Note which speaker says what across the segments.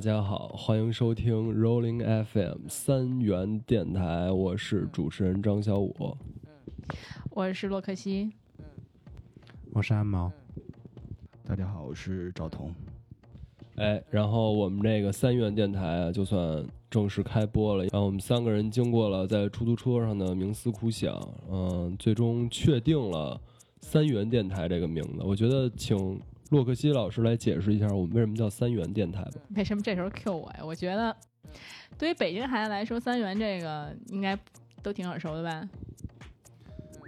Speaker 1: 家好，欢迎收听 Rolling FM 三元电台，我是主持人张小五。
Speaker 2: 我是洛克西，
Speaker 3: 我是安毛，
Speaker 4: 大家好，我是赵彤。
Speaker 1: 哎，然后我们这个三元电台啊，就算正式开播了。然后我们三个人经过了在出租车上的冥思苦想，嗯，最终确定了三元电台这个名字。我觉得请洛克西老师来解释一下，我们为什么叫三元电台吧。
Speaker 2: 为什么这时候 Q 我呀？我觉得对于北京孩子来说，三元这个应该都挺耳熟的吧？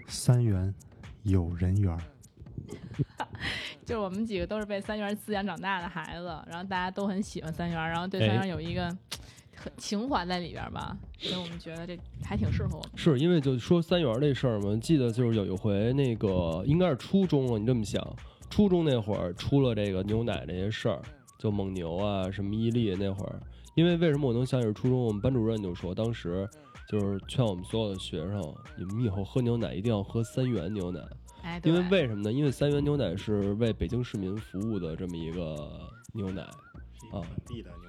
Speaker 3: 三元有人缘儿，
Speaker 2: 就是我们几个都是被三元滋养长大的孩子，然后大家都很喜欢三元，然后对三
Speaker 1: 哎
Speaker 2: 元有一个很情怀在里边吧，所以我们觉得这还挺适合我们。
Speaker 1: 是因为就说三元这事儿嘛，记得就是有一回那个应该是初中了，你这么想，初中那会儿出了这个牛奶这些事儿，就蒙牛啊什么伊利那会儿，因为为什么我能想起是初中，我们班主任就说当时就是劝我们所有的学生，你们以后喝牛奶一定要喝三元牛奶，
Speaker 2: 哎，对
Speaker 1: 因为为什么呢？因为三元牛奶是为北京市民服务的这么一个牛奶，啊
Speaker 3: 地的牛奶。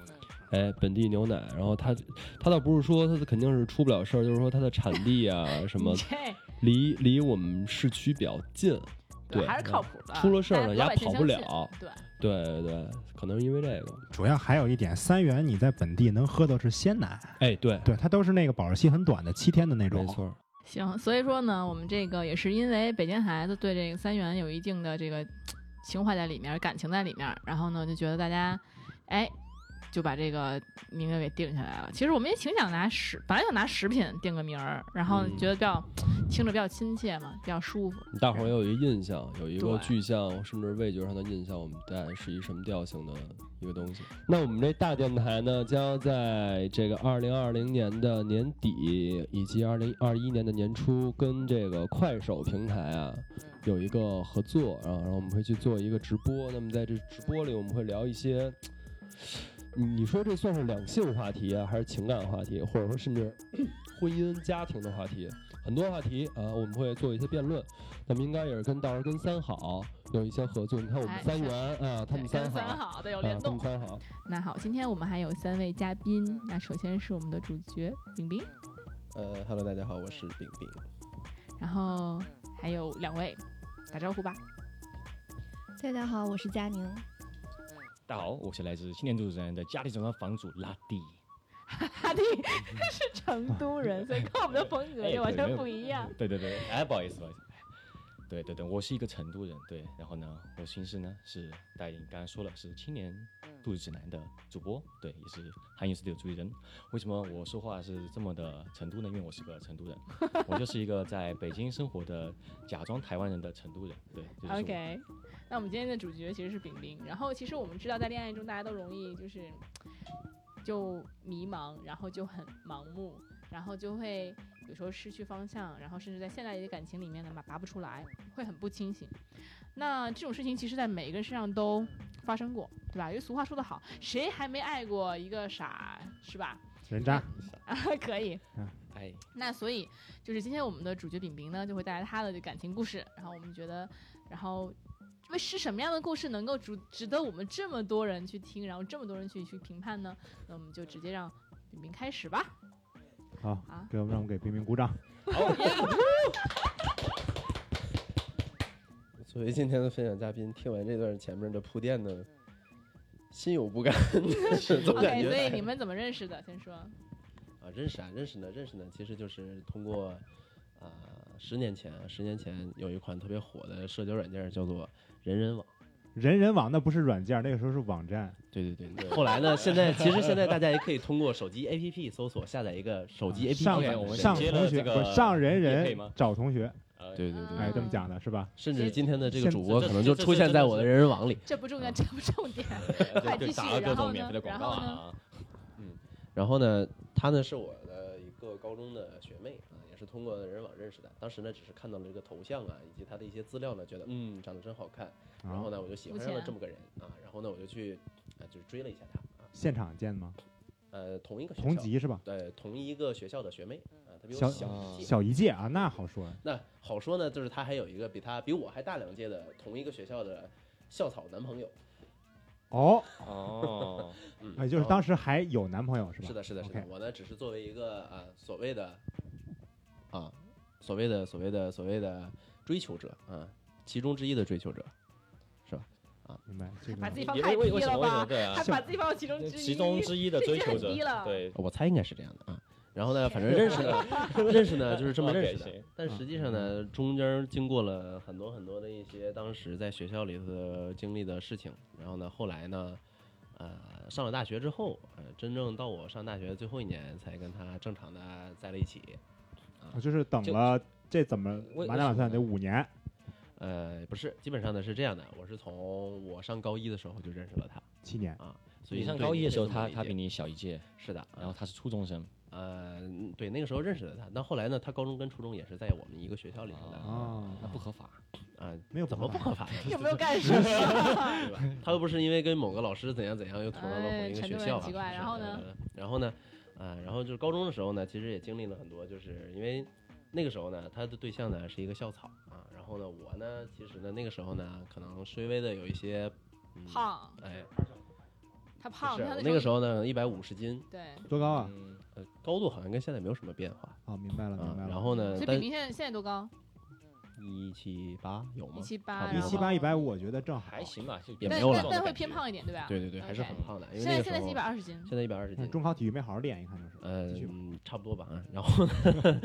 Speaker 1: 哎，本地牛奶，然后它它倒不是说它肯定是出不了事儿，就是说它的产地啊什么
Speaker 2: 你 这
Speaker 1: 离离我们市区比较近，对
Speaker 2: 还是靠谱的，
Speaker 1: 出了事儿了
Speaker 2: 大家老百
Speaker 1: 人家
Speaker 2: 姓
Speaker 1: 跑不
Speaker 2: 相信
Speaker 1: 了
Speaker 2: 对，
Speaker 1: 对对对，可能是因为这个。
Speaker 3: 主要还有一点，三元你在本地能喝到是鲜奶，
Speaker 1: 哎，对，
Speaker 3: 对，它都是那个保质期很短的，七天的那
Speaker 1: 没
Speaker 3: 种。
Speaker 1: 错，
Speaker 2: 行，所以说呢，我们这个也是因为北京孩子对这个三元有一定的这个情怀在里面，感情在里面，然后呢就觉得大家，哎，就把这个名字给定下来了。其实我们也挺想拿食，本来想拿食品定个名儿，然后
Speaker 1: 嗯
Speaker 2: 觉得比较、听着比较亲切嘛，比较舒服。
Speaker 1: 大伙儿也有一个印象，有一个
Speaker 2: 对
Speaker 1: 具象甚至味觉上的印象，我们大概是一什么调性的一个东西。那我们这大电台呢，将在这个二零二零年的年底以及二零二一年的年初，跟这个快手平台啊有一个合作啊，然后我们会去做一个直播。那么在这直播里，我们会聊一些。你你说这算是两性话题啊，还是情感话题，或者说甚至 婚姻家庭的话题？很多话题啊，我们会做一些辩论。那么应该也是跟到时候跟三好有一些合作。你看我们
Speaker 2: 哎
Speaker 1: 三元啊，他们
Speaker 2: 对
Speaker 1: 三
Speaker 2: 跟
Speaker 1: 好啊，
Speaker 2: 好的有联
Speaker 1: 他
Speaker 2: 动
Speaker 1: 们。三好。
Speaker 2: 那好，今天我们还有三位嘉宾，那首先是我们的主角饼饼，
Speaker 5: 呃，Hello，大家好，我是饼饼。
Speaker 2: 然后还有两位，打招呼吧。
Speaker 6: 大家好，我是佳宁。
Speaker 5: 大家好，我是来自青年主持人的家庭总团房主拉蒂。
Speaker 2: 哈蒂是成都人，所以跟我们的风格
Speaker 5: 哎
Speaker 2: 就完
Speaker 5: 对没
Speaker 2: 全
Speaker 5: 有
Speaker 2: 不一样。
Speaker 5: 对对对，哎，不好意思，不好意思。对对对，我是一个成都人，对。然后呢，我心事呢是大家已经刚才说了，是青年都市指南的主播，对，也是韩语世界的主理人。为什么我说话是这么的成都呢？因为我是个成都人，我就是一个在北京生活的假装台湾人的成都人，对。这就是我
Speaker 2: OK，那我们今天的主角其实是饼饼。然后其实我们知道，在恋爱中大家都容易就是就迷茫，然后就很盲目，然后就会有时候失去方向，然后甚至在现在的感情里面呢，拔拔不出来，会很不清醒。那这种事情其实，在每一个人身上都发生过，对吧？因为俗话说得好，谁还没爱过一个傻，是吧？
Speaker 3: 人渣，
Speaker 2: 啊，可以。
Speaker 5: 哎，
Speaker 2: 那所以就是今天我们的主角饼饼呢，就会带来他的感情故事。然后我们觉得，然后因为是什么样的故事能够值值得我们这么多人去听，然后这么多人去去评判呢？那我们就直接让饼饼开始吧。
Speaker 3: 好
Speaker 2: 啊，
Speaker 3: 给我们让我们给冰冰鼓掌。
Speaker 7: 作为今天的分享嘉宾，听完这段前面的铺垫呢，心有不甘，总感
Speaker 2: OK，
Speaker 7: 觉
Speaker 2: 所以你们怎么认识的？先说。
Speaker 7: 啊，认识啊，认识呢，认识呢，其实就是通过啊，十年前啊，十年前有一款特别火的社交软件叫做人人网。
Speaker 3: 人人网那不是软件，那个时候是网站。
Speaker 7: 对对对对。后来呢，现在其实现在大家也可以通过手机 APP 搜索下载一个手
Speaker 8: 啊
Speaker 7: 机 APP，
Speaker 3: 上
Speaker 7: 版的
Speaker 5: 我们
Speaker 3: 上
Speaker 5: 接
Speaker 3: 同
Speaker 5: 了
Speaker 3: 学
Speaker 5: 这
Speaker 3: 不
Speaker 5: 个
Speaker 3: 是上人
Speaker 5: 业配
Speaker 3: 人
Speaker 5: 吗
Speaker 3: 找同学，
Speaker 5: 呃，
Speaker 7: 对对对，
Speaker 3: 哎，这么讲的是吧？
Speaker 7: 甚至今天的这
Speaker 3: 现
Speaker 7: 个主播
Speaker 5: 这
Speaker 7: 可能就
Speaker 5: 这
Speaker 7: 出
Speaker 5: 这
Speaker 7: 现
Speaker 5: 这
Speaker 7: 在
Speaker 5: 这
Speaker 7: 我的
Speaker 5: 是
Speaker 7: 人人网里。
Speaker 2: 这不重要，这不重点。快
Speaker 5: 就
Speaker 2: 继续
Speaker 5: 打了各
Speaker 2: 然后
Speaker 5: 种免
Speaker 2: 呢
Speaker 5: 费的广告
Speaker 2: 然后
Speaker 5: 啊。
Speaker 7: 然后呢，她呢是我的一个高中的学妹啊，也是通过人网认识的。当时呢，只是看到了这个头像啊，以及她的一些资料呢，觉得嗯长得真好看。
Speaker 3: 啊
Speaker 7: 然后呢，我就喜欢上
Speaker 2: 肤
Speaker 7: 了
Speaker 2: 浅
Speaker 7: 这么个人啊。然后呢，我就去呃就是追了一下她啊，
Speaker 3: 现场见吗？
Speaker 7: 呃同一个学校
Speaker 3: 同级是吧？
Speaker 7: 对同一个学校的学妹啊，她比我
Speaker 3: 小
Speaker 7: 小一届。
Speaker 3: 小一届啊，那好说。
Speaker 7: 那好说呢，就是她还有一个比她比我还大两届的同一个学校的校草男朋友。
Speaker 8: 哦，
Speaker 5: 哦，
Speaker 7: 嗯，
Speaker 3: 哎
Speaker 8: 也哎就是当时还有男朋友是吧？
Speaker 7: 是的，是的，是
Speaker 8: OK
Speaker 7: 的。我呢，只是作为一个啊所谓的啊所谓的所谓的所谓的追求者啊，其中之一的追求者。
Speaker 8: 明白这
Speaker 2: 把自己
Speaker 8: 个。
Speaker 2: 放
Speaker 5: 也
Speaker 2: 太
Speaker 5: 为
Speaker 2: 低
Speaker 5: 为什
Speaker 2: 了
Speaker 5: 么为什么
Speaker 2: 吧？
Speaker 5: 对啊
Speaker 2: 还？把自己放到其中之一，
Speaker 5: 其中之一的追求者
Speaker 2: 这就很低了，
Speaker 5: 对，
Speaker 7: 我猜应该是这样的啊。然 后呢，反正认识呢，认识呢就是这么
Speaker 5: OK，
Speaker 7: 认识的
Speaker 5: 行。嗯
Speaker 7: 但实际上呢，中间经过了很多很多的一些当时在学校里头的经历的事情。然后呢，后来呢，呃，上了大学之后，呃，真正到我上大学最后一年才跟他正常的在了一起。啊
Speaker 8: 我啊就是等
Speaker 5: 就
Speaker 8: 了这怎么
Speaker 5: 为
Speaker 8: 满打满算得五年，
Speaker 7: 呃，不是，基本上呢是这样的，我是从我上高一的时候就认识了他，
Speaker 8: 七年。
Speaker 7: 啊所以
Speaker 5: 你上
Speaker 7: 对
Speaker 5: 高一的
Speaker 7: 可以
Speaker 5: 时候，
Speaker 7: 这么
Speaker 5: 他
Speaker 7: 理
Speaker 5: 他
Speaker 7: 解
Speaker 5: 比你小一嗯届，
Speaker 7: 是的，啊
Speaker 5: 然后他是初中生，
Speaker 7: 呃，对，那个时候认识的他，但后来呢，他高中跟初中也是在我们一个学校里头的
Speaker 5: 啊
Speaker 8: 哦，
Speaker 5: 那不合法。
Speaker 7: 啊，
Speaker 8: 没有
Speaker 7: 怎么不
Speaker 8: 办法
Speaker 7: 合法呀？
Speaker 2: 有没有干什么？
Speaker 7: 对吧？他又不是因为跟某个老师怎样怎样，又捅到了某
Speaker 2: 哎
Speaker 7: 一个
Speaker 2: 陈
Speaker 7: 学
Speaker 2: 主任
Speaker 7: 校啊、
Speaker 2: 很奇怪
Speaker 7: 是
Speaker 2: 然后
Speaker 7: 的
Speaker 2: 呢？
Speaker 7: 呃然后呢？啊、然后就是高中的时候呢，其实也经历了很多，就是因为那个时候呢，他的对象呢是一个校草啊，然后呢，我呢，其实呢，那个时候呢，可能稍微的有一些、嗯，
Speaker 2: 胖，
Speaker 7: 哎，
Speaker 2: 他胖，
Speaker 7: 是
Speaker 2: 他
Speaker 7: 我那个时
Speaker 2: 候
Speaker 7: 候呢，一百五十斤，
Speaker 2: 对，
Speaker 8: 多高啊？
Speaker 5: 嗯，
Speaker 7: 呃，高度好像跟现在没有什么变化
Speaker 8: 哦，明白了，
Speaker 7: 啊
Speaker 8: 明白。了。
Speaker 7: 然后呢
Speaker 2: 所以，
Speaker 7: 但
Speaker 2: 饼饼现在现在多高？
Speaker 7: 一七八有吗
Speaker 2: 一？七
Speaker 7: 差
Speaker 2: 八，
Speaker 7: 不
Speaker 8: 一
Speaker 7: 多
Speaker 8: 七八一百五，我觉得正好
Speaker 5: 还。行吧，就
Speaker 7: 也
Speaker 2: 但
Speaker 7: 没有
Speaker 2: 但
Speaker 7: 了
Speaker 2: 但会偏。胖一点，对吧？
Speaker 7: 对对对，还是
Speaker 2: OK
Speaker 7: 很胖的，因为
Speaker 2: 现
Speaker 7: 哎
Speaker 2: 在
Speaker 7: 那
Speaker 2: 现
Speaker 7: 个时
Speaker 2: 在是
Speaker 7: 候
Speaker 2: 一百二十斤，
Speaker 7: 现在一百二十
Speaker 8: 但
Speaker 7: 斤
Speaker 8: 是，中考体育没好好练，一看就是。
Speaker 7: 呃
Speaker 8: 嗯继续吧，
Speaker 7: 嗯差不多吧啊。然后呢，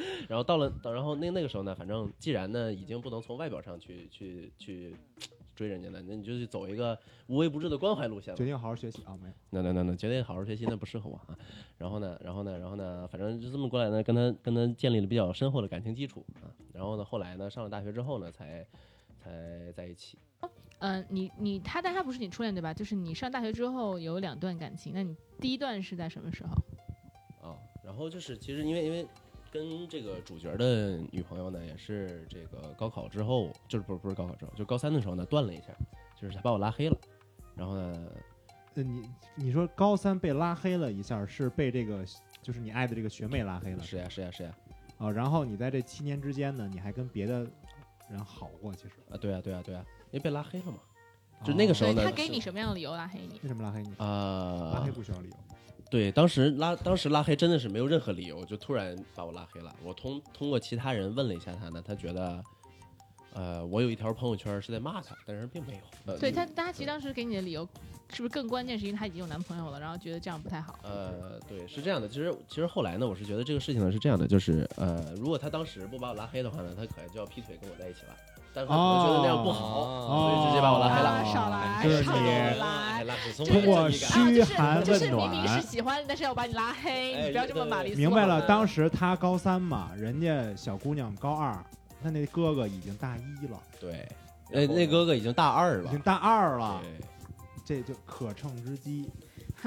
Speaker 7: 然后到了，到然后那那个时候呢，反正既然呢已经不能从外表上去去去追人家了，那你就去走一个无微不至的关怀路线吧
Speaker 8: 决。定好好学习啊，没有。
Speaker 7: 那那那那，决定好好学习，那不适合我啊。然后呢，然后呢，然后呢，反正就这么过来呢，跟他跟他建立了比较深厚的感情基础啊。然后呢，后来呢，上了大学之后呢，才才在一起。
Speaker 2: 嗯，你你他但他不是你初恋对吧？就是你上大学之后有两段感情，那你第一段是在什么时候？
Speaker 7: 啊，然后就是其实因为因为跟这个主角的女朋友呢，也是这个高考之后，就是不是不是高考之后，就高三的时候呢断了一下，就是他把我拉黑了，然后呢，
Speaker 8: 呃，你你说高三被拉黑了一下，是被这个就是你爱的这个学妹拉黑了，
Speaker 7: 是呀是呀是呀，
Speaker 8: 啊。然后你在这七年之间呢，你还跟别的人好过，其实。哦
Speaker 7: 啊对呀对呀对呀，因为被拉黑了嘛，就那个时候
Speaker 2: 对
Speaker 7: 呢
Speaker 2: 他给你什么样的理由拉黑你？
Speaker 8: 为什么拉黑你？拉
Speaker 7: 啊、
Speaker 8: 黑不需要理由。
Speaker 7: 对，当时拉当时拉黑真的是没有任何理由，就突然把我拉黑了。我通通过其他人问了一下他呢，他觉得。呃，我有一条朋友圈是在骂他，但是并没有。呃
Speaker 2: 对他，他其实当时给你的理由，是不是更关键是因为他已经有男朋友了，然后觉得这样不太好？
Speaker 7: 呃，对，是这样的。其实，其实后来呢，我是觉得这个事情呢是这样的，就是呃，如果他当时不把我拉黑的话呢，他可能就要劈腿跟我在一起了。但是他可能觉得那样不好，
Speaker 8: 哦
Speaker 7: 啊所以直接把我拉黑了。
Speaker 2: 啊少来
Speaker 8: 就是
Speaker 2: 少
Speaker 8: 你
Speaker 2: 来。
Speaker 7: 哎拉黑松
Speaker 2: 通过啊，
Speaker 8: 嘘
Speaker 2: 就是
Speaker 8: 寒
Speaker 2: 就是
Speaker 8: 问
Speaker 2: 明明是
Speaker 8: 暖
Speaker 2: 喜欢你，但是要把你拉黑，
Speaker 7: 哎
Speaker 2: 你不要这么玛丽苏。
Speaker 8: 明白了，
Speaker 2: 好吗
Speaker 8: 当时她高三嘛，人家小姑娘高二，她那哥哥已经大一了，
Speaker 7: 对，那呃那哥哥已经大二
Speaker 8: 已
Speaker 7: 了
Speaker 8: 经。大二了，这
Speaker 7: 对，
Speaker 8: 就可乘之机。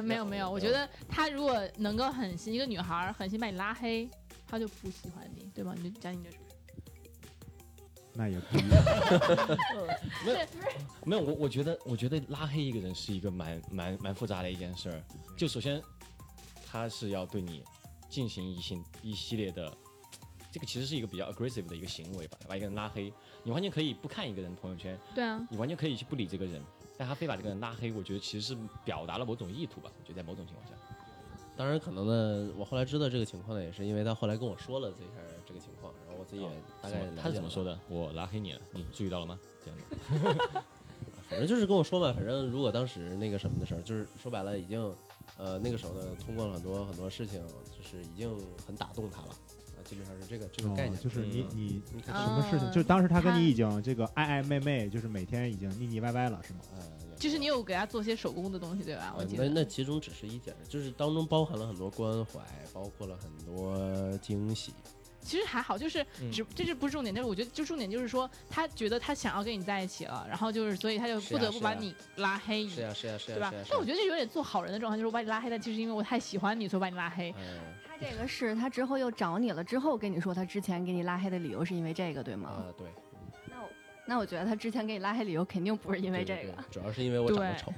Speaker 2: 没有没有，我觉得他如果能够狠心，一个女孩儿狠心把你拉黑，他就不喜欢你，对吧？你就讲你就是
Speaker 8: 那也 不一定，
Speaker 5: 没有，我我觉得，我觉得拉黑一个人是一个蛮蛮蛮复杂的一件事儿。就首先，他是要对你进行一系一系列的，这个其实是一个比较 aggressive 的一个行为吧，把一个人拉黑。你完全可以不看一个人朋友圈，
Speaker 2: 对啊，
Speaker 5: 你完全可以去不理这个人，但他非把这个人拉黑，我觉得其实是表达了某种意图吧。我觉得在某种情况下，
Speaker 7: 当然可能呢，我后来知道这个情况呢，也是因为他后来跟我说了这一下这个情况，然后我自己也
Speaker 5: 哦
Speaker 7: 大概了
Speaker 5: 怎么
Speaker 7: 解
Speaker 5: 他是怎么
Speaker 7: 了
Speaker 5: 说的？我拉黑你了，你注意到了吗？这样子，
Speaker 7: 反正就是跟我说嘛，反正如果当时那个什么的时候，就是说白了已经，呃，那个时候呢，通过了很多很多事情，就是已经很打动他了，啊，基本上是这个这个概念，
Speaker 8: 哦就是啊你
Speaker 7: 嗯
Speaker 8: 你
Speaker 7: 你
Speaker 8: 什
Speaker 7: 看
Speaker 8: 么事情？
Speaker 2: 嗯
Speaker 8: 就是当时她跟
Speaker 2: 她
Speaker 8: 你已经这个爱爱妹妹，就是每天已经腻腻歪歪了，是吗？
Speaker 7: 呃，也
Speaker 2: 就是你有给他做些手工的东西，对吧？我
Speaker 7: 呃
Speaker 2: 记
Speaker 7: 那
Speaker 2: 得。
Speaker 7: 那其中只是一点，就是当中包含了很多关怀，包括了很多惊喜，
Speaker 2: 其实还好，就是
Speaker 5: 嗯
Speaker 2: 只这是不是重点，但是我觉得就重点就是说，他觉得他想要跟你在一起了，然后就是所以他就是不
Speaker 7: 呀
Speaker 2: 得不
Speaker 7: 是
Speaker 2: 把
Speaker 7: 呀
Speaker 2: 你拉黑，
Speaker 7: 是呀、是呀、啊是呀、
Speaker 2: 对吧
Speaker 7: 是呀、？是
Speaker 2: 但我
Speaker 7: 呀。
Speaker 2: 觉得这有点做好人的状态，就是我把你拉黑，但其实因为我太喜欢你，所以把你拉黑。
Speaker 7: 嗯
Speaker 6: 他这个是他之后又找你了，之后跟你说他之前给你拉黑的理由是因为这个，对吗？
Speaker 7: 啊，对，
Speaker 6: 那我那我觉得他之前给你拉黑理由肯定不是因为
Speaker 7: 对
Speaker 6: 这
Speaker 7: 对
Speaker 6: 个。
Speaker 7: 主要是因为我长得
Speaker 2: 对
Speaker 7: 丑，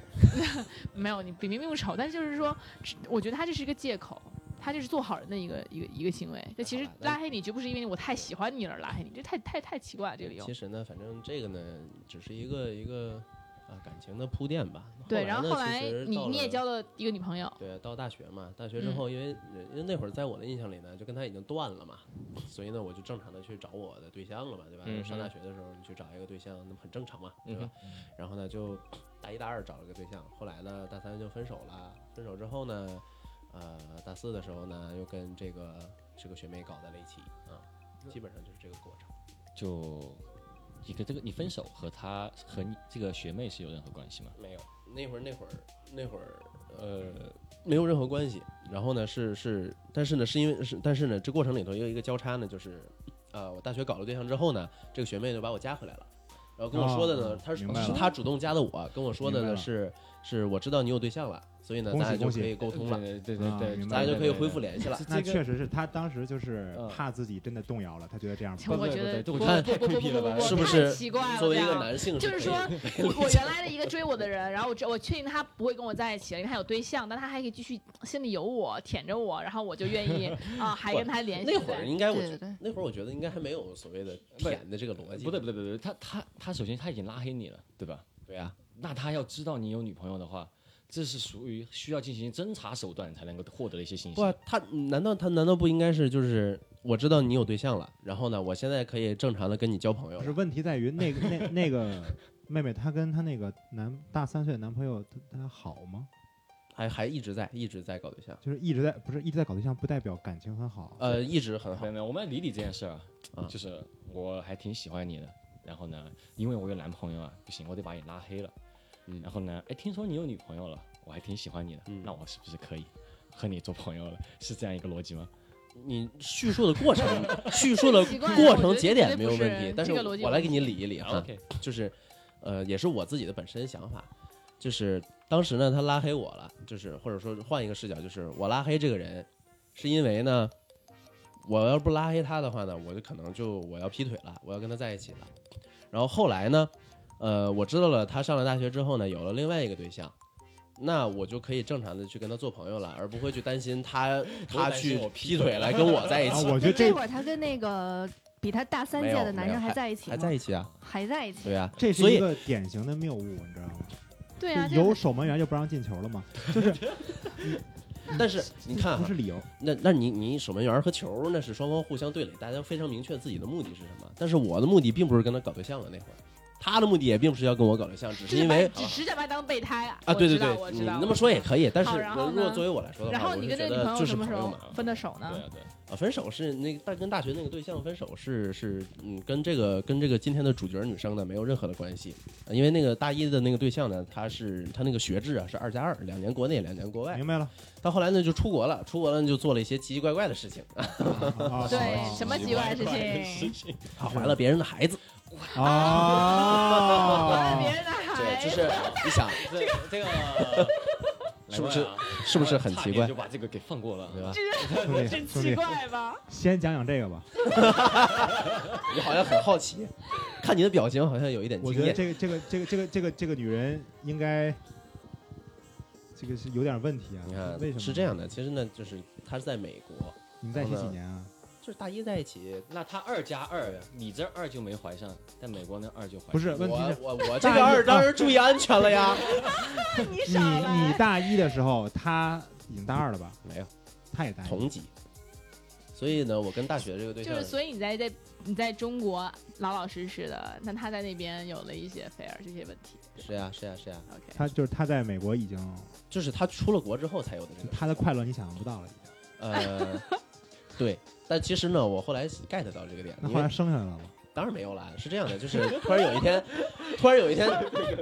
Speaker 7: 嗯
Speaker 2: 没有，你比明明不丑，但是就是说，只我觉得他这是一个借口，他这是做好人的一个一个一个行为。这其实
Speaker 7: 好吧那
Speaker 2: 拉黑你绝不是因为我太喜欢你而拉黑你，这太太太奇怪了这个理由
Speaker 7: 其。实呢，反正这个呢，只是一个一个呃感情的铺垫吧。
Speaker 2: 对，
Speaker 7: 呢
Speaker 2: 然后后来
Speaker 7: 其实
Speaker 2: 你
Speaker 7: 到
Speaker 2: 你也
Speaker 7: 了
Speaker 2: 交了一个女朋友，
Speaker 7: 对，到大学嘛，大学之
Speaker 2: 嗯
Speaker 7: 后，因为因为那会儿在我的印象里呢，就跟他已经断了嘛，所以呢，我就正常的去找我的对象了嘛，对吧？
Speaker 5: 嗯
Speaker 7: 上
Speaker 5: 哼
Speaker 7: 大学的时候，你去找一个对象，那么很正常嘛，对
Speaker 5: 嗯
Speaker 7: 吧
Speaker 5: 哼？
Speaker 7: 然后呢，就大一大二找了个对象，后来呢，大三就分手了。分手之后呢，呃，大四的时候呢，又跟这个这个学妹搞在了一起啊，基本上就是这个过程。
Speaker 5: 就你跟这个你分手和他和你这个学妹是有任何关系吗？
Speaker 7: 没有，那会儿那会儿那会儿呃没有任何关系。然后呢是是，但是呢是因为是但是呢这过程里头也有一个交叉呢，就是呃我大学搞了对象之后呢，这个学妹就把我加回来了。然后跟我说的呢，
Speaker 8: 哦
Speaker 7: 她是
Speaker 8: 明白了
Speaker 7: 是她主动加的我，跟我说的
Speaker 8: 明白
Speaker 7: 呢
Speaker 8: 了
Speaker 7: 是是我知道你有对象了，所以呢
Speaker 8: 恭喜
Speaker 7: 大家就
Speaker 8: 恭喜
Speaker 7: 可以沟通了，
Speaker 5: 对对
Speaker 8: 对对对
Speaker 7: 大家就可以恢复
Speaker 5: 联
Speaker 7: 联系了。
Speaker 8: 那
Speaker 5: 这个
Speaker 8: 确实是他当时就是
Speaker 5: 嗯
Speaker 8: 怕自己真的动摇了，他觉得这样
Speaker 2: 我觉得
Speaker 5: 这
Speaker 2: 不
Speaker 5: 我
Speaker 2: 不
Speaker 5: 看
Speaker 2: 不不
Speaker 5: 太
Speaker 2: 不
Speaker 5: creepy 了吧
Speaker 2: 不不，
Speaker 7: 是不
Speaker 2: 太
Speaker 7: 是
Speaker 2: 奇怪
Speaker 6: 哎
Speaker 2: 了？
Speaker 7: 作为一个
Speaker 2: 这样
Speaker 7: 男 性，
Speaker 2: 就是说，我我原来的一个追我的人， 然后我知我确定他不会跟我在一起了，因为他有对象，但他还可以继续呃心里有我， 舔着我，然后我就愿意 啊，还跟他联系。
Speaker 7: 那会儿应该我
Speaker 6: 对
Speaker 7: 觉
Speaker 6: 对对，
Speaker 7: 那会儿我觉得应该还没有所谓的
Speaker 5: 不
Speaker 7: 舔的这个逻辑，
Speaker 5: 不对不对不对，他他他首先他已经拉黑你了，对吧？
Speaker 7: 对啊，
Speaker 5: 那他要知道你有女朋友的话，这是属于需要进行侦查手段才能够获得的一些信息
Speaker 7: 不。啊，他难道他难道不应该是就是我知道你有对象了，然后呢，我现在可以正常的跟你交朋友
Speaker 8: 不是问题在于那个那那个妹妹，她跟她那个男大三岁的男朋友，她她好吗？
Speaker 7: 还还一直在一直在搞对象，
Speaker 8: 就是一直在不是一直在搞对象，不代表感情很好。
Speaker 7: 呃，一直很好
Speaker 5: 没有，没有，我们来理理这件事儿啊
Speaker 7: 啊，
Speaker 5: 就是我还挺喜欢你的，然后呢，因为我有男朋友啊，不行，我得把你拉黑了。
Speaker 7: 嗯
Speaker 5: 然后呢，哎，听说你有女朋友了，我还挺喜欢你的，
Speaker 7: 嗯
Speaker 5: 那我是不是可以和你做朋友了？是这样一个逻辑吗？
Speaker 7: 你叙述的 过程，叙述的
Speaker 2: 奇怪
Speaker 7: 过
Speaker 2: 我觉
Speaker 7: 程
Speaker 2: 得
Speaker 7: 节
Speaker 2: 这
Speaker 7: 点
Speaker 2: 绝对
Speaker 7: 没有
Speaker 2: 不是
Speaker 7: 问题，但是
Speaker 2: 这个逻辑
Speaker 7: 我
Speaker 2: 有
Speaker 7: 来
Speaker 2: 问
Speaker 7: 给你理一理
Speaker 5: 啊
Speaker 7: 啊，
Speaker 5: ，OK，
Speaker 7: 就是，呃，也是我自己的本身想法，就是当时呢，他拉黑我了，就是或者说换一个视角，就是我拉黑这个人，是因为呢，我要不拉黑他的话呢，我就可能就我要劈腿了，我要跟他在一起了。然后后来呢，呃，我知道了他上了大学之后呢，有了另外一个对象。那我就可以正常的去跟他做朋友了，而不会去担心他他
Speaker 5: 担心
Speaker 7: 去
Speaker 5: 我劈
Speaker 7: 劈 腿来跟我在一
Speaker 8: 啊，
Speaker 7: 起，
Speaker 8: 我觉
Speaker 6: 那
Speaker 8: 得
Speaker 6: 这
Speaker 8: 这
Speaker 6: 会儿他跟那个比他大三
Speaker 7: 没
Speaker 6: 届
Speaker 7: 有
Speaker 6: 的男
Speaker 7: 没有
Speaker 6: 生还
Speaker 7: 还
Speaker 6: 在一起吗？
Speaker 7: 还在一起啊？
Speaker 6: 还在一起。
Speaker 7: 对啊，
Speaker 8: 这
Speaker 7: 所
Speaker 8: 是
Speaker 7: 以
Speaker 8: 一个典型的谬误，你知道吗？
Speaker 2: 对啊，
Speaker 8: 就
Speaker 2: 这
Speaker 8: 有
Speaker 2: 个
Speaker 8: 守门员就不让进球了嘛，
Speaker 7: 但是你看啊
Speaker 8: 不
Speaker 7: 哈
Speaker 8: 是，理由。
Speaker 7: 那那你你守门员和球那是双方互相对垒，大家非常明确自己的目的是什么。但是我的目的并不是跟他搞对象啊，那会儿他的目的也并不是要跟我搞对象，只
Speaker 2: 就是
Speaker 7: 因
Speaker 2: 把
Speaker 7: 为
Speaker 2: 只只想把他当备胎啊我
Speaker 7: 啊，对对
Speaker 2: 知道
Speaker 7: 对
Speaker 2: 我，
Speaker 7: 你
Speaker 2: 知道
Speaker 7: 那么说也可以。但是
Speaker 2: 好然后
Speaker 7: 我如果
Speaker 2: 呢
Speaker 7: 作为我来说的话，
Speaker 2: 然后
Speaker 7: 我
Speaker 2: 你
Speaker 7: 是
Speaker 2: 跟这个女
Speaker 7: 觉得
Speaker 2: 朋友
Speaker 7: 就
Speaker 2: 什
Speaker 7: 是
Speaker 2: 么
Speaker 7: 朋
Speaker 2: 时
Speaker 7: 友
Speaker 2: 候
Speaker 7: 嘛。
Speaker 2: 分的手呢
Speaker 5: 对？啊对啊。
Speaker 7: 啊，分手是那个大跟大学那个对象分手是是嗯，跟这个跟这个今天的主角女生呢没有任何的关系，呃因为那个大一的那个对象呢，他是他那个学制啊是二加二，两年国内两年国外
Speaker 8: 明。白 了，
Speaker 7: 到后来呢就出国了，出国了呢就做了一些奇奇怪怪的事情，
Speaker 8: 啊
Speaker 2: 对，什么奇怪的事情？
Speaker 7: 啊，怀了别人的孩子。
Speaker 2: 管
Speaker 8: 啊
Speaker 2: 哎别？人的孩
Speaker 7: 对，就
Speaker 2: 子，
Speaker 7: 是你 想，
Speaker 5: 这这个
Speaker 7: 是不是是不是很奇
Speaker 5: 差点
Speaker 7: 怪
Speaker 5: 就？把这个给放过了，
Speaker 7: 对吧？
Speaker 8: 兄
Speaker 2: 真
Speaker 8: 弟，兄
Speaker 2: 奇
Speaker 8: 弟，
Speaker 2: 怪吧？
Speaker 8: 先讲讲这个吧。
Speaker 7: 你好像很好奇，看你的表情好像有一点
Speaker 8: 我
Speaker 7: 惊
Speaker 8: 觉得
Speaker 7: 艳。
Speaker 8: 这个这个这个这个这个这个女人应该，这个是有点问题啊。
Speaker 7: 你看，
Speaker 8: 为什么
Speaker 7: 是这样？的，其实呢，就是他是在美国，
Speaker 8: 你们在一起几年啊？
Speaker 7: 就是大一在一起。
Speaker 5: 那他二加二呀，你这二就没怀上，但美国那二就怀上。
Speaker 8: 不是，
Speaker 7: 我
Speaker 8: 问题是
Speaker 7: 我 我这
Speaker 8: 大一
Speaker 7: 个二当然注意安全了呀。
Speaker 2: 你
Speaker 8: 你
Speaker 2: 少
Speaker 8: 你
Speaker 2: 来，
Speaker 8: 大一的时候，她已经大二了吧？
Speaker 7: 没有
Speaker 8: 她也大一。
Speaker 7: 同级，所以呢，我跟大学这个对
Speaker 2: 就
Speaker 7: 象
Speaker 2: 是，所以你在在你在中国老老实实的，那他在那边有了一些 fair 这些问题。
Speaker 7: 是呀是呀是呀，
Speaker 2: OK，
Speaker 8: 她就是她在美国已经，
Speaker 7: 就是他出了国之后才有的 这个。
Speaker 8: 她的快乐你想象不到了已经。
Speaker 7: 呃，对，但其实呢，我后来 get 到这个点，
Speaker 8: 那
Speaker 7: 因
Speaker 8: 后
Speaker 7: 为
Speaker 8: 来生下来了吗？
Speaker 7: 当然没有啦，是这样的，就是 突然有一天，突然有一天，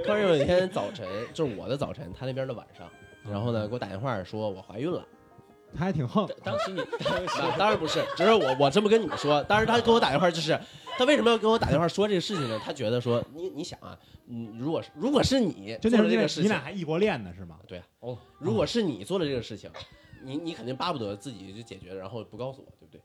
Speaker 7: 突然有一天早晨，就是我的早晨，他那边的晚上，然后呢给我打电话说我怀孕了，
Speaker 8: 她还挺横。
Speaker 5: 当时你
Speaker 7: 啊当然不是，只是我我这么跟你说，当时他给我打电话就是，他为什么要跟我打电话说这个事情呢？他觉得说你你想啊，嗯，如果是如果是你
Speaker 8: 就那时
Speaker 7: 做
Speaker 8: 候
Speaker 7: 了
Speaker 8: 你
Speaker 7: 这
Speaker 8: 俩
Speaker 7: 个事
Speaker 8: 你俩
Speaker 7: 情，
Speaker 8: 还异国恋呢是吗？
Speaker 5: 哦，
Speaker 7: 如果是你做了这个事情，你你肯定巴不得自己就解决，然后不告诉我，对不对？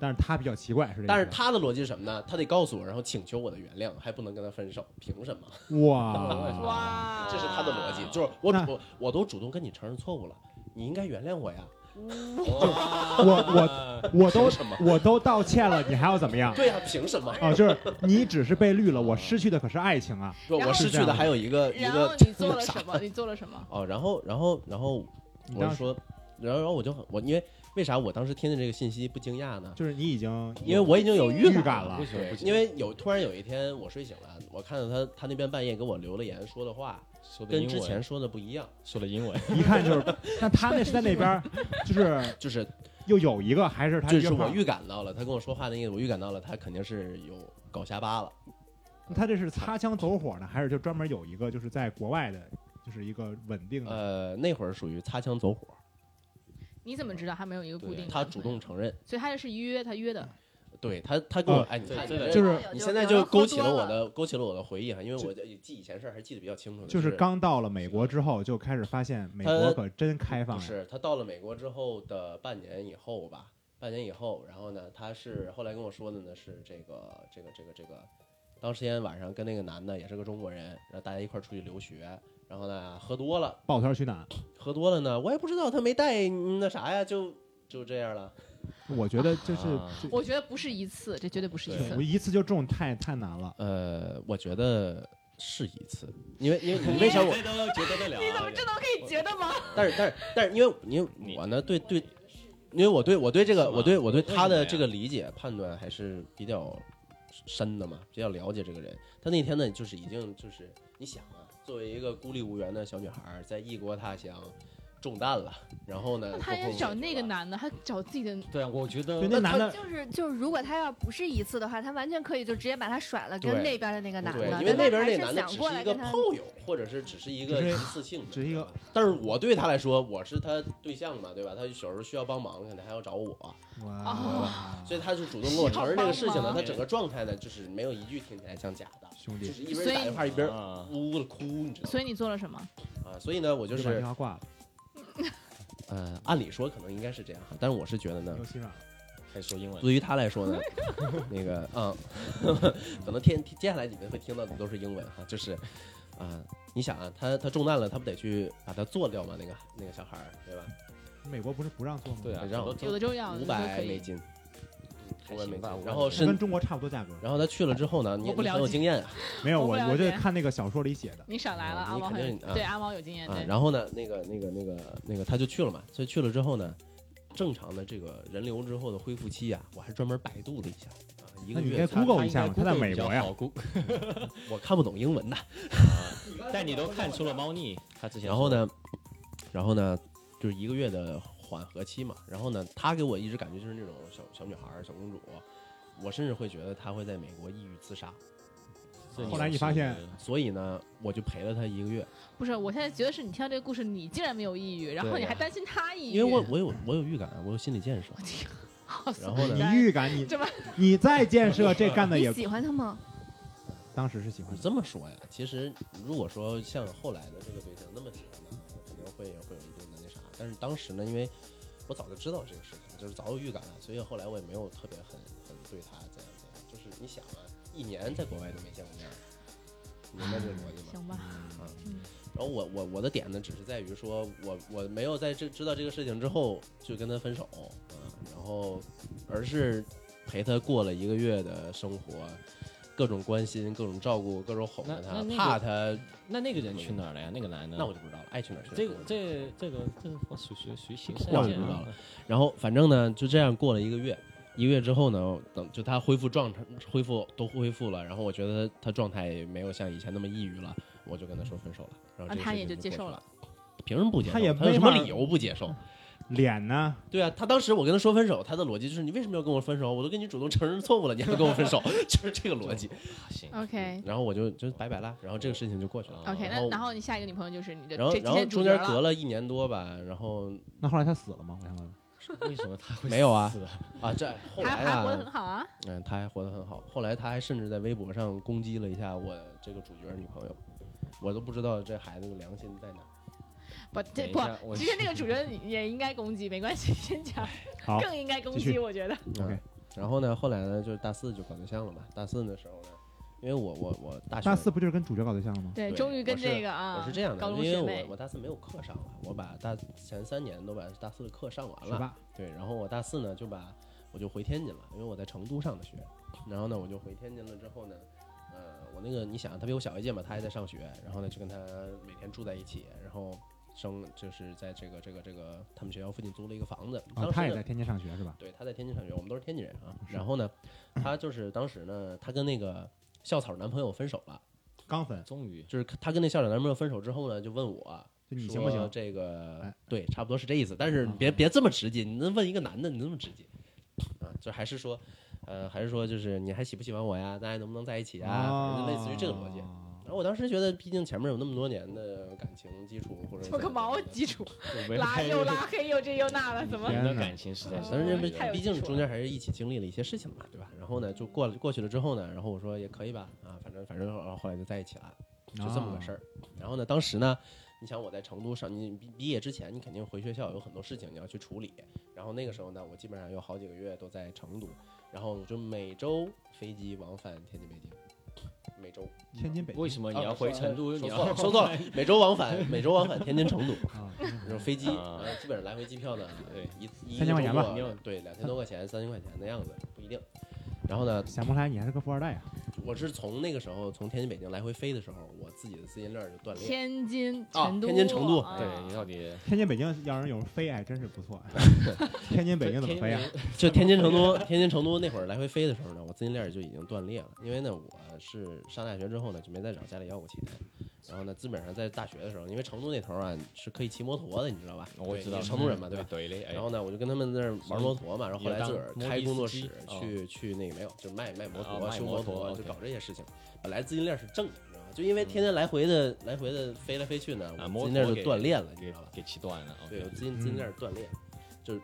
Speaker 8: 但是她比较奇怪是这个。
Speaker 7: 但是他的逻辑是什么呢？他得告诉我，然后请求我的原谅，还不能跟他分手，凭什么？
Speaker 8: 哇
Speaker 2: 哇，啊
Speaker 7: 这是他的逻辑，就是我
Speaker 8: 那
Speaker 7: 我我都主动跟你承认错误了，你应该原谅我呀。
Speaker 2: 嗯
Speaker 8: 我我都我都道歉了，你还要怎么样？
Speaker 7: 对呀、凭什么？
Speaker 8: 啊，就是你只是被绿了，我失去的可是爱情啊！
Speaker 4: 不，
Speaker 2: 然
Speaker 4: 我
Speaker 2: 后
Speaker 4: 失去的还有一个一
Speaker 2: 然后
Speaker 4: 个
Speaker 2: 你做了什 么？你做了什么？
Speaker 7: 哦，然后然后然后
Speaker 8: 你
Speaker 7: 我
Speaker 8: 当
Speaker 7: 就
Speaker 8: 时
Speaker 7: 说，然后然后我就很我因为为啥我当时听见这个信息不惊讶呢？
Speaker 8: 就是你已经
Speaker 7: 因为我已经有预
Speaker 8: 预
Speaker 7: 感
Speaker 8: 感了
Speaker 5: 为什 么不行？
Speaker 7: 因为有突然有一天我睡醒了，我看到他他那边半夜给我留了言说的话，
Speaker 5: 说的
Speaker 7: 跟
Speaker 5: 英
Speaker 7: 之前
Speaker 5: 文，
Speaker 7: 说的不一样，
Speaker 5: 说的英文，
Speaker 8: 一看就是，那他那是在那边儿，就是
Speaker 7: 就是
Speaker 8: 又有一个，还是他
Speaker 7: 就
Speaker 8: 约
Speaker 7: 是我
Speaker 8: 炮？
Speaker 7: 预感到了，他跟我说话那意思，我预感到了他肯定是有搞瞎巴了。
Speaker 8: 他这是擦枪走火呢，还是就专门有一个就是在国外的，就是一个稳定的？
Speaker 7: 呃，那会儿属于擦枪走火，
Speaker 2: 你怎么知道他没有一个固定？
Speaker 7: 他主动，承认，
Speaker 2: 所以他就是约他约的。
Speaker 7: 对他他跟我
Speaker 8: 哦
Speaker 7: 哎，你看
Speaker 5: 这这
Speaker 7: 你
Speaker 5: 个
Speaker 8: 就是
Speaker 7: 你现在就勾起了我，的勾起了我的回忆哈，因为
Speaker 8: 就
Speaker 7: 我就记以前事儿还记得比较清楚的，
Speaker 8: 就是刚到了美国之后，就开始发现美国可真开放
Speaker 7: 呃不
Speaker 8: 呀。
Speaker 7: 是，他到了美国之后的半年以后吧，半年以后，然后呢，他是后来跟我说的呢是这个这个这个这个，当时天晚上跟那个男的也是个中国人，然后大家一块儿出去留学，然后呢喝多了，
Speaker 8: 抱团取暖，
Speaker 7: 喝多了呢，我也不知道他没带嗯那啥呀，就就这样了。
Speaker 8: 我觉得就是
Speaker 5: 啊
Speaker 8: 就
Speaker 2: 我觉得不是一次，这绝对不是一
Speaker 8: 对我
Speaker 2: 次。
Speaker 8: 一次就中太太难了。
Speaker 7: 呃，我觉得是一次，因为因为你为啥我
Speaker 5: 都觉得得了？
Speaker 2: 你怎么这都可以觉得吗？
Speaker 7: 但是但是但是，因为因为
Speaker 5: 你
Speaker 7: 我呢，对对，因为我对我对这
Speaker 5: 是
Speaker 7: 个
Speaker 5: 吗
Speaker 7: 我对我对
Speaker 5: 为什
Speaker 7: 他
Speaker 5: 么
Speaker 7: 的
Speaker 5: 呀
Speaker 7: 这个理解判断还是比较深的嘛，比较了解这个人。他那天呢，就是已经就是你想啊，作为一个孤立无援的小女孩儿，在异国他乡中弹了，然后呢，
Speaker 2: 那他
Speaker 7: 后
Speaker 2: 也
Speaker 7: 后
Speaker 2: 找
Speaker 7: 悔
Speaker 2: 那
Speaker 7: 了
Speaker 2: 个男的，他找自己的，
Speaker 5: 对啊，我觉
Speaker 7: 呃
Speaker 5: 得
Speaker 8: 就那男的，
Speaker 6: 就是就是，如果他要不是一次的话，他完全可以就直接把他甩了，
Speaker 7: 对
Speaker 6: 跟那边的那个男
Speaker 7: 对，
Speaker 6: 的，
Speaker 7: 因为那边
Speaker 6: 但他还
Speaker 7: 那男
Speaker 6: 是
Speaker 7: 的
Speaker 6: 想
Speaker 7: 只
Speaker 6: 过
Speaker 7: 是一
Speaker 6: 来
Speaker 7: 个
Speaker 6: 跟他
Speaker 7: 炮友，或者是只是一个
Speaker 8: 只是
Speaker 7: 一次性的，
Speaker 8: 只是一个。
Speaker 7: 但是我对他来说，我是他对象嘛，对吧？他有时候需要帮忙，肯定还要找我。
Speaker 2: 哦
Speaker 8: 哇，
Speaker 7: 所以他就主动跟我承认这个事情
Speaker 2: 需要
Speaker 7: 呢
Speaker 2: 帮，忙
Speaker 7: 他整个状态呢，就是没有一句听起来像假的，
Speaker 8: 兄
Speaker 7: 就
Speaker 8: 弟，
Speaker 7: 是一边打电话一边
Speaker 5: 啊，
Speaker 7: 呜呜的哭，你知道
Speaker 2: 所以你做了什么？
Speaker 7: 吗？啊，所以呢，我就
Speaker 8: 把电
Speaker 7: 是
Speaker 8: 话挂了，
Speaker 7: 呃，按理说可能应该是这样哈，但是我是觉得呢
Speaker 8: 又，心软了。
Speaker 5: 还说英文，
Speaker 7: 对于他来说呢，那个嗯， 可能天接下来你们会听到的都是英文哈，就是啊、你想啊，他他中弹了，他不得去把他做掉吗？那个那个小孩儿，对吧？
Speaker 8: 美国不是不让做吗？
Speaker 5: 对啊，
Speaker 7: 让
Speaker 5: 很多
Speaker 2: 有的就要，有
Speaker 7: 五
Speaker 2: 的就
Speaker 7: 百
Speaker 2: 可
Speaker 7: 美
Speaker 2: 以。
Speaker 7: 金，
Speaker 5: 还
Speaker 7: 五百美
Speaker 5: 行吧
Speaker 7: 金，
Speaker 5: 500
Speaker 7: 然后
Speaker 5: 美金
Speaker 8: 跟
Speaker 7: 身，
Speaker 8: 中国差不多价格。
Speaker 7: 然后他去了之后呢，你
Speaker 2: 我不
Speaker 7: 你
Speaker 2: 了
Speaker 7: 很有
Speaker 2: 解
Speaker 7: 经验啊。
Speaker 8: 没有
Speaker 2: 我不
Speaker 8: 我，
Speaker 2: 了
Speaker 8: 我就
Speaker 2: 解
Speaker 8: 看那个小说里写的，
Speaker 2: 你少来了，
Speaker 7: 啊
Speaker 2: 阿
Speaker 7: 你
Speaker 2: 毛
Speaker 7: 肯
Speaker 2: 很
Speaker 7: 定啊
Speaker 2: 对阿毛有经验，
Speaker 7: 啊
Speaker 2: 对，。
Speaker 7: 然后呢，那个那个那个那个他就去了嘛，所以去了之后呢，正常的这个人流之后的恢复期啊，我还专门百度了一下啊，
Speaker 8: 那
Speaker 7: 一个
Speaker 8: 你
Speaker 7: 月
Speaker 8: 该
Speaker 7: 才
Speaker 8: Google 一下嘛，他在美
Speaker 5: 比较
Speaker 8: 国呀
Speaker 5: 好，估
Speaker 7: 我看不懂英文呐。
Speaker 5: 但你都看出了猫腻，他之前
Speaker 7: 然后呢，然后呢，就是一个月的缓和期嘛。然后呢，她给我一直感觉就是那种小小女孩儿、小公主，我甚至会觉得她会在美国抑郁自杀。
Speaker 5: 说，
Speaker 8: 后来你发现
Speaker 7: 所以呢，我就陪了她一个月，
Speaker 2: 不是，我现在觉得是你听到这个故事，你竟然没有抑郁，然后
Speaker 7: 对
Speaker 2: 你还担心他抑郁，
Speaker 7: 因为我我有我有预感，啊我有心理建设。
Speaker 2: 好
Speaker 7: 然后呢
Speaker 8: 你
Speaker 2: 怂
Speaker 8: 预感你
Speaker 2: 这么
Speaker 8: 你再建设这干的
Speaker 6: 你
Speaker 8: 也，
Speaker 6: 喜欢 他吗？
Speaker 8: 当时是喜欢
Speaker 7: 你，这么说呀，其实如果说像后来的这个对象那么喜欢呢，肯定会会有一定的那啥。但是当时呢，因为我早就知道这个事情，就是早有预感了，所以后来我也没有特别很很对他怎样怎样。就是你想啊，一年在国外都没见过面儿，你明白这个逻辑吗？
Speaker 2: 行吧，
Speaker 7: 然后我我我的点呢，只是在于说我我没有在这知道这个事情之后就跟他分手，啊，然后而是陪他过了一个月的生活，各种关心，各种照顾，各种哄着
Speaker 5: 那那
Speaker 7: 他
Speaker 5: 那，个
Speaker 7: 怕他，
Speaker 5: 那那个人去哪儿了呀？那个男的，
Speaker 7: 那我就不知道了，爱去哪儿去哪儿。
Speaker 5: 这个这这个这个我属于属于形式
Speaker 7: 那我就不知道了。然后反正呢，就这样过了一个月，一个月之后呢，等就他恢复状态，恢复都恢复了，然后我觉得他他状态也没有像以前那么抑郁了，我就跟他说分手了。然后
Speaker 2: 啊
Speaker 7: 这个
Speaker 2: 他
Speaker 7: 事
Speaker 2: 也
Speaker 7: 情
Speaker 2: 就接
Speaker 7: 过去
Speaker 2: 受
Speaker 7: 了，凭什么不接受？
Speaker 8: 他也
Speaker 7: 有
Speaker 8: 没
Speaker 7: 什么
Speaker 8: 法
Speaker 7: 理由不接受？
Speaker 8: 脸呢？
Speaker 7: 对啊，他当时我跟他说分手，他的逻辑就是你为什么要跟我分手？我都跟你主动承认错误了，你还跟我分手， 就是这个逻辑。
Speaker 2: 嗯
Speaker 5: 行，
Speaker 2: OK
Speaker 7: 然后我就就拜拜啦，然后这个事情就过去了。
Speaker 5: 啊
Speaker 2: OK，
Speaker 7: 嗯然后
Speaker 2: 那然后你下一个女朋友就是你的
Speaker 7: 然后
Speaker 2: 这
Speaker 7: 然后
Speaker 2: 天主
Speaker 7: 中
Speaker 2: 角
Speaker 7: 间隔
Speaker 2: 了，
Speaker 7: 了一年多吧，然后
Speaker 8: 那后来他死了吗？我想问问。
Speaker 5: 为什么他会
Speaker 7: 没有啊
Speaker 5: 死的？
Speaker 7: 啊 这后来
Speaker 2: 还还活得
Speaker 7: 啊
Speaker 2: 很，好啊，
Speaker 7: 嗯，他还活得很好。后来他还甚至在微博上攻击了一下我这个主角女朋友，我都不知道这孩子的良心在哪儿。
Speaker 2: 不这
Speaker 5: 等一
Speaker 2: 不
Speaker 5: 下，我
Speaker 2: 今天那个主角你也应该攻击，没关系，先讲，
Speaker 8: 好
Speaker 2: 更应该攻
Speaker 8: 继
Speaker 2: 击，
Speaker 8: 续
Speaker 2: 我觉得。
Speaker 7: 嗯
Speaker 8: OK
Speaker 7: 然后呢，后来呢，就是大四就搞对象了嘛。大四的时候呢，因为我我我大学
Speaker 8: 大四不就是跟主角搞对象了吗？
Speaker 2: 对，
Speaker 7: 对
Speaker 2: 终于跟
Speaker 7: 我是
Speaker 2: 这个啊，
Speaker 7: 我
Speaker 8: 嗯
Speaker 7: 是这样
Speaker 2: 高
Speaker 7: 的，
Speaker 2: 中
Speaker 7: 因为
Speaker 2: 学妹
Speaker 7: 我我大四没有课上了，我把大前三年都把大四的课上完
Speaker 8: 学
Speaker 7: 了，
Speaker 8: 霸，
Speaker 7: 对，然后我大四呢就把我就回天津了，因为我在成都上的学，然后呢我就回天津了之后呢，呃，我那个你想他比我小一届嘛，他还在上学，然后呢就跟他每天住在一起，然后生就是在这个这个这个他们学校附近租了一个房子，当
Speaker 8: 啊，
Speaker 7: 时
Speaker 8: 他也
Speaker 7: 呢
Speaker 8: 在天津上学是吧？
Speaker 7: 对，他在天津上学，我们都是天津人啊。
Speaker 8: 是
Speaker 7: 然后呢，他就是当时呢，他跟那个校草男朋友分手了，
Speaker 8: 刚分，
Speaker 5: 终于
Speaker 7: 就是他跟那校草男朋友分手之后呢，就问我。
Speaker 8: 就你
Speaker 7: 说
Speaker 8: 行不行？
Speaker 7: 这个
Speaker 8: 哎啊
Speaker 7: 对，差不多是这意思。但是你别别这么直接，你那问一个男的，你这么直接啊？就还是说，呃，还是说就是你还喜不喜欢我呀？大家能不能在一起
Speaker 8: 哦
Speaker 7: 啊？反正就类似于这个逻辑。然后我当时觉得，毕竟前面有那么多年的感情基础，或者
Speaker 2: 有个毛
Speaker 7: 基
Speaker 2: 基础，
Speaker 5: 我
Speaker 2: 拉又拉黑又这又那的，怎么
Speaker 8: 天
Speaker 5: 人的
Speaker 8: 哪
Speaker 5: 感情实在是
Speaker 7: 反正
Speaker 5: 太
Speaker 7: 这不
Speaker 5: 难
Speaker 2: 太有
Speaker 7: 毕
Speaker 2: 基
Speaker 7: 竟
Speaker 2: 础了
Speaker 7: 中间还是一起经历了一些事情嘛，对吧？然后呢，就过了过去了之后呢，然后我说也可以吧，啊，反正反正然后后来就在一起了，就这
Speaker 5: 啊
Speaker 7: 么个事
Speaker 8: 儿。
Speaker 7: 儿。然后呢，当时呢，你想我在成都上，你毕毕业之前，你肯定回学校有很多事情你要去处理。然后那个时候呢，我基本上有好几个月都在成都，然后我就每周飞机往返天津、北京，每周哦
Speaker 8: 天津北
Speaker 5: 为
Speaker 8: 京
Speaker 5: 什么你要回成都？你
Speaker 7: 说
Speaker 5: 要
Speaker 7: 错了，说错了，每周往返，每周往返天津、成都。
Speaker 8: 啊，
Speaker 7: 这种飞机，
Speaker 5: 啊
Speaker 7: 呃基本上来回机票呢，
Speaker 5: 对
Speaker 7: 一一
Speaker 8: 三千块钱吧
Speaker 7: 一个周末对，两千多块钱，三千块钱的样子，不一定。然后呢，
Speaker 8: 想不来你还是个富二代啊！
Speaker 7: 我是从那个时候从天津北京来回飞的时候，我自己的资金链就断裂。
Speaker 2: 天津、
Speaker 7: 啊
Speaker 2: 成都、
Speaker 7: 天津成都
Speaker 2: 啊
Speaker 5: 对你到底
Speaker 8: 天津北京要人有人飞，哎，真是不 错。天津北京怎么飞啊？
Speaker 7: 就天津成都，天津成都那会儿来回飞的时候呢，我资金链就已经断裂了，因为呢，我是上大学之后呢就没再找家里要过钱。然后呢，基本上在大学的时候，因为成都那头啊是可以骑摩托的，你知道吧？
Speaker 5: 我知道
Speaker 7: 你是成都人嘛，对吧？
Speaker 5: 对嘞，哎
Speaker 7: 然后呢，我就跟他们在那儿玩摩托嘛，然后后来自个儿开工作室
Speaker 5: 你当摩的哦
Speaker 7: 去去那个没有，就是卖卖摩
Speaker 5: 啊
Speaker 7: 托、
Speaker 5: 卖
Speaker 7: 修
Speaker 5: 摩托
Speaker 7: 托，
Speaker 5: ，OK 嗯
Speaker 7: 就搞这些事情。本来资金链是正的，你知道吧？就因为天天来回的来回的飞来飞去呢，
Speaker 5: 啊，
Speaker 7: 我
Speaker 5: 摩
Speaker 7: 资金链
Speaker 5: 托
Speaker 7: 就
Speaker 5: 给
Speaker 7: 断裂了，你
Speaker 5: 给
Speaker 7: 知道吧？
Speaker 5: 给骑断了。
Speaker 7: 对，
Speaker 5: OK
Speaker 7: 我资金资金链断裂，就是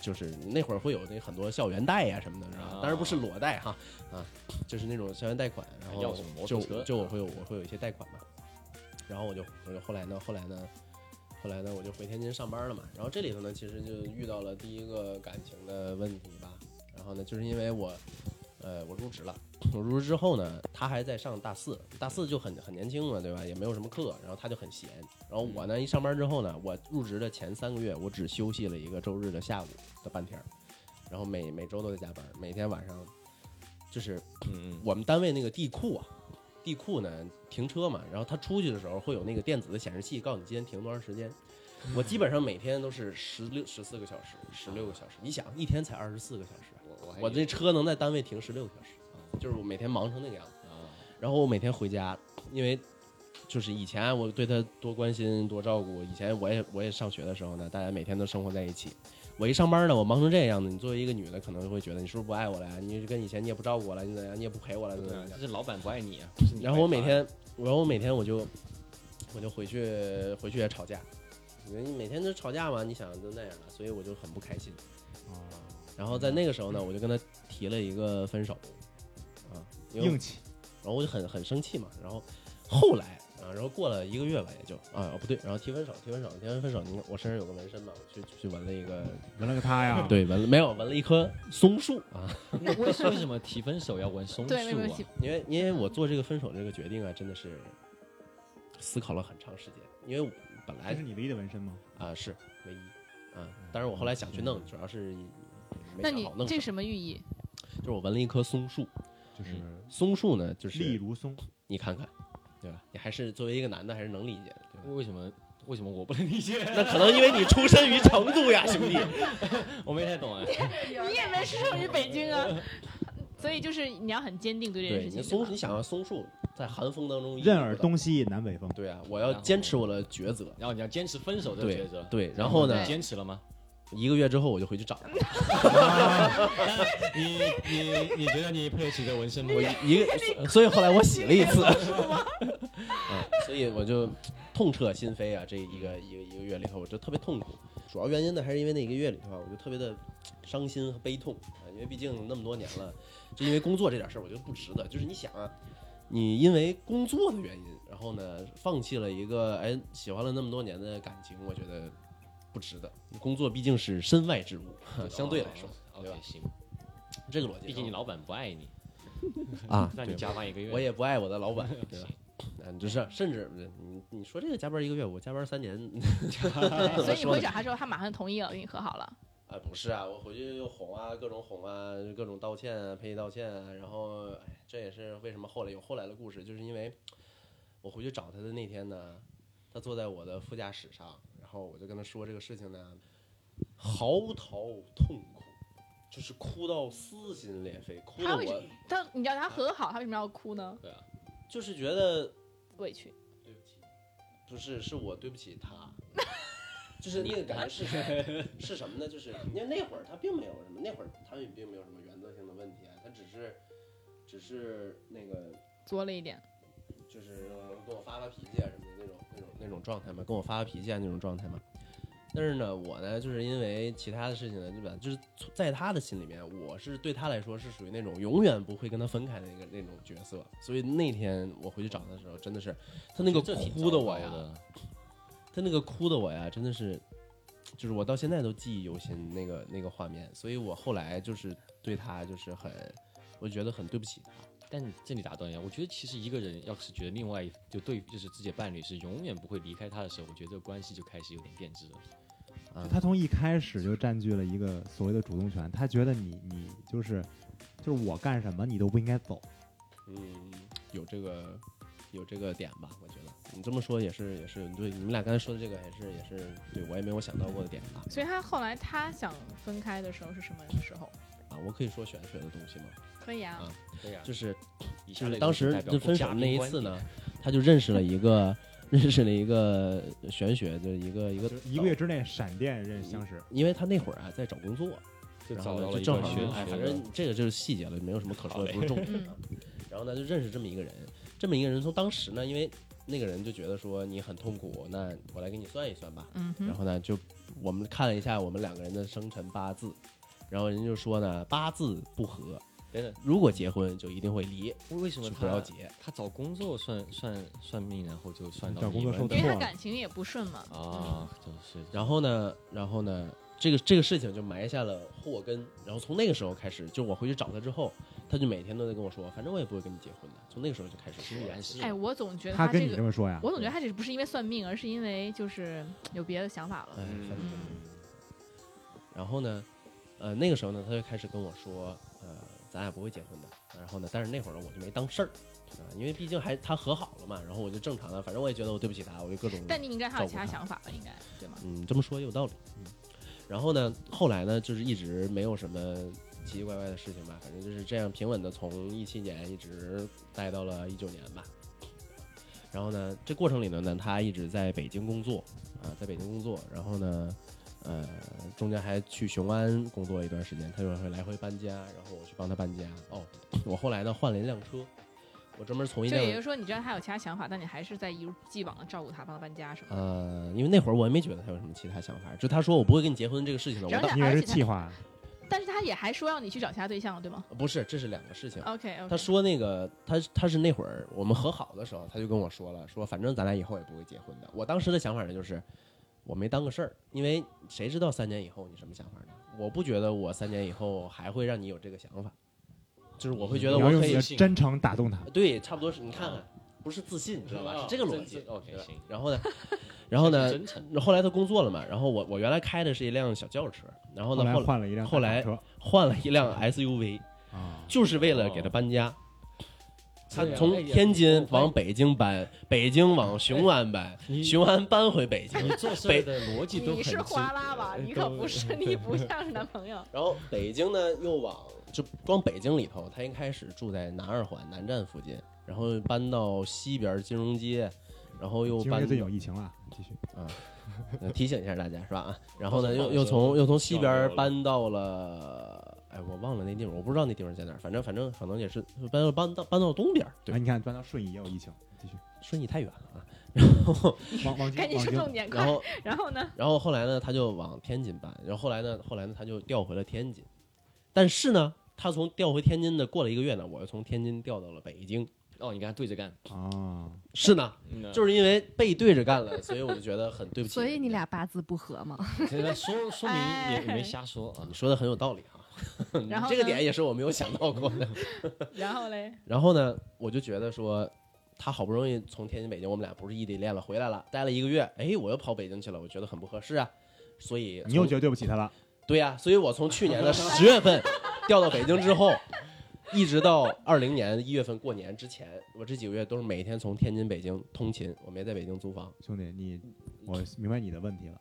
Speaker 7: 就是那会儿会有那很多校园贷呀什么的，你知道吧
Speaker 5: 啊？
Speaker 7: 当然不是裸贷哈啊，就是那种校园贷款，然后
Speaker 5: 要什么摩
Speaker 7: 就
Speaker 5: 托车啊
Speaker 7: 就我会有我会有一些贷款嘛，然后我就我就后来呢后来呢后来呢我就回天津上班了嘛，然后这里头呢其实就遇到了第一个感情的问题吧，然后呢就是因为我呃我入职了，我入职之后呢他还在上大四，大四就很很年轻嘛对吧，也没有什么课，然后他就很闲，然后我呢一上班之后呢，我入职的前三个月我只休息了一个周日的下午的半天儿，然后每每周都在加班，每天晚上就是
Speaker 5: 嗯
Speaker 7: 我们单位那个地库啊，地库呢停车嘛，然后他出去的时候会有那个电子的显示器告诉你今天停多长时间。我基本上每天都是十六、十四个小时，十六个小时。你想，一天才二十四个小时，
Speaker 5: 嗯，我
Speaker 7: 我这车能在单位停十六个小时，
Speaker 5: 这
Speaker 7: 就是我每天忙成那个样子。
Speaker 5: 啊
Speaker 7: 然后我每天回家，因为就是以前我对他多关心多照顾，以前我也我也上学的时候呢，大家每天都生活在一起。我一上班呢，我忙成这样子，你作为一个女的，可能会觉得你是不是不爱我了呀？你跟以前你也不照顾我了，你怎样？你也不陪我了，怎么怎么样
Speaker 5: 这？是老板不爱你啊。不是你
Speaker 7: 然后我每
Speaker 5: 白
Speaker 7: 天，然后我每天我就我就回去回去也吵架，因为你每天都吵架嘛，你想都那样了，所以我就很不开心。然后在那个时候呢，我就跟他提了一个分手，啊，因为我
Speaker 8: 硬气，
Speaker 7: 然后我就很很生气嘛。然后后来啊，然后过了一个月吧，也就啊不对，然后提分手，提分手，提完分手，你看我身上有个纹身嘛，我去去纹了一个，
Speaker 8: 纹了个他
Speaker 2: 啊
Speaker 8: 呀。，
Speaker 7: 对，纹了没有纹了一棵松树 啊，
Speaker 5: 发为为什么提分手要纹松树
Speaker 2: 对，没有
Speaker 5: 啊
Speaker 2: 起？
Speaker 7: 因为因为我做这个分手这个决定啊，真的是思考了很长时间，因为我本来
Speaker 8: 这是你唯一的纹身吗？
Speaker 7: 啊，是唯一啊。但是我后来想去弄，主要是没
Speaker 2: 那
Speaker 7: 想
Speaker 2: 你
Speaker 7: 好弄
Speaker 2: 这
Speaker 7: 什
Speaker 2: 是
Speaker 7: 么。
Speaker 2: 什么寓意？
Speaker 7: 就是我纹了一棵松树，
Speaker 8: 就是
Speaker 7: 松树呢，就
Speaker 8: 立
Speaker 7: 是
Speaker 8: 嗯如松，
Speaker 7: 你看看，对吧？你还是作为一个男的，还是能理解的，对吧？
Speaker 5: 为什么为什么我不能理 解？
Speaker 7: 那可能因为你出身于成都呀，兄弟。
Speaker 5: 我没太懂哎。
Speaker 2: 你也没出生于北京 啊，所以就是你要很坚定对这件
Speaker 7: 对，
Speaker 2: 事
Speaker 7: 你
Speaker 2: 情。
Speaker 7: 松，
Speaker 2: 对吧
Speaker 7: 你想要松树在寒风当中
Speaker 8: 任尔
Speaker 7: 动。
Speaker 8: 东西南北风。
Speaker 7: 对啊，我要坚持我的抉择。
Speaker 5: 然后你要坚持分手这个
Speaker 7: 对
Speaker 5: 抉择，
Speaker 7: 对，然后呢
Speaker 5: 你，坚持了 吗？
Speaker 7: 一个月之后我就回去找他。
Speaker 5: 你你你觉得你配得起这纹身吗？
Speaker 7: 我一一个，所以后来我洗了一次， 啊，所以我就痛彻心扉啊！这一个一个一个月里头，我就特别痛苦。主要原因呢，还是因为那一个月里头啊，我就特别的伤心和悲痛啊，因为毕竟那么多年了，就因为工作这点事儿，我觉得不值得。就是你想啊，你因为工作的原因，然后呢，放弃了一个哎喜欢了那么多年的感情，我觉得不值得。工作毕竟是 身外之物，相对来说，
Speaker 5: 哦
Speaker 7: 对吧
Speaker 5: ，OK，行，
Speaker 7: 这个逻辑。
Speaker 5: 毕竟你老板不爱你，
Speaker 7: 啊，
Speaker 5: 让你加班一个月，
Speaker 7: 我也不爱我的老 板，对吧？啊，你这是，甚至你你说这个加班一个月，我加班三年，
Speaker 2: 对所以你
Speaker 7: 说
Speaker 2: 回
Speaker 7: 呢
Speaker 2: 去找他之后，他马上同意了，跟你和好了。
Speaker 7: 啊，不是啊，我回去又哄啊，各种哄啊，各种道歉啊，赔礼道歉啊，然后哎这也是为什么后来有后来的故事，就是因为我回去找他的那天呢，他坐在我的副驾驶上，然后我就跟他说这个事情呢，嚎啕痛哭，就是哭到撕心裂肺，哭
Speaker 2: 他
Speaker 7: 的
Speaker 2: 为什
Speaker 7: 我
Speaker 2: 么他你让他和好，他为什么要哭呢？
Speaker 7: 就是觉得
Speaker 2: 委屈。
Speaker 7: 对不起，不是，是我对不起 他，就是那个感觉是什么是 什么呢？就是因为那会儿他并没有什么，那会儿他也并没有什么原则性的问题啊，他只是只是那个
Speaker 2: 作了一点，
Speaker 7: 就是跟我发发脾气啊什么的那种那种那种状态嘛，跟我发发脾气啊那种状态嘛。但是呢，我呢，就是因为其他的事情呢，对吧？就是在他的心里面，我是对他来说是属于那种永远不会跟他分开的那个那种角色。所以那天我回去找他的时候，真的是他那个
Speaker 5: 这挺
Speaker 7: 哭的
Speaker 5: 糟
Speaker 7: 我
Speaker 5: 糕
Speaker 7: 呀，
Speaker 5: 的
Speaker 7: 他那个哭的我呀，真的是，就是我到现在都记忆犹新那个那个画面，所以我后来就是对他就是很，我觉得很对不起他。
Speaker 5: 但这里打断一下，我觉得其实一个人要是觉得另外一就对，就是自己的伴侣是永远不会离开他的时候，我觉得这个关系就开始有点变质了。
Speaker 7: 啊
Speaker 8: 他从一开始就占据了一个所谓的主动权，他觉得你你就是就是我干什么你都不应该走，
Speaker 7: 嗯，有这个有这个点吧，我觉得你这么说也是也是对你们俩刚才说的这个也是也是对我也没有想到过的点吧？
Speaker 2: 所以他后来他想分开的时候是什么时候？
Speaker 7: 啊，我可以说玄学的东西吗？
Speaker 2: 可以啊
Speaker 7: 啊，
Speaker 5: 对呀、
Speaker 7: 就是
Speaker 5: 以下
Speaker 7: 就
Speaker 5: 内
Speaker 7: 是
Speaker 5: 容
Speaker 7: 当时
Speaker 5: 代表
Speaker 7: 就
Speaker 5: 国
Speaker 7: 分
Speaker 5: 家
Speaker 7: 手那一
Speaker 5: 观
Speaker 7: 次
Speaker 5: 点
Speaker 7: 呢，他就认识了一个 认识了一个玄学，就是一个一个
Speaker 8: 就是一个月之内闪电认识相识，
Speaker 7: 因为他那会儿啊在找工作，
Speaker 5: 就
Speaker 7: 然
Speaker 5: 找
Speaker 7: 后
Speaker 5: 到了
Speaker 7: 呢就
Speaker 5: 一个
Speaker 7: 正好
Speaker 5: 学
Speaker 7: 就
Speaker 5: 徒
Speaker 7: 哎，反
Speaker 5: 嗯
Speaker 7: 正这个就是细节了，没有什么可说的，不是重点
Speaker 2: 嗯
Speaker 7: 啊。然后呢就认识这么一个人，这么一个人从当时呢，因为那个人就觉得说你很痛苦，那我来给你算一算吧。
Speaker 2: 嗯
Speaker 7: 然
Speaker 2: 哼，
Speaker 7: 后呢就我们看了一下我们两个人的生辰八字，然后人家就说呢八字不合，
Speaker 5: 等等，
Speaker 7: 如果结婚就一定会离，
Speaker 5: 哎为什么
Speaker 7: 就
Speaker 5: 他
Speaker 7: 不要结。
Speaker 5: 他找工作算算算命，然后就算到
Speaker 8: 找
Speaker 5: 你
Speaker 8: 工作
Speaker 5: 们
Speaker 8: 受
Speaker 5: 的
Speaker 2: 因为
Speaker 8: 挫
Speaker 2: 他
Speaker 8: 了
Speaker 2: 感情也不顺嘛。
Speaker 7: 哦
Speaker 2: 嗯
Speaker 5: 啊，就是
Speaker 7: 然后呢，然后呢，这个这个事情就埋下了祸根。然后从那个时候开始，就我回去找他之后，他就每天都在跟我说，反正我也不会跟你结婚的。从那个时候就开始说了，
Speaker 5: 然是啊
Speaker 2: 哎，我总觉得
Speaker 8: 他跟
Speaker 2: 这
Speaker 8: 你这
Speaker 2: 个，
Speaker 8: 么说呀？
Speaker 2: 我总觉得他只不是因为算命，而是因为就是有别的想法
Speaker 7: 哎，
Speaker 2: 了。
Speaker 7: 反正
Speaker 2: 嗯
Speaker 7: 然后呢，呃，那个时候呢，他就开始跟我说，呃，咱俩不会结婚的。然后呢，但是那会儿呢，我就没当事儿。啊，因为毕竟还他和好了嘛，然后我就正常的，反正我也觉得我对不起他，我就各种。
Speaker 2: 但你应该还有其他
Speaker 7: 照顾他
Speaker 2: 想法吧？应该对吗？
Speaker 7: 嗯，这么说也有道理。嗯，然后呢，后来呢，就是一直没有什么奇奇怪怪的事情吧，反正就是这样平稳的从一七年一直待到了一九年吧。然后呢，这过程里呢，呢他一直在北京工作啊，在北京工作，然后呢，呃，中间还去雄安工作一段时间，他就会来回搬家，然后我去帮他搬家。哦，我后来呢换了一辆车，我专门从一
Speaker 2: 就
Speaker 7: 辆
Speaker 2: 也就是说，你知道他有其他想法，但你还是在一如既往的照顾他，帮他搬家什么的。
Speaker 7: 呃，因为那会儿我也没觉得他有什么其他想法，就他说我不会跟你结婚这个事情呢，我
Speaker 2: 然
Speaker 7: 当
Speaker 2: 后
Speaker 8: 你以为是气话，
Speaker 2: 但是他也还说让你去找其他对象，对吗
Speaker 7: 不是，这是两个事情。
Speaker 5: 哦
Speaker 2: ？OK，
Speaker 7: 他说那个，他他是那会儿我们和好的时候，他就跟我说了，说反正咱俩以后也不会结婚的。我当时的想法呢，就是我没当个事儿，因为谁知道三年以后你什么想法呢？我不觉得我三年以后还会让你有这个想法，就是我会觉
Speaker 8: 你
Speaker 7: 得
Speaker 8: 要
Speaker 7: 我
Speaker 8: 用
Speaker 7: 可
Speaker 8: 你
Speaker 7: 以
Speaker 8: 的真诚打动他。
Speaker 7: 对，差不多是你看看，不是自信，你知道吧？是这个逻辑
Speaker 5: 真。OK，哦
Speaker 7: 对吧
Speaker 5: 行
Speaker 7: 然后 呢，然后呢，
Speaker 5: 真诚，
Speaker 7: 后来他工作了嘛，然后我我原来开的是一辆小轿车，然后
Speaker 8: 后
Speaker 7: 呢
Speaker 8: 来
Speaker 7: 后来
Speaker 8: 换了一辆
Speaker 7: 后来
Speaker 8: 大卡
Speaker 7: 换了一辆 SUV。
Speaker 8: 车啊，
Speaker 7: 就是为
Speaker 5: 哦
Speaker 7: 了给他搬家。
Speaker 5: 对啊
Speaker 7: 他
Speaker 5: 哎
Speaker 7: 从
Speaker 5: 呀
Speaker 7: 天津
Speaker 5: 我发
Speaker 7: 往北京搬，北京往雄安搬，
Speaker 5: 你
Speaker 7: 雄安搬回北 京，
Speaker 5: 你做事
Speaker 7: 北
Speaker 5: 的逻辑都
Speaker 2: 你
Speaker 5: 很
Speaker 2: 是
Speaker 5: 清
Speaker 2: 花拉吧？
Speaker 5: 哎
Speaker 2: 你可不是，你不像是男朋 友。
Speaker 7: 然后北京呢又往就光北京里头，他一开始住在南二环南站附近，然后搬到西边金融街，然后又
Speaker 8: 金融
Speaker 7: 搬
Speaker 8: 街最近有疫情了，继续。
Speaker 7: 呃提醒一下大家是 吧？啊，然后呢，
Speaker 5: 到处跑的时候
Speaker 7: 又又从又从西
Speaker 5: 希望没有
Speaker 7: 边
Speaker 5: 了
Speaker 7: 搬到了，哎，我忘了那地方，我不知道那地方在哪儿，反正反正可能也是搬到搬到搬到东边儿，对
Speaker 8: 哎，，你看搬到顺义也有 疫情，继续。
Speaker 7: 顺义太远了啊。然后
Speaker 8: 往往
Speaker 2: 赶紧
Speaker 8: 京往
Speaker 2: 说重
Speaker 8: 京，
Speaker 2: 点，快！
Speaker 7: 然后
Speaker 2: 然后呢？
Speaker 7: 然后后来呢，他就往天津搬，然后后来呢，后来呢，他就调回了天津，但是呢，他从调回天津的过了一个月呢，我又从天津调到了北京，
Speaker 5: 哦，你跟他对着干，
Speaker 8: 啊，
Speaker 7: 是呢，
Speaker 5: 就
Speaker 7: 就是因为被对着干了，所以我就觉得很对不起。
Speaker 6: 所以你俩八字不合嘛？
Speaker 5: 是说说明也也
Speaker 2: 哎
Speaker 5: 没瞎说啊
Speaker 7: 你。说的很有道理啊，你
Speaker 2: 然后
Speaker 7: 这个
Speaker 2: 呢
Speaker 7: 点也是我没有想到过的。
Speaker 2: 然后 嘞，
Speaker 7: 然后呢，我就觉得说，他好不容易从天津、北京，我们俩不是异地恋了，回来了，待了一个月，哎，我又跑北京去了，我觉得很不合适啊，所以
Speaker 8: 你又
Speaker 7: 从
Speaker 8: 觉得对不起他了？
Speaker 7: 对呀、所以我从去年的十月份调到北京之后，一直到二零年一月份过年之前，我这几个月都是每天从天津、北京通勤，我没在北京租房。
Speaker 8: 兄弟，你我明白你的问题 了。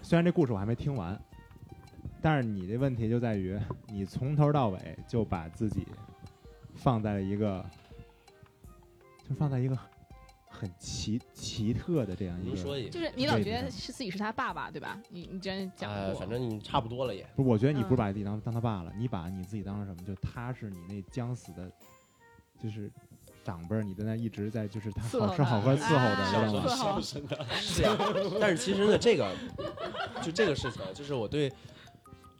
Speaker 8: 虽然这故事我还没听完，但是你的问题就在于你从头到尾就把自己放在了一个，就放在一个很奇奇特的这样一
Speaker 7: 您
Speaker 8: 个。
Speaker 7: 说一
Speaker 2: 就
Speaker 7: 下，
Speaker 2: 是你老
Speaker 8: 对
Speaker 2: 觉
Speaker 8: 对
Speaker 2: 得
Speaker 8: 对
Speaker 2: 是自己是他爸爸，对吧？你你之前讲
Speaker 7: 呃，
Speaker 2: 过，
Speaker 7: 反正你差不多 了也。
Speaker 8: 不是，我觉得你不是
Speaker 2: 嗯
Speaker 8: 把自己当当他爸了，你把你自己当成什么？就他是你那将死的，就是长辈儿，你在那一直在就是他
Speaker 2: 伺候
Speaker 8: 好吃
Speaker 2: 他
Speaker 8: 好喝伺候的，
Speaker 2: 啊
Speaker 8: 知道吗？
Speaker 2: 伺候
Speaker 7: 是 呀，但是其实呢，这个就这个事情啊，就是我对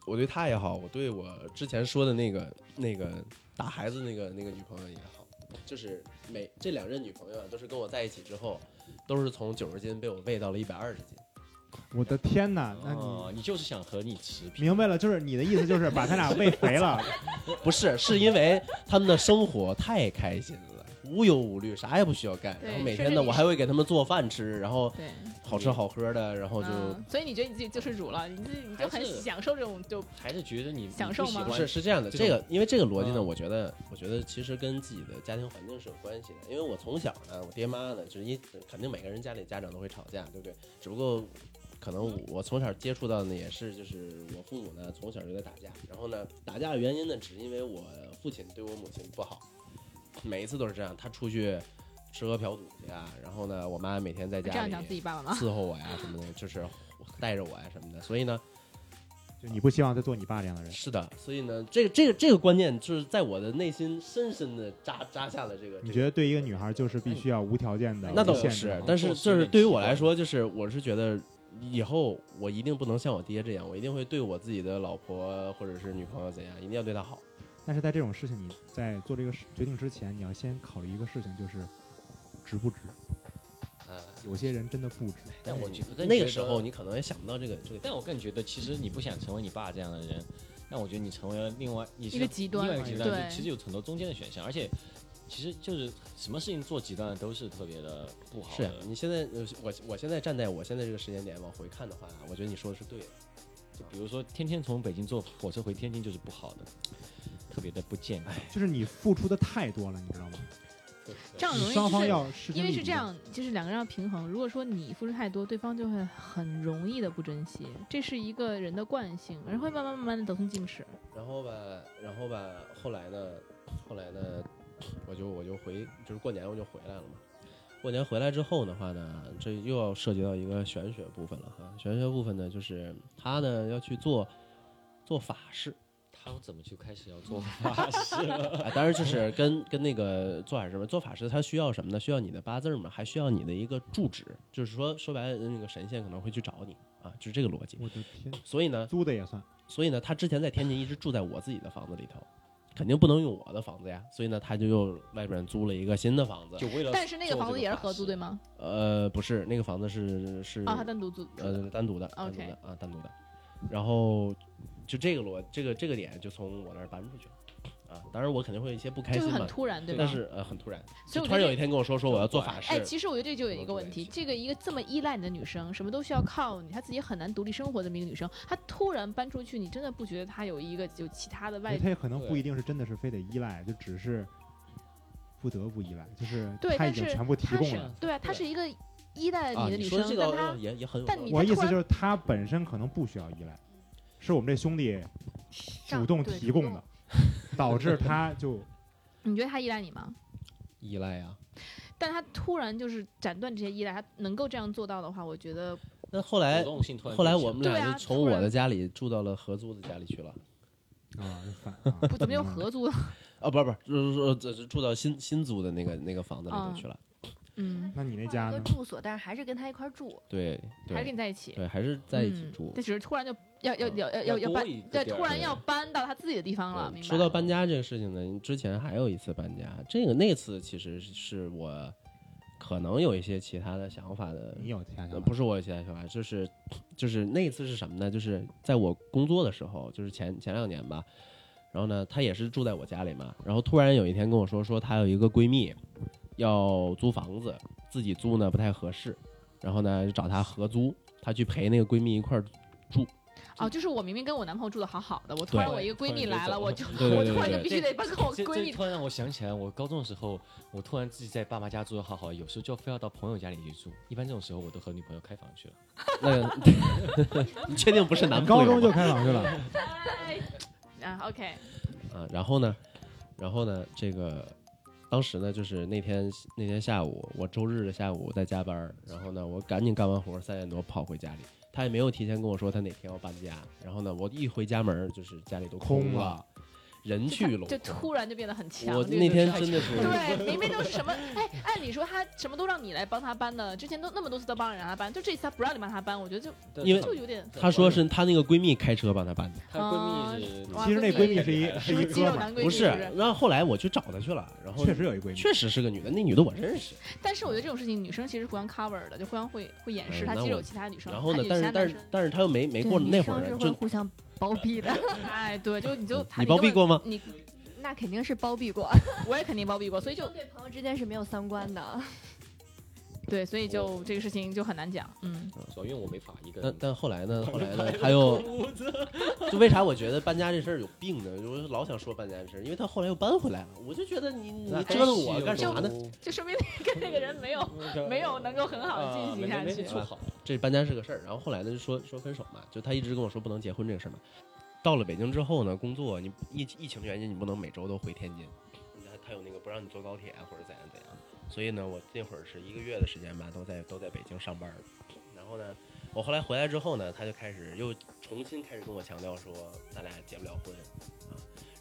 Speaker 7: 我对他也好，我对我之前说的那个那个打孩子那个那个女朋友也好，就是每这两任女朋友啊，都是跟我在一起之后，都是从九十斤被我喂到了一百二十斤。
Speaker 8: 我的天哪，那
Speaker 5: 哦
Speaker 8: 你，
Speaker 5: 你就是想和你持平，
Speaker 8: 明白了，就是你的意思就是把他俩喂肥了，
Speaker 7: 不是，是因为他们的生活太开心了。无忧无虑，啥也不需要干。
Speaker 2: 对
Speaker 7: 然后每
Speaker 2: 甚
Speaker 7: 天
Speaker 2: 至
Speaker 7: 呢，
Speaker 2: 你
Speaker 7: 我还会给他们做饭吃，然后
Speaker 2: 对，
Speaker 7: 好吃好喝的，然后就
Speaker 2: 嗯，所以你觉得你自己救世主了，你自己你就
Speaker 5: 还
Speaker 2: 很
Speaker 5: 是
Speaker 2: 享受这种就
Speaker 5: 还是觉得你你
Speaker 2: 享
Speaker 5: 不
Speaker 2: 受
Speaker 5: 喜
Speaker 2: 吗
Speaker 5: 欢
Speaker 7: 不是是这样的，
Speaker 5: 这
Speaker 7: 这个因为这个逻辑呢，
Speaker 5: 嗯
Speaker 7: 我觉得我觉得其实跟自己的家庭环境是有关系的。因为我从小呢，我爹妈呢，就是一肯定每个人家里家长都会吵架，对不对？只不过可能我我从小接触到的呢，也是就是我父母呢从小就在打架，然后呢打架的原因呢，只是因为我父亲对我母亲不好，每一次都是这样，他出去吃喝嫖赌去啊，然后呢我妈每天在
Speaker 2: 这
Speaker 7: 家
Speaker 2: 样讲自
Speaker 7: 里
Speaker 2: 己爸爸 吗？
Speaker 7: 伺候我呀什么的，就是带着我呀什么的，所以呢。
Speaker 8: 就你不希望他做你爸这样 的人。
Speaker 7: 是的，所以呢，这个这个这个观念就是在我的内心深深的扎扎下了这个。
Speaker 8: 你
Speaker 7: 这个嗯
Speaker 8: 觉得对一个女孩就是必须要无条件的
Speaker 7: 那倒
Speaker 8: 限
Speaker 7: 不
Speaker 8: 制
Speaker 7: 是
Speaker 8: 吗，
Speaker 5: 做
Speaker 7: 但是
Speaker 5: 事
Speaker 7: 就
Speaker 5: 有
Speaker 7: 是
Speaker 5: 点
Speaker 7: 对于
Speaker 5: 奇
Speaker 7: 我
Speaker 5: 怪
Speaker 7: 来说，就是我是觉得以后我一定不能像我爹这样，我一定会对我自己的老婆或者是女朋友怎样，一定要对她好。
Speaker 8: 但是在这种事情，你在做这个事决定之前，你要先考虑一个事情，就是值不值。
Speaker 7: 呃，
Speaker 8: 有些人真的不值。
Speaker 5: 嗯但我觉得
Speaker 7: 嗯那
Speaker 5: 觉
Speaker 7: 个
Speaker 5: 得
Speaker 7: 时候你可能也想不到这个这个。
Speaker 5: 但我更觉得，其实你不想成为你爸这样的人，那我觉得你成为了另外你是
Speaker 2: 一个极端
Speaker 5: 另外一个极端
Speaker 2: 对
Speaker 5: 就其实有很多中间的选项，而且其实就是什么事情做极端都是特别的不好
Speaker 7: 是呀
Speaker 5: 的。
Speaker 7: 你现在，呃我我现在站在我现在这个时间点往回看的话，我觉得你说的是对的。
Speaker 5: 就比如说天天从北京坐火车回天津就是不好的，特别的不健
Speaker 7: 哎
Speaker 5: 康。
Speaker 8: 就是你付出的太多了，你知道吗？
Speaker 2: 这样容易
Speaker 8: 双
Speaker 2: 就
Speaker 8: 方
Speaker 2: 是。
Speaker 8: 要事情
Speaker 2: 因为是这，样，就是两个人要平衡。如果说你付出太多，对方就会很容易的不珍惜，这是一个人的惯性，而会慢慢慢慢的得寸进尺。
Speaker 7: 然后吧，然后吧，后来呢，后来呢，我就我就回，就是过年我就回来了嘛。过年回来之后的话呢，这又要涉及到一个玄学部分了哈。玄学部分呢，就是他呢要去做做法事
Speaker 5: 他怎么就开始要做法事了？
Speaker 7: 啊，当然就是 跟跟那个做法事什么做法事，他需要什么呢？需要你的八字儿嘛，还需要你的一个住址，就是说说白了，那个神仙可能会去找你啊，就是这个逻辑。
Speaker 8: 我的天，
Speaker 7: 所以呢，
Speaker 8: 租的也算。
Speaker 7: 所以呢，他之前在天津一直住在我自己的房子里头，肯定不能用我的房子呀，所以呢，他就又外边租了一个新的房子。
Speaker 5: 就为了
Speaker 2: 但是那个
Speaker 5: 做
Speaker 2: 房
Speaker 5: 这
Speaker 2: 子
Speaker 5: 个
Speaker 2: 也是
Speaker 5: 法
Speaker 2: 合租
Speaker 5: 事
Speaker 2: 对吗？
Speaker 7: 呃，不是，那个房子是是、
Speaker 2: 啊，他单独租。
Speaker 7: 呃单独的，单
Speaker 2: OK
Speaker 7: 独的啊，单独的。然后就这个逻这个这个点就从我那儿搬出去了啊，当然我肯定会有一些不开
Speaker 2: 就是
Speaker 7: 心
Speaker 2: 很
Speaker 7: 嘛，
Speaker 2: 突然，对吧？
Speaker 7: 但是呃很突然，
Speaker 2: 所以
Speaker 7: 就
Speaker 2: 我
Speaker 7: 突
Speaker 2: 觉
Speaker 7: 然
Speaker 2: 得
Speaker 7: 有一天跟我说说我要做法事，
Speaker 2: 哎，其实我觉得这就有一个问题，
Speaker 7: 不能住在一起
Speaker 2: 这个一个这么依赖你的女生，什么都需要靠你，她自己很难独立生活这么一个女生，她突然搬出去，你真的不觉得她有一个有其他的
Speaker 8: 因为
Speaker 2: 外？
Speaker 8: 他也可能
Speaker 5: 对
Speaker 8: 不一定是真的是非得依赖，就只是不得不依赖，就是
Speaker 2: 对
Speaker 8: 他
Speaker 2: 但
Speaker 8: 已经
Speaker 2: 是
Speaker 8: 全部提
Speaker 2: 她
Speaker 8: 供
Speaker 2: 是
Speaker 8: 了。
Speaker 2: 对啊，她是一个依赖
Speaker 7: 啊
Speaker 2: 你的女
Speaker 7: 说
Speaker 2: 生
Speaker 7: 的，这
Speaker 2: 但
Speaker 7: 个
Speaker 2: 她
Speaker 7: 也也很有
Speaker 2: 但你
Speaker 8: 我
Speaker 2: 她
Speaker 8: 意
Speaker 2: 突
Speaker 8: 思
Speaker 2: 然
Speaker 8: 就是他本身可能不需要依赖，是我们这兄弟
Speaker 6: 上
Speaker 8: 主动
Speaker 6: 对
Speaker 8: 提供的，导致他就
Speaker 2: 你觉得她依赖你吗？
Speaker 7: 依赖啊。
Speaker 2: 但她突然就是斩断这些依赖，她能够这样做到的话，我觉得
Speaker 7: 那后来
Speaker 5: 主动性突然
Speaker 7: 后来
Speaker 5: 出现
Speaker 7: 我们
Speaker 2: 对
Speaker 7: 俩
Speaker 2: 啊
Speaker 7: 就从
Speaker 2: 突
Speaker 7: 我
Speaker 2: 然
Speaker 7: 的家里住到了合租的家里去了。
Speaker 8: 啊就反啊
Speaker 2: 不怎么又
Speaker 8: 明白了
Speaker 2: 合租，
Speaker 7: 啊，不是不是，就是说这这住到新新租的那个那个房子里头
Speaker 2: 啊
Speaker 7: 去了。
Speaker 2: 嗯，
Speaker 8: 那你那
Speaker 6: 换
Speaker 8: 家
Speaker 6: 一个
Speaker 8: 呢？
Speaker 6: 住所，但是还是跟他一块儿住。
Speaker 7: 对
Speaker 2: 还是跟
Speaker 7: 对
Speaker 2: 你在一起，
Speaker 7: 对，还是在一起
Speaker 2: 嗯
Speaker 7: 住
Speaker 2: 这。只是突然就要要要要要
Speaker 5: 要
Speaker 2: 搬
Speaker 5: 多一，个
Speaker 2: 对，
Speaker 5: 地儿
Speaker 2: 突然
Speaker 5: 对
Speaker 2: 要搬到她自己的地方了，明
Speaker 7: 嗯
Speaker 2: 白？
Speaker 7: 说到搬家这个事情呢，之前还有一次搬家，这个那次其实是我可能有一些其他的想法的
Speaker 8: 你有其他想
Speaker 7: 呃，
Speaker 8: 法？
Speaker 7: 不是我有其他想法，就是就是那一次是什么呢？就是在我工作的时候，就是前前两年吧。然后呢，她也是住在我家里嘛。然后突然有一天跟我说，说她有一个闺蜜要租房子，自己租呢不太合适，然后呢就找她合租，她去陪那个闺蜜一块儿。
Speaker 2: 哦，就是我明明跟我男朋友住的好好的，我突然
Speaker 5: 对
Speaker 2: 我一个闺蜜
Speaker 5: 突然就
Speaker 2: 来了，
Speaker 5: 走
Speaker 2: 我就
Speaker 5: 对对
Speaker 2: 我
Speaker 5: 对
Speaker 2: 突然
Speaker 5: 对
Speaker 2: 就必
Speaker 5: 对
Speaker 2: 须得跟我
Speaker 5: 这
Speaker 2: 哦闺
Speaker 5: 这
Speaker 2: 蜜
Speaker 5: 突然让我想起来，我高中的时候，我突然自己在爸妈家住的好好，有时候就非要到朋友家里去住。一般这种时候，我都和女朋友开房 去了。
Speaker 7: 那个， 你确定不是男朋
Speaker 8: 高
Speaker 7: 友吗？
Speaker 8: 中就开房去了，
Speaker 2: 啊，OK，
Speaker 7: 啊，然后呢，然后呢，这个当时呢，就是那天那天下午，我周日的下午在加班儿，然后呢，我赶紧干完活儿，三点多跑回家里。他也没有提前跟我说他哪天要搬家，然后呢，我一回家门儿就是家里都
Speaker 8: 空
Speaker 7: 了，
Speaker 8: 了
Speaker 7: 人
Speaker 2: 就
Speaker 7: 去
Speaker 2: 他
Speaker 7: 楼
Speaker 2: 就
Speaker 7: 空。
Speaker 2: 突然就变得很强。
Speaker 7: 我
Speaker 2: 这个
Speaker 7: 那
Speaker 2: 就
Speaker 7: 天
Speaker 2: 是
Speaker 7: 真的 是，
Speaker 2: 对，明明都是什么？哎，按理说他什么都让你来帮他搬的，之前都那么多次都帮人家搬，就这次他不让你帮他搬，我觉得就
Speaker 7: 因为
Speaker 2: 就有点。
Speaker 7: 他说是他那个闺蜜开车帮他搬的，
Speaker 5: 她闺蜜是
Speaker 2: 哇
Speaker 8: 其实那闺蜜是一
Speaker 2: 是
Speaker 8: 是
Speaker 2: 不
Speaker 8: 一
Speaker 2: 是肌
Speaker 8: 哥
Speaker 2: 肉
Speaker 8: 们儿，
Speaker 2: 男闺蜜？
Speaker 7: 不
Speaker 2: 是
Speaker 7: 是。然后后来我去找他去了，然后
Speaker 8: 确实有一闺蜜，
Speaker 7: 确实是个女的，那女的我认识。
Speaker 2: 但是我觉得这种事情，女生其实互相 cover 的，就互相会会掩饰
Speaker 7: 嗯
Speaker 2: 她
Speaker 7: 那
Speaker 2: 肌肉
Speaker 7: 我
Speaker 2: 其他女生。
Speaker 7: 然后呢，
Speaker 2: 她
Speaker 7: 但
Speaker 2: 有其他
Speaker 7: 是但
Speaker 2: 男
Speaker 7: 是
Speaker 2: 生
Speaker 7: 但是他又没没过
Speaker 6: 对
Speaker 7: 那会儿
Speaker 6: 女生
Speaker 7: 呢，
Speaker 6: 是会
Speaker 7: 就
Speaker 6: 互相包庇的，
Speaker 2: 哎，对，就你就
Speaker 7: 嗯你包庇过吗？
Speaker 2: 你
Speaker 6: 那肯定是包庇过。
Speaker 2: 我也肯定包庇过，所以就
Speaker 6: 对朋友之间是没有三观的，
Speaker 2: 对，所以就这个事情就很难讲。嗯，
Speaker 5: 主要因为我没法一个
Speaker 7: 但
Speaker 5: 人。
Speaker 7: 但后来呢？后来呢？他又，就为啥我觉得搬家这事儿有病呢？我就老想说搬家这事儿，因为他后来又搬回来了，我就觉得你你折腾我干啥呢？
Speaker 2: 就说明那个那个人没有没有能够很好的进行下去。啊
Speaker 5: 做好，
Speaker 7: 这搬家是个事儿。然后后来呢，就说说分手嘛，就他一直跟我说不能结婚这个事儿嘛。到了北京之后呢，工作你疫疫情原因，你不能每周都回天津，他他有那个不让你坐高铁啊或者怎样怎样。所以呢，我那会儿是一个月的时间吧，都在都在北京上班儿。然后呢，我后来回来之后呢，他就开始又重新开始跟我强调说，咱俩结不了婚啊。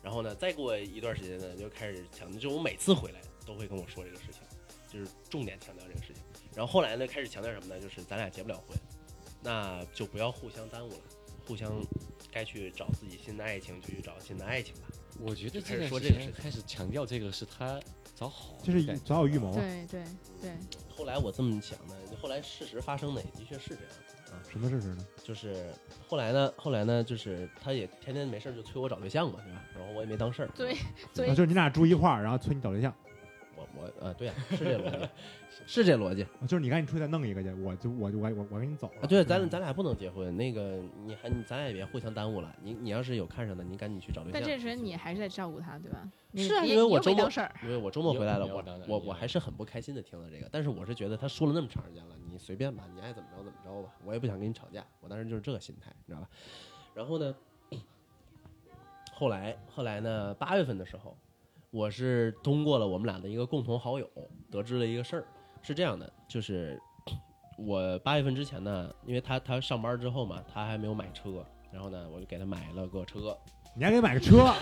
Speaker 7: 然后呢，再过一段时间呢，就开始强调，就我每次回来都会跟我说这个事情，就是重点强调这个事情。然后后来呢，开始强调什么呢？就是咱俩结不了婚，那就不要互相耽误了，互相该去找自己新的爱情，就去找新的爱情吧。
Speaker 5: 我觉得
Speaker 7: 就开始
Speaker 5: 这
Speaker 7: 说
Speaker 5: 段
Speaker 7: 这
Speaker 5: 时
Speaker 7: 个
Speaker 5: 间
Speaker 7: 事情
Speaker 5: 开始强调这个是他找好的
Speaker 8: 就
Speaker 5: 感
Speaker 8: 是
Speaker 5: 觉，
Speaker 8: 早有预谋啊。
Speaker 2: 对对对，
Speaker 7: 后来我这么想呢，后来事实发生的也的确是这样的啊。
Speaker 8: 什么事实呢？
Speaker 7: 就是后来呢，后来呢，就是他也天天没事儿就催我找对象嘛，对吧？然后我也没当事儿。
Speaker 2: 对所
Speaker 8: 啊，
Speaker 2: 以
Speaker 8: 就是你俩住一块儿，然后催你找对象，
Speaker 7: 我我呃，对呀、是这逻辑，是这逻辑
Speaker 8: 啊就是你赶紧出去再弄一个去，我就我就我我我跟你走了。嗯
Speaker 7: 啊。对，咱咱俩不能结婚，那个你还你咱俩也别互相耽误了。你你要是有看上的，你赶紧去找对象。
Speaker 2: 但这时候你还是在照顾她，对吧？你
Speaker 7: 是啊
Speaker 2: 你
Speaker 7: 因为我
Speaker 2: 你又没
Speaker 7: 周末
Speaker 2: 当事儿，
Speaker 7: 因为我周末回来了，
Speaker 5: 有有
Speaker 7: 我
Speaker 5: 当然
Speaker 7: 我
Speaker 5: 有
Speaker 7: 我还是很不开心的听到这个，但是我是觉得他说了那么长时间了，你随便吧，你爱怎么着怎么着吧，我也不想跟你吵架，我当时就是这个心态，你知道吧？然后呢，后来后来呢，八月份的时候，我是通过了我们俩的一个共同好友，得知了一个事儿，是这样的，就是 我八月份之前呢，因为他他上班之后嘛，他还没有买车，然后呢，我就给他买了个车，
Speaker 8: 你还给买个车，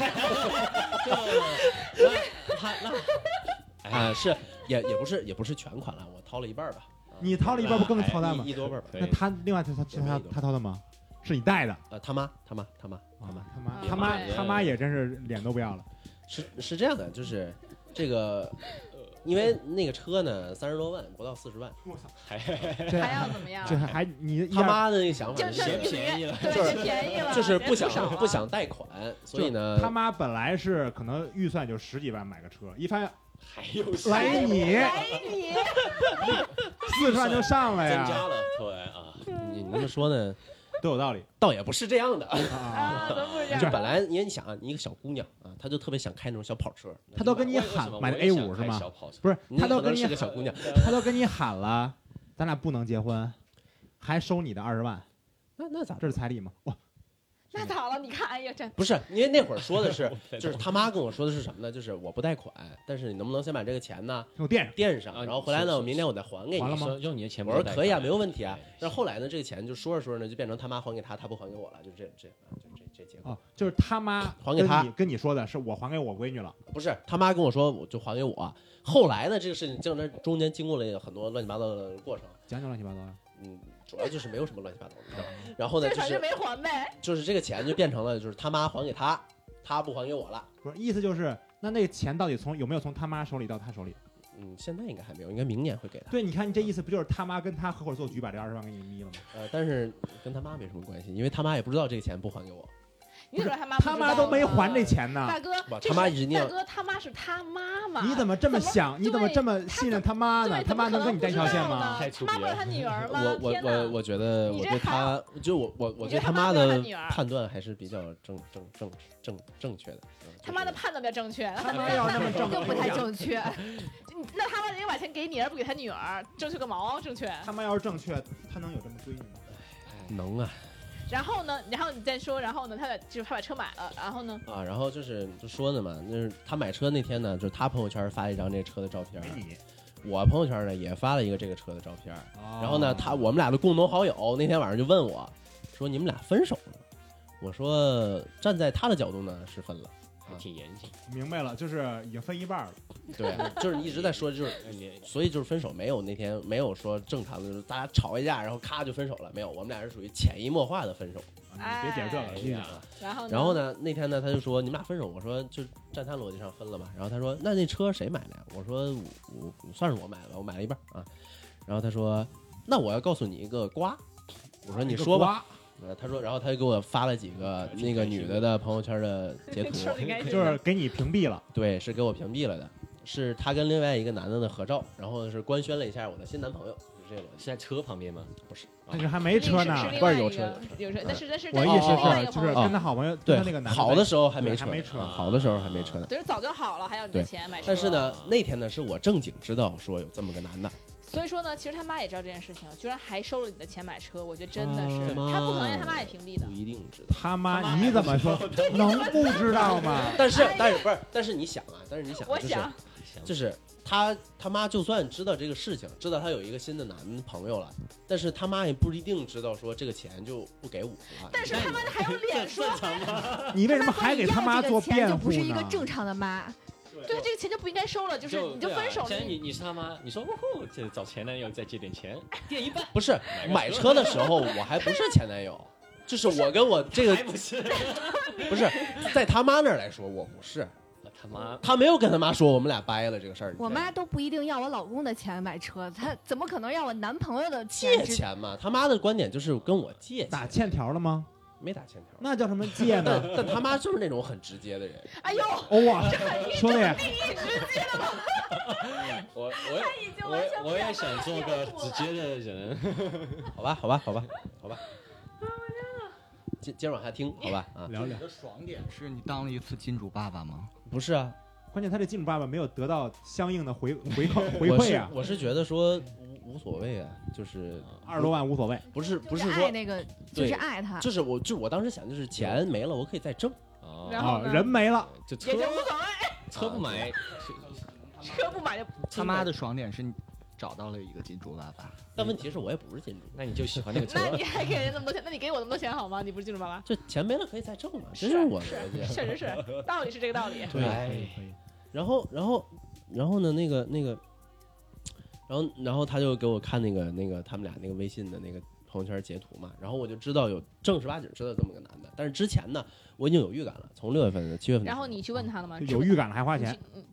Speaker 7: 他那啊、是也也不是也不是全款了，我掏了一半儿吧。啊
Speaker 8: 你掏了一半儿不更
Speaker 7: 哎
Speaker 8: 操蛋吗
Speaker 7: 一一多半儿吧。
Speaker 8: 那
Speaker 5: 对
Speaker 8: 他另外他他
Speaker 7: 也没
Speaker 8: 他
Speaker 7: 有
Speaker 8: 他掏的吗？是你带的
Speaker 7: 呃，他妈他妈他妈他妈
Speaker 8: 啊？他妈
Speaker 2: 嗯
Speaker 8: 他妈
Speaker 2: 对
Speaker 8: 他妈也真是脸都不要了，
Speaker 7: 是是这样的，就是这个，呃因为那个车呢三十多万，不到四十万。
Speaker 8: 这
Speaker 2: 还要怎么样？
Speaker 8: 这还你一
Speaker 7: 他
Speaker 8: 样
Speaker 7: 妈的那个想法
Speaker 2: 就
Speaker 7: 就是
Speaker 2: 正
Speaker 5: 嫌
Speaker 2: 女
Speaker 5: 便宜了
Speaker 2: 对，
Speaker 7: 就是
Speaker 2: 就便宜了，
Speaker 7: 就是
Speaker 2: 人
Speaker 7: 不
Speaker 2: 少了
Speaker 7: 想不想贷款，所以呢，
Speaker 8: 他妈本来是可能预算就十几万买个车，一
Speaker 7: 哎
Speaker 8: 发现
Speaker 5: 还有
Speaker 8: 来你
Speaker 2: 哎你
Speaker 8: 四十万就上了
Speaker 5: 增
Speaker 8: 呀，
Speaker 5: 加了，突然啊，
Speaker 7: 你你那么说呢，
Speaker 8: 都有道理
Speaker 7: 倒也不是这样的。
Speaker 8: 啊。
Speaker 2: 啊，怎么会这
Speaker 7: 就
Speaker 2: 样？
Speaker 7: 本来因为你想啊，你一个小姑娘啊，她就特别想开那种小跑车，
Speaker 8: 他都跟你喊买的 A 五是吗？不是，
Speaker 7: 你
Speaker 8: 他都
Speaker 7: 可
Speaker 8: 跟
Speaker 7: 能
Speaker 8: 你
Speaker 7: 是个
Speaker 8: 喊
Speaker 7: 小姑娘，
Speaker 8: 他都跟你喊了，咱俩不能结婚，还收你的二十万，
Speaker 7: 那那咋
Speaker 8: 这是彩礼吗？哇，
Speaker 2: 那咋了？你看，哎呀，这
Speaker 7: 不是，因为那会儿说的 是，就是他妈跟我说的是什么呢？就是我不贷款，但是你能不能先把这个钱呢
Speaker 8: 给我垫上，
Speaker 7: 垫上，
Speaker 5: 啊
Speaker 7: 然后回来
Speaker 5: 是
Speaker 7: 呢，
Speaker 5: 是
Speaker 7: 我明天我再还给
Speaker 8: 完了
Speaker 7: 你。
Speaker 8: 吗
Speaker 5: 说用你的钱，
Speaker 7: 我说可以啊，没有问题啊。
Speaker 5: 哎
Speaker 7: 但是后来呢，这个钱就说着说着呢，就变成他妈还给他，他不还给我了，就这这就这这结果。
Speaker 8: 哦，就是他妈
Speaker 7: 还给他
Speaker 8: 跟你跟你说的是我还给我闺女了，
Speaker 7: 不是他妈跟我说，我就还给我。后来呢，这个事情正在中间经过了很多乱七八糟的过程，
Speaker 8: 讲讲乱七八糟的。
Speaker 7: 嗯，主要就是没有什么乱七八糟的你知道吧。然后呢，
Speaker 2: 这
Speaker 7: 就
Speaker 2: 反正
Speaker 7: 是
Speaker 2: 没还呗。
Speaker 7: 就是这个钱就变成了就是他妈还给他，他不还给我了。
Speaker 8: 不是，意思就是那那个钱到底从有没有从他妈手里到他手里？
Speaker 7: 嗯，现在应该还没有，应该明年会给他。
Speaker 8: 对，你看你这意思不就是他妈跟他合伙做局把这二十万给你眯了吗？
Speaker 7: 呃，但是跟他妈没什么关系，因为他妈也不知道这个钱不还给我。
Speaker 2: 你怎么知道他妈不
Speaker 8: 他
Speaker 2: 知
Speaker 8: 妈
Speaker 2: 道
Speaker 8: 都没
Speaker 2: 呢
Speaker 8: 还这。钱呢，
Speaker 2: 大哥
Speaker 7: 哇，
Speaker 2: 这
Speaker 7: 他妈
Speaker 2: 是
Speaker 7: 一定
Speaker 2: 大
Speaker 7: 要
Speaker 2: 哥他妈是他妈妈。
Speaker 8: 你怎么这么
Speaker 2: 呃怎么
Speaker 8: 想？你怎么
Speaker 2: 对
Speaker 8: 这么信任他妈呢？
Speaker 2: 对
Speaker 8: 他
Speaker 2: 怎么
Speaker 8: 妈
Speaker 2: 可
Speaker 8: 能跟你
Speaker 2: 不
Speaker 8: 在一条
Speaker 2: 知
Speaker 8: 线
Speaker 2: 道
Speaker 8: 吗？
Speaker 2: 呢
Speaker 5: 太出
Speaker 2: 他妈不
Speaker 5: 别
Speaker 2: 是
Speaker 5: 了
Speaker 2: 他女 儿吗？
Speaker 7: 我我
Speaker 2: 天哪
Speaker 7: 我我觉得
Speaker 2: 你
Speaker 7: 我
Speaker 2: 这
Speaker 7: 对
Speaker 2: 还
Speaker 7: 他，就我我我
Speaker 2: 你这
Speaker 7: 对他
Speaker 2: 还
Speaker 7: 妈
Speaker 2: 不是他
Speaker 7: 的
Speaker 2: 女儿
Speaker 7: 判断还是比较正正正正正确的。嗯
Speaker 2: 他妈的
Speaker 7: 就
Speaker 2: 判断比较正确，
Speaker 8: 他妈要那么正
Speaker 6: 又不太
Speaker 8: 确，
Speaker 6: 正确。
Speaker 2: 你那他妈人家把钱给你，而不给他女儿，正确个毛，啊正确。
Speaker 8: 他妈要是正确，他能有这么闺女吗？
Speaker 7: 是能啊
Speaker 2: 然后呢，然后你再说，然后呢，他把就是他把车买了，然后呢，
Speaker 7: 啊！然后就是就说呢嘛，就是他买车那天呢，就是他朋友圈发了一张这车的照片儿，
Speaker 8: 你。
Speaker 7: 我朋友圈呢也发了一个这个车的照片儿。
Speaker 8: 哦
Speaker 7: 然后呢，他我们俩的共同好友那天晚上就问我，说你们俩分手了吗？我说站在他的角度呢是分了，
Speaker 5: 还挺严谨，
Speaker 8: 明白了，就是已经分一半了。
Speaker 7: 对，就是你一直在说就是
Speaker 5: 哎你
Speaker 7: 所以就是分手没有那天没有说正常的，就是大家吵一架然后咔就分手了，没有，我们俩是属于潜移默化的分手。
Speaker 8: 啊
Speaker 7: 啊
Speaker 8: 你别解释这个，
Speaker 2: 哎
Speaker 8: 你讲吧
Speaker 2: 然后
Speaker 7: 然后？呢，那天呢他就说你们俩分手，我说就站他逻辑上分了嘛。然后他说那那车谁买的呀？我说我我算是我买的，我买了一半啊。然后他说那我要告诉你一个瓜，我说你说吧。
Speaker 8: 吧，
Speaker 7: 呃他说，然后他就给我发了几个那个女的的朋友圈的截图，
Speaker 2: 说的 应该
Speaker 8: 就。是给你屏蔽了。
Speaker 7: 对，是给我屏蔽了的，是他跟另外一个男的的合照，然后是官宣了一下我的新男朋友，就是这个逻
Speaker 5: 是
Speaker 7: 辑。
Speaker 5: 在车旁边吗？
Speaker 7: 不是，
Speaker 8: 但是还没车呢，
Speaker 2: 是
Speaker 7: 不
Speaker 2: 是
Speaker 7: 是有
Speaker 2: 有
Speaker 7: 车有车
Speaker 2: 有车，但是但是
Speaker 8: 我
Speaker 2: 但
Speaker 8: 意
Speaker 2: 是
Speaker 8: 思
Speaker 6: 哦
Speaker 2: 另外一个
Speaker 8: 是就
Speaker 2: 朋
Speaker 8: 是啊
Speaker 2: 友
Speaker 8: 跟他好朋友，跟
Speaker 7: 对
Speaker 8: 他那个，男的
Speaker 7: 好的时候还
Speaker 8: 对
Speaker 7: 没
Speaker 8: 还
Speaker 7: 车
Speaker 8: 没
Speaker 7: 呢，
Speaker 8: 车
Speaker 7: 啊好的时候还没车呢。
Speaker 2: 就是早就好了，还要你的
Speaker 7: 对
Speaker 2: 钱买车。
Speaker 7: 但是呢，那天呢是我正经知道说有这么个男的，
Speaker 2: 所以说呢，其实他妈也知道这件事情，居然还收了你的钱买车，我觉得真的是，
Speaker 7: 他妈嗯
Speaker 2: 他不可能让他妈也屏蔽的
Speaker 7: 不。一定知道。
Speaker 8: 他妈，你怎么 说？能不知道吗？
Speaker 7: 但是但是不是？但是你想啊，但是你想啊，
Speaker 2: 我
Speaker 7: 就是
Speaker 2: 想，
Speaker 7: 就是他他妈就算知道这个事情，知道他有一个新的男朋友了，但是他妈也不一定知道说这个钱就不给我了。
Speaker 2: 但是他妈的还 有脸说，
Speaker 8: 你为什么还给他妈做辩
Speaker 6: 就
Speaker 8: 护
Speaker 6: 不是一个
Speaker 8: 呢？
Speaker 6: 正常的妈，
Speaker 2: 对这个钱就不应该收了，就是你就
Speaker 5: 对啊
Speaker 2: 分手了
Speaker 5: 既。然你你是他妈，你说哦吼，这找前男友再借点钱，垫一半，
Speaker 7: 不是
Speaker 5: 买个
Speaker 7: 买
Speaker 5: 车
Speaker 7: 车的时候，我还不是前男 友，就是我跟我这个
Speaker 5: 还不是
Speaker 7: 不是在他妈那儿来说，我不是，
Speaker 5: 我他妈
Speaker 7: 他没有跟他妈说我们俩掰了这个事儿。
Speaker 6: 我妈都不一定要我老公的钱买车，她怎么可能要我男朋友的钱
Speaker 7: 借
Speaker 6: 支？
Speaker 7: 钱嘛，他妈的观点就是跟我借
Speaker 8: 打
Speaker 7: 钱，
Speaker 8: 欠条了吗？
Speaker 7: 没打欠条。
Speaker 8: 那叫什么借
Speaker 7: 但
Speaker 8: 呢？
Speaker 7: 但他妈就是那种很直接的人，
Speaker 2: 哎呦，
Speaker 8: 哦 哇，兄弟，
Speaker 5: 我我
Speaker 2: 已经
Speaker 5: 我
Speaker 2: 完全
Speaker 5: 也我也想做个
Speaker 2: 不
Speaker 5: 直接的人，
Speaker 7: 好吧，好吧，好吧，好吧。接接着往下听，好吧
Speaker 6: 哎
Speaker 7: 啊，
Speaker 8: 聊聊。
Speaker 4: 爽点是你当了一次金主爸爸吗？
Speaker 7: 不是啊，
Speaker 8: 关键他这金主爸爸没有得到相应的回回 扣回
Speaker 7: 我
Speaker 8: 馈
Speaker 7: 是
Speaker 8: 啊，
Speaker 7: 我是觉得说无无所谓啊，就是
Speaker 8: 二十多万无所谓。
Speaker 7: 不是不
Speaker 6: 就是爱
Speaker 7: 说，
Speaker 6: 那个，就
Speaker 7: 对
Speaker 6: 是爱他。
Speaker 7: 就是我就我当时想就是钱没了我可以再挣，
Speaker 5: 哦
Speaker 2: 然后
Speaker 8: 啊
Speaker 2: 呢，
Speaker 8: 人没了，
Speaker 5: 就车
Speaker 2: 也就无所谓，
Speaker 5: 车不买，
Speaker 2: 车不买就
Speaker 4: 他妈的爽点是你找到了一个金主爸爸，
Speaker 7: 但问题是我也不是金主，
Speaker 5: 那你就喜欢那个车
Speaker 2: 那，你还给人家那么多钱？那你给我那么多钱好吗？你不是金主爸爸？
Speaker 7: 这钱没了可以再挣嘛，这是啊我的逻辑。
Speaker 2: 确实是，道理是这个道理。
Speaker 7: 对
Speaker 5: 哎
Speaker 8: 可以可以。
Speaker 7: 然后，然后，然后呢？那个那个，然后然后他就给我看那个那个他们俩那个微信的那个朋友圈截图嘛，然后我就知道有正儿八经知道这么个男的，但是之前呢，我已经有预感了，从六月份、七月份的时
Speaker 2: 然
Speaker 7: 候，
Speaker 2: 后你去问他了吗？
Speaker 8: 有预感了还花钱
Speaker 2: 你，去。嗯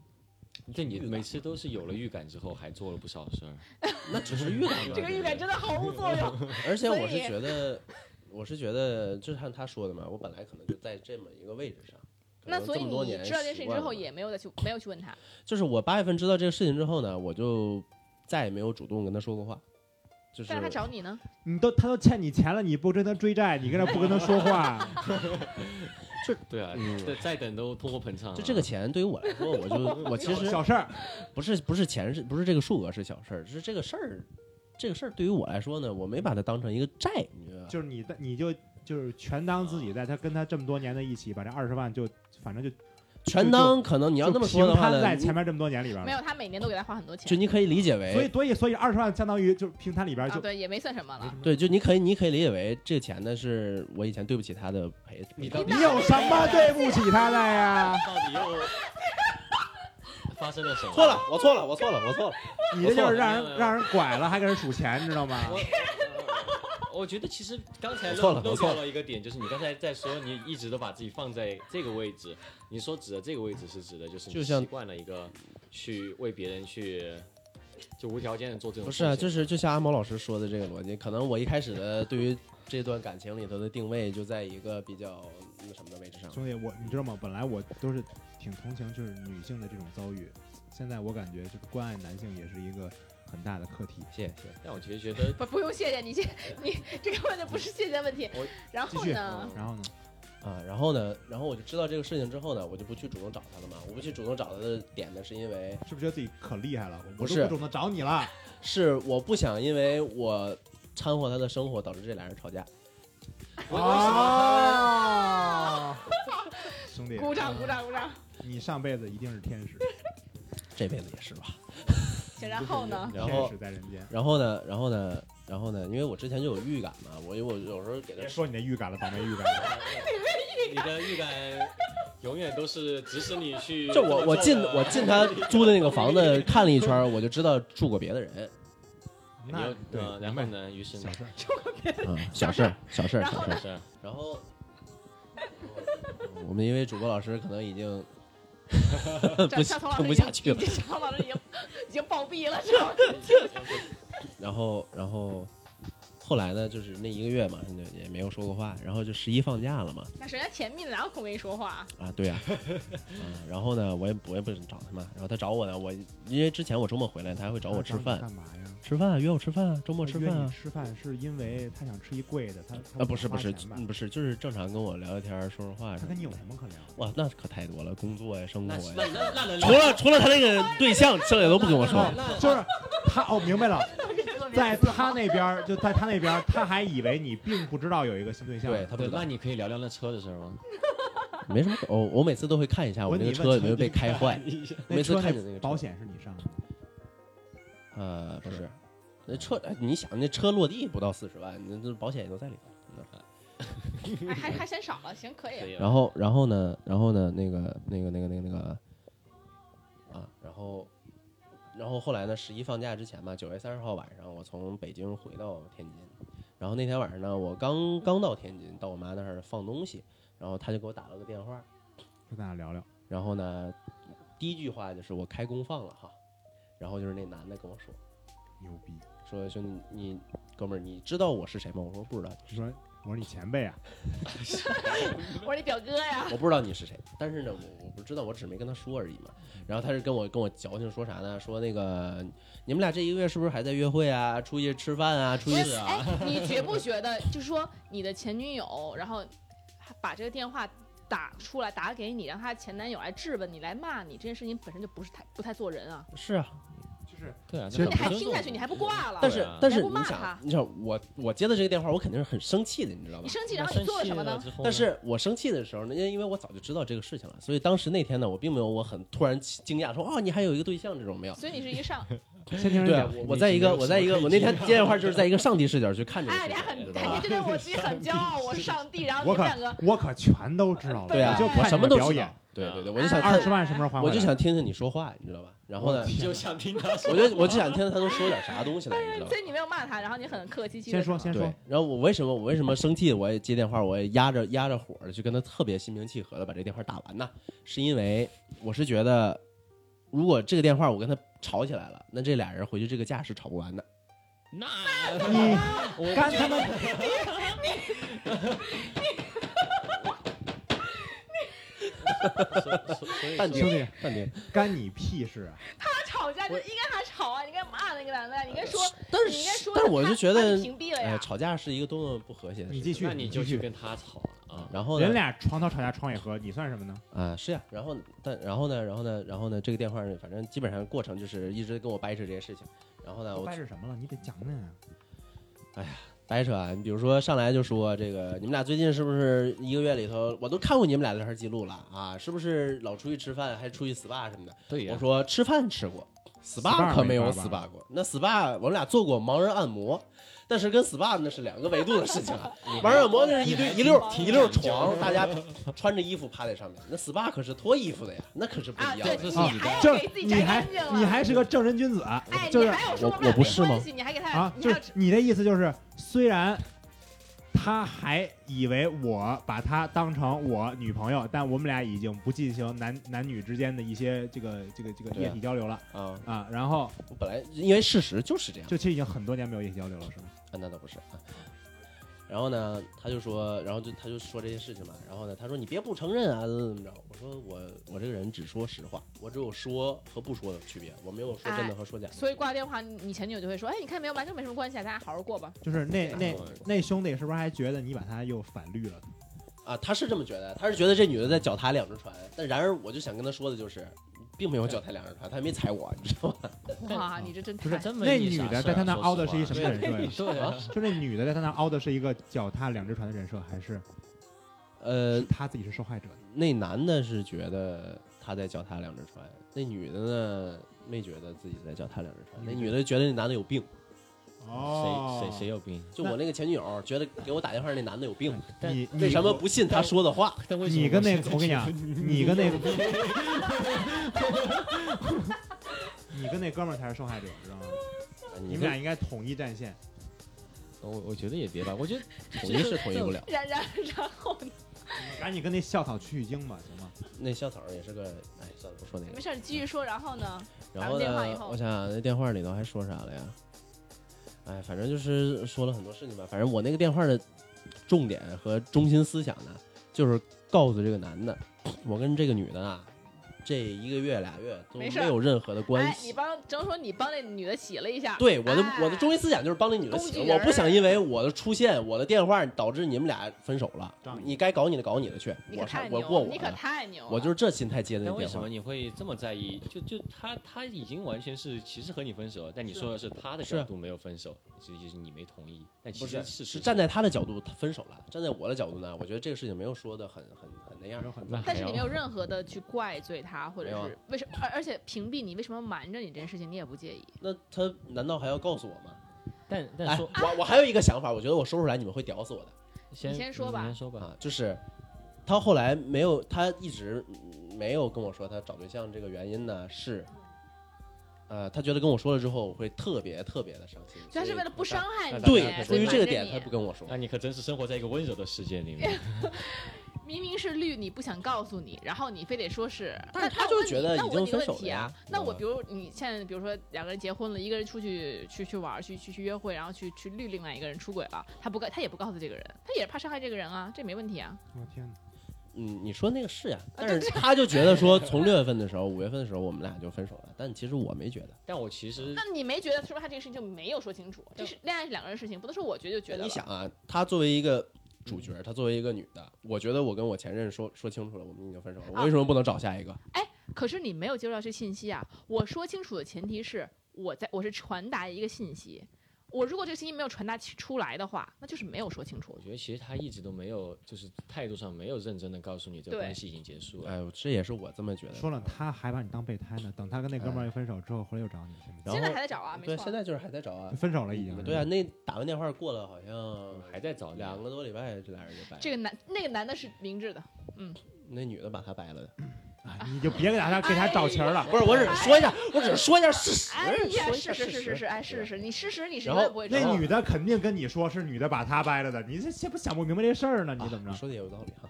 Speaker 5: 这你每次都是有了预感之后，还做了不少事儿。
Speaker 7: 那只是预感嘛，
Speaker 2: 这个预感真的毫无作用。
Speaker 7: 而且我
Speaker 2: 所
Speaker 7: 是
Speaker 2: 以
Speaker 7: 觉得，我是觉得，就像他说的嘛，我本来可能就在这么一个位置上，可
Speaker 2: 那
Speaker 7: 能
Speaker 2: 所以
Speaker 7: 这么多
Speaker 2: 你
Speaker 7: 年
Speaker 2: 知道这件事
Speaker 7: 习
Speaker 2: 情
Speaker 7: 惯
Speaker 2: 之后，
Speaker 7: 了
Speaker 2: 也没有再去没有去问他。
Speaker 7: 就是我八月份知道这个事情之后呢，我就再也没有主动跟他说过话，就是
Speaker 2: 但是他找你呢？
Speaker 8: 你都他都欠你钱了，你不跟他追债，你跟他不跟他说话，
Speaker 5: 对啊，再再等都通货膨胀了。
Speaker 7: 嗯
Speaker 5: 啊
Speaker 7: 就这个钱对于我来说，我就我 其实
Speaker 8: 小事儿。
Speaker 7: 不是不是钱是不是这个数额是小事儿，是这个事儿，这个事儿对于我来说呢，我没把它当成一个债，你知道吧？
Speaker 8: 就是你的，你就就是全当自己在他跟他这么多年的一起，把这二十万就反正就
Speaker 7: 全当可能你要
Speaker 8: 就
Speaker 7: 那么说的
Speaker 8: 平
Speaker 7: 话
Speaker 8: 摊
Speaker 7: 呢，
Speaker 8: 在
Speaker 7: 你哎
Speaker 8: 前面这么多年里边
Speaker 2: 没
Speaker 8: 了。
Speaker 2: 有，他每年都给他花很多
Speaker 7: 就
Speaker 2: 钱。
Speaker 7: 你可以理解
Speaker 8: 所以
Speaker 7: 为，
Speaker 8: 所以所以二十万相当于就是平摊里边
Speaker 2: 啊，
Speaker 8: 就
Speaker 2: 对，也没算什么了。
Speaker 7: 对，就你可以你可以理解为这个钱呢是我以前对不起他的赔，
Speaker 5: 你到
Speaker 7: 的
Speaker 8: 你有什么对不起他的呀？
Speaker 5: 到底又发生了什么？
Speaker 7: 错了，我错了，我错了，我错了，
Speaker 8: 你这就是让
Speaker 5: 没有没
Speaker 8: 人
Speaker 5: 有
Speaker 8: 让人拐了，还给人数钱，你知道吗？
Speaker 5: 我觉得其实刚才
Speaker 7: 我错了
Speaker 5: 漏
Speaker 7: 我
Speaker 5: 漏
Speaker 7: 错了
Speaker 5: 掉了一个点，就是你刚才在说你一直都把自己放在这个位置，你所指的这个位置是指的就是你
Speaker 7: 就像
Speaker 5: 习惯了一个去为别人去就无条件的做这种
Speaker 7: 不
Speaker 5: 事
Speaker 7: 是
Speaker 5: 情。
Speaker 7: 啊，就是就像阿毛老师说的这个逻辑，可能我一开始的对于这段感情里头的定位就在一个比较那什么的位置上。
Speaker 8: 兄弟，我你知道吗？本来我都是挺同情就是女性的这种遭遇，现在我感觉这个关爱男性也是一个很大的课题。
Speaker 7: 谢谢谢谢。
Speaker 5: 但我其实觉得
Speaker 2: 不不用谢谢你，谢你这根本就不是谢谢问题
Speaker 5: 我。
Speaker 2: 然
Speaker 8: 继
Speaker 2: 后
Speaker 8: 续
Speaker 2: 呢？
Speaker 8: 然后呢？
Speaker 7: 啊，然后呢，然后我就知道这个事情之后呢，我就不去主动找他了嘛。我不去主动找他的点呢，是因为
Speaker 8: 是不是觉得自己可厉害了？我
Speaker 7: 不
Speaker 8: 我都
Speaker 7: 是
Speaker 8: 不主动找你了。
Speaker 7: 是我不想因为我掺和他的生活导致这俩人吵架。
Speaker 8: 哦，兄弟，
Speaker 2: 鼓掌鼓掌鼓掌。
Speaker 7: 嗯
Speaker 8: 你上辈子一定是天使，
Speaker 7: 这辈子也是吧。
Speaker 2: 行，然后呢？
Speaker 7: 然
Speaker 8: 天
Speaker 7: 后
Speaker 8: 使在人间。
Speaker 7: 然后呢，然后呢，然后呢，因为我之前就有预感嘛，我因为我有时候给他
Speaker 8: 别说你那预感了，倒霉预感。
Speaker 5: 你的预感永远都是指使你去
Speaker 7: 就我我进我进他租的那个房子看了一圈，我就知道住过别的人。
Speaker 8: 那对，
Speaker 5: 呃，然后呢，于是呢，
Speaker 7: 嗯，小事儿，小事儿，小事儿。
Speaker 5: 是啊
Speaker 7: 然后我们因为主播老师可能已经不
Speaker 2: 这
Speaker 7: 行
Speaker 2: 小童老师
Speaker 7: 听不
Speaker 2: 已
Speaker 7: 下
Speaker 2: 经
Speaker 7: 去了
Speaker 2: 已，经小童老师已经已经暴毙了，知道吗？
Speaker 7: 然后然后后来呢，就是那一个月嘛，就也没有说过话。然后就十一放假了嘛，
Speaker 2: 那人家甜蜜的哪有空跟你说话？
Speaker 7: 啊，对 呀、啊，嗯然后呢，我也不我也不找他嘛，然后他找我呢，我因为之前我周末回来，他还会找我吃
Speaker 8: 那
Speaker 7: 饭，
Speaker 8: 干嘛呀？
Speaker 7: 吃饭啊约我吃饭啊，周末
Speaker 8: 我
Speaker 7: 吃
Speaker 8: 约
Speaker 7: 饭
Speaker 8: 你
Speaker 7: 啊，
Speaker 8: 吃饭呃是因为他想吃一贵的，他他
Speaker 7: 啊不是不是
Speaker 8: 花钱吧
Speaker 7: 嗯不是，就是正常跟我聊聊天儿说说话
Speaker 8: 他
Speaker 7: 什
Speaker 8: 跟
Speaker 7: 么
Speaker 8: 你有
Speaker 7: 的。
Speaker 8: 什么可聊？
Speaker 7: 哇，那可太多了，工作呀，生活呀，
Speaker 5: 那那能
Speaker 7: 除了除了他那个对象，剩下都不跟我说。
Speaker 8: 就是他哦，明白了，在他那边儿就在他那边儿，他还以为你并不知道有一个新对象。
Speaker 7: 对他不
Speaker 5: 对，
Speaker 7: 知
Speaker 5: 那
Speaker 7: 道，
Speaker 5: 你可以聊聊那车的事儿吗？
Speaker 7: 没什么。我我每次都会看一下我
Speaker 8: 我
Speaker 7: 那个
Speaker 8: 你
Speaker 7: 车
Speaker 8: 问
Speaker 7: 有没有
Speaker 8: 车
Speaker 7: 被开坏。我
Speaker 8: 那
Speaker 7: 每次
Speaker 8: 车
Speaker 7: 看见那个车
Speaker 8: 保险是你上的，
Speaker 7: 呃，不
Speaker 8: 是
Speaker 7: 是，那车哎你想那车落地不到四十万，那这保险也都在里头。
Speaker 2: 哎，还还嫌少了，行，可以。啊
Speaker 7: 然后，然后呢，然后呢，那个，那个，那个，那个，那个，啊，然后，然后后来呢，十一放假之前嘛，九月三十号晚上，我从北京回到天津，然后那天晚上呢，我刚刚到天津，到我妈那儿放东西，然后她就给我打了个电话，
Speaker 8: 就咱俩聊聊。
Speaker 7: 然后呢，第一句话就是我开工放了哈，然后就是那男的跟我说，
Speaker 8: 牛逼！
Speaker 7: 说兄弟，你哥们儿，你知道我是谁吗？我说不知道，
Speaker 8: 你说我说你前辈啊，
Speaker 2: 我说你表哥呀，
Speaker 7: 我不知道你是谁，但是呢，我我不知道，我只是没跟他说而已嘛。然后他是跟我跟我矫情说啥呢？说那个你们俩这一个月是不是还在约会啊？出去吃饭啊？出去
Speaker 2: 不是哎，你觉不觉得，就是说你的前女友，然后把这个电话打出来打给你，让她前男友来质问你，来骂你，这件事情本身就不是太不太做人啊！
Speaker 7: 是啊，
Speaker 8: 就是
Speaker 5: 对啊，
Speaker 7: 其实
Speaker 2: 你还听下去，你还不挂了？
Speaker 7: 但
Speaker 5: 对
Speaker 7: 是
Speaker 5: 啊
Speaker 7: 但是
Speaker 2: 还不
Speaker 7: 你
Speaker 2: 骂他
Speaker 7: 想，你想我我接到这个电话，我肯定是很生气的，你知道吧
Speaker 2: 你？生气，然后你做了什么呢？？
Speaker 7: 但是我生气的时候呢，因为因为我早就知道这个事情了，所以当时那天呢，我并没有我很突然惊讶说哦，你还有一个对象这种没有。
Speaker 2: 所以你是一个上，
Speaker 8: 先听人
Speaker 7: 对
Speaker 8: 讲
Speaker 7: 啊，。我我在一个我在一个我那天接电话就是在一个上帝视角去看这个事
Speaker 2: 哎，你
Speaker 7: 情
Speaker 2: 还，很，
Speaker 7: 你知道
Speaker 2: 你
Speaker 7: 吧？
Speaker 2: 觉得我自己很骄傲，我是上帝，然后
Speaker 8: 我
Speaker 2: 你们
Speaker 8: 可
Speaker 2: 两个
Speaker 8: 我可全都知道了，
Speaker 7: 对啊，
Speaker 8: 就
Speaker 7: 我
Speaker 8: 看
Speaker 7: 什
Speaker 8: 你
Speaker 7: 么
Speaker 8: 的
Speaker 7: 都
Speaker 8: 表
Speaker 7: 知道
Speaker 8: 演。。
Speaker 7: 对对对，我就想
Speaker 8: 二十万什么时候还回
Speaker 7: 哎我
Speaker 8: 来
Speaker 7: 就想听听你说话，你知道吧？然后呢
Speaker 8: 我，天
Speaker 5: 就想听他说
Speaker 7: 我就我就想听他能说点啥东 西来，你知道吧
Speaker 2: 所？以你没有骂他，然后你很客气气地
Speaker 8: 先说先说
Speaker 7: 对，，然后我为什么我为什么生气？我也接电话，我也压着压着火的去跟他特别心平气和的把这电话打完呢，是因为我是觉得，如果这个电话我跟他吵起来了，那这俩人回去这个架是吵不完的。
Speaker 5: 那
Speaker 8: 你
Speaker 5: 我
Speaker 8: 干他妈！
Speaker 7: 淡
Speaker 8: 兄
Speaker 7: 定，
Speaker 8: 弟，
Speaker 7: 淡定。
Speaker 8: 干你屁事啊！
Speaker 2: 他吵架就应该他吵啊，你应该骂那个男的呀，你应该说，
Speaker 7: 但
Speaker 2: 你应该
Speaker 7: 是
Speaker 2: 说，
Speaker 7: 但是我就觉得
Speaker 2: 把你，屏
Speaker 8: 啊
Speaker 2: 蔽了
Speaker 7: 哎，
Speaker 2: 呀。
Speaker 7: 吵架是一个多么不和谐的
Speaker 8: 你
Speaker 7: 事。
Speaker 8: 继续，
Speaker 5: 那你就
Speaker 8: 继
Speaker 5: 去
Speaker 8: 续。
Speaker 5: 跟他吵啊。
Speaker 7: 然后呢
Speaker 8: 人？俩床头吵架床尾和，你算什么呢？
Speaker 7: 啊，是呀、然后但然后呢，然后呢，然后呢，这个电话呢，反正基本上过程就是一直跟我掰扯这些事情。然后呢，
Speaker 8: 都
Speaker 7: 我
Speaker 8: 掰扯什么了？你得讲讲啊！
Speaker 7: 掰扯啊，你比如说上来就说这个，你们俩最近是不是一个月里头，我都看过你们俩聊天记录了啊，是不是老出去吃饭，还出去 SPA 什么的？
Speaker 5: 对呀
Speaker 7: 我，说吃饭吃过
Speaker 8: SPA
Speaker 7: 可没有
Speaker 8: 没法
Speaker 7: SPA 过，那 SPA 我们俩做过盲人按摩。但是跟 SPA 那是两个维度的事情 啊，盲人按摩那是一堆一溜一溜床，大家穿着衣服趴在上面。那 SPA 可是脱衣服的呀，那可是不
Speaker 2: 啊，
Speaker 7: 一样的。
Speaker 2: 对，你还要
Speaker 8: 就
Speaker 2: 给自己
Speaker 8: 你
Speaker 2: 摘
Speaker 8: 还
Speaker 2: 干净了。
Speaker 8: 你还是个正人君子，
Speaker 2: 啊哎，
Speaker 8: 就
Speaker 2: 你
Speaker 8: 是
Speaker 2: 还有说
Speaker 7: 我
Speaker 2: 们俩
Speaker 7: 我不是吗
Speaker 2: 没关系你还给他，
Speaker 8: 啊，
Speaker 2: 你
Speaker 8: 就
Speaker 2: 还要
Speaker 8: 是你的意思就是，虽然他还以为我把她当成我女朋友，但我们俩已经不进行男男女之间的一些这个这个这个
Speaker 7: 对啊
Speaker 8: 液体交流了
Speaker 7: 啊，
Speaker 8: 啊。然后
Speaker 7: 我本来因为事实就是这样，
Speaker 8: 这其实已经很多年没有液体交流了，是吗？
Speaker 7: 啊，那倒不是啊。然后呢，他就说，然后就他就说这些事情嘛。然后呢，他说你别不承认啊，怎么怎么着？我说我我这个人只说实话，我只有说和不说的区别，我没有说真的和说假的区别。
Speaker 2: 啊所以挂电话，你你前女友就会说：“哎，你看没有吧，这没什么关系啊，大家好好过吧。
Speaker 8: 就是那
Speaker 7: 对
Speaker 8: 那
Speaker 7: 然后
Speaker 8: 那兄弟是不是还觉得你把他又反绿了？
Speaker 7: 啊，他是这么觉得，他是觉得这女的在脚踏两只船。但然而，我就想跟他说的就是，并没有脚踏两只船，他也没踩我，你知道吗？”
Speaker 2: 哇，你这真
Speaker 5: 不是
Speaker 2: 太……
Speaker 5: 真没
Speaker 8: 那
Speaker 5: 意
Speaker 8: 女
Speaker 5: 思啊
Speaker 8: 的
Speaker 5: 事儿
Speaker 8: 在他那
Speaker 5: 说实
Speaker 8: 凹的是一什
Speaker 5: 话
Speaker 8: 么人设呀？
Speaker 5: 对啊，
Speaker 8: 就那女的在他那凹的是一个脚踏两只船的人设，还是
Speaker 7: 呃，
Speaker 8: 他自己是受害者？
Speaker 7: 那男的是觉得他在脚踏两只船，那女的呢没觉得自己在脚踏两只船，那女的觉得那男的有病。
Speaker 5: 呃谁谁谁有病？
Speaker 7: 就我那个前女友觉得给我打电话那男的有 病，
Speaker 5: 但
Speaker 8: 你你
Speaker 7: 为什么不信他说的话？
Speaker 5: 但为什么
Speaker 8: 你跟
Speaker 5: 我
Speaker 8: 那
Speaker 5: 现
Speaker 8: 个，
Speaker 5: 在
Speaker 8: 我跟你
Speaker 5: 觉
Speaker 8: 讲
Speaker 5: 得，
Speaker 8: 你跟那个，你跟那哥们儿才是受害者，知道吗？你
Speaker 7: 你
Speaker 8: 们
Speaker 5: 呃
Speaker 8: 俩应该统一战线。
Speaker 5: 我我觉得也别吧， 我觉得
Speaker 7: 统一是统一不了。
Speaker 2: 然然然后呢
Speaker 8: 赶紧跟那校草取取经吧，行吗？
Speaker 7: 那校草儿也是个，哎，算了，不说那
Speaker 2: 没
Speaker 7: 个。
Speaker 2: 事儿，你继续说。然后呢？
Speaker 7: 然
Speaker 2: 打完
Speaker 7: 后
Speaker 2: 电话以
Speaker 7: 呢，
Speaker 2: 后
Speaker 7: 我想想那电话里头还说啥了呀？哎，反正就是说了很多事情吧。反正我那个电话的重点和中心思想呢，就是告诉这个男的，我跟这个女的啊，这一个月俩月都
Speaker 2: 没
Speaker 7: 没
Speaker 2: 事儿
Speaker 7: 有任何的关
Speaker 2: 哎，
Speaker 7: 系
Speaker 2: 你。帮整说你帮那女的洗了一下。
Speaker 7: 对我的
Speaker 2: 哎
Speaker 7: 我的中心思想就是帮那女的
Speaker 2: 工
Speaker 7: 洗
Speaker 2: 具，人
Speaker 7: 我不想因为我的出现，我的电话导致你们俩分手了
Speaker 8: 仗义。
Speaker 7: 你该搞你的搞你的去，
Speaker 2: 你可
Speaker 7: 我
Speaker 2: 太
Speaker 7: 上
Speaker 2: 牛
Speaker 7: 我
Speaker 2: 了，
Speaker 7: 过我
Speaker 2: 你可
Speaker 7: 的，
Speaker 2: 太牛了！
Speaker 7: 我就是这心态接的
Speaker 5: 但
Speaker 7: 那
Speaker 5: 为
Speaker 7: 电
Speaker 5: 什
Speaker 7: 话
Speaker 5: 么。你会这么在意？就就他他已经完全是其实和你分手了，但你说的是他的
Speaker 7: 是
Speaker 5: 角度没有分手，其实就是你没同意，但其
Speaker 7: 不
Speaker 5: 实是
Speaker 7: 是，是站在他的角度，他分手了；站在我的角度呢，我觉得这个事情没有说的很很很那样
Speaker 8: 没有。很
Speaker 5: 那
Speaker 2: 但
Speaker 5: 还
Speaker 2: 是你
Speaker 5: 要
Speaker 2: 没有任何的去怪罪他，或者
Speaker 7: 没有啊
Speaker 2: 是为什么？而而且屏蔽你，为什么瞒着你这件事情，你也不介意？
Speaker 7: 那他难道还要告诉我吗？
Speaker 5: 但但
Speaker 7: 哎，
Speaker 5: 说
Speaker 7: 我我还有一个想法，我觉得我说出来你们会屌死我的
Speaker 5: 先
Speaker 2: 你先说吧
Speaker 5: 你先说吧。
Speaker 7: 啊！就是他后来没有，他一直嗯没有跟我说他找对象这个原因呢是。呃，他觉得跟我说了之后，我会特别特别的伤心。
Speaker 2: 他是为了不伤害
Speaker 5: 那
Speaker 2: 你，
Speaker 5: 大
Speaker 7: 所以
Speaker 5: 家
Speaker 7: 哎对，
Speaker 2: 所
Speaker 7: 对
Speaker 2: 以
Speaker 7: 于这个
Speaker 2: 瞒着
Speaker 7: 点
Speaker 2: 你
Speaker 7: 他不跟我说。
Speaker 5: 那你可真是生活在一个温柔的世界里面。
Speaker 2: 明明是绿，你不想告诉你，然后你非得说是，
Speaker 7: 但是
Speaker 2: 那
Speaker 7: 他
Speaker 2: 那
Speaker 7: 就
Speaker 2: 我问
Speaker 7: 觉
Speaker 2: 你
Speaker 7: 得
Speaker 2: 那
Speaker 7: 已
Speaker 2: 我
Speaker 7: 经
Speaker 2: 问你
Speaker 7: 分
Speaker 2: 问
Speaker 7: 手
Speaker 2: 题
Speaker 7: 了呀
Speaker 2: 啊。
Speaker 7: 你
Speaker 2: 那
Speaker 7: 知
Speaker 2: 我
Speaker 7: 道
Speaker 2: 比如你现在，比如说两个人结婚了，一个人出去去去玩，去去去约会，然后去去绿另外一个人出轨了，他不告他也不告诉这个人，他也是怕伤害这个人啊，这没问题啊。
Speaker 8: 我天哪！
Speaker 7: 嗯，你说那个是呀，但是他就觉得说，从六月份的时候，五月份的时候，我们俩就分手了。但其实我没觉得。
Speaker 5: 但我其实
Speaker 2: 那你没觉得说他这个事情就没有说清楚？这是恋爱是两个人的事情，不能说我觉得就觉得
Speaker 7: 你
Speaker 2: 了。
Speaker 7: 想啊，她作为一个主角，她作为一个女的，我觉得我跟我前任说说清楚了，我们已经分手了，我为什么不能找下一个？
Speaker 2: 可是你没有接受到这信息啊！我说清楚的前提是我在我是传达一个信息，我如果这个信息没有传达起出来的话，那就是没有说清楚
Speaker 5: 我。觉得其实他一直都没有，就是态度上没有认真的告诉你这个
Speaker 2: 对
Speaker 5: 关系已经结束了。
Speaker 7: 哎呦，这也是我这么觉得。
Speaker 8: 说了，他还把你当备胎呢。等他跟那哥
Speaker 5: 哎
Speaker 8: 们儿一分手之后，回来又找你，行不行？
Speaker 7: 然后
Speaker 2: 现在还在找啊，没错
Speaker 7: 对，
Speaker 2: 啊。
Speaker 7: 现在就是还在 找啊。
Speaker 8: 分手了已经。
Speaker 7: 对啊，，那打完电话过了好像
Speaker 5: 还在找你啊
Speaker 7: 两个多礼拜，这俩人就掰了。
Speaker 2: 这个男那个男的是明智的，
Speaker 7: 那女的把他掰了的。
Speaker 8: 哎你就别给他给他找情儿了。
Speaker 7: 不是，我只是说一下，我只是说一下事实。
Speaker 2: 哎呀，
Speaker 7: 说一
Speaker 2: 是是
Speaker 7: 下
Speaker 2: 是是
Speaker 7: 实
Speaker 2: 是，哎是是是，你事实你是永
Speaker 7: 然后
Speaker 2: 远不会知
Speaker 8: 那
Speaker 2: 道。
Speaker 8: 女的肯定跟你说是女的把他掰了的，你这这不想不明白这事儿呢？
Speaker 7: 啊
Speaker 8: 你怎么着？
Speaker 7: 说的也有道理哈。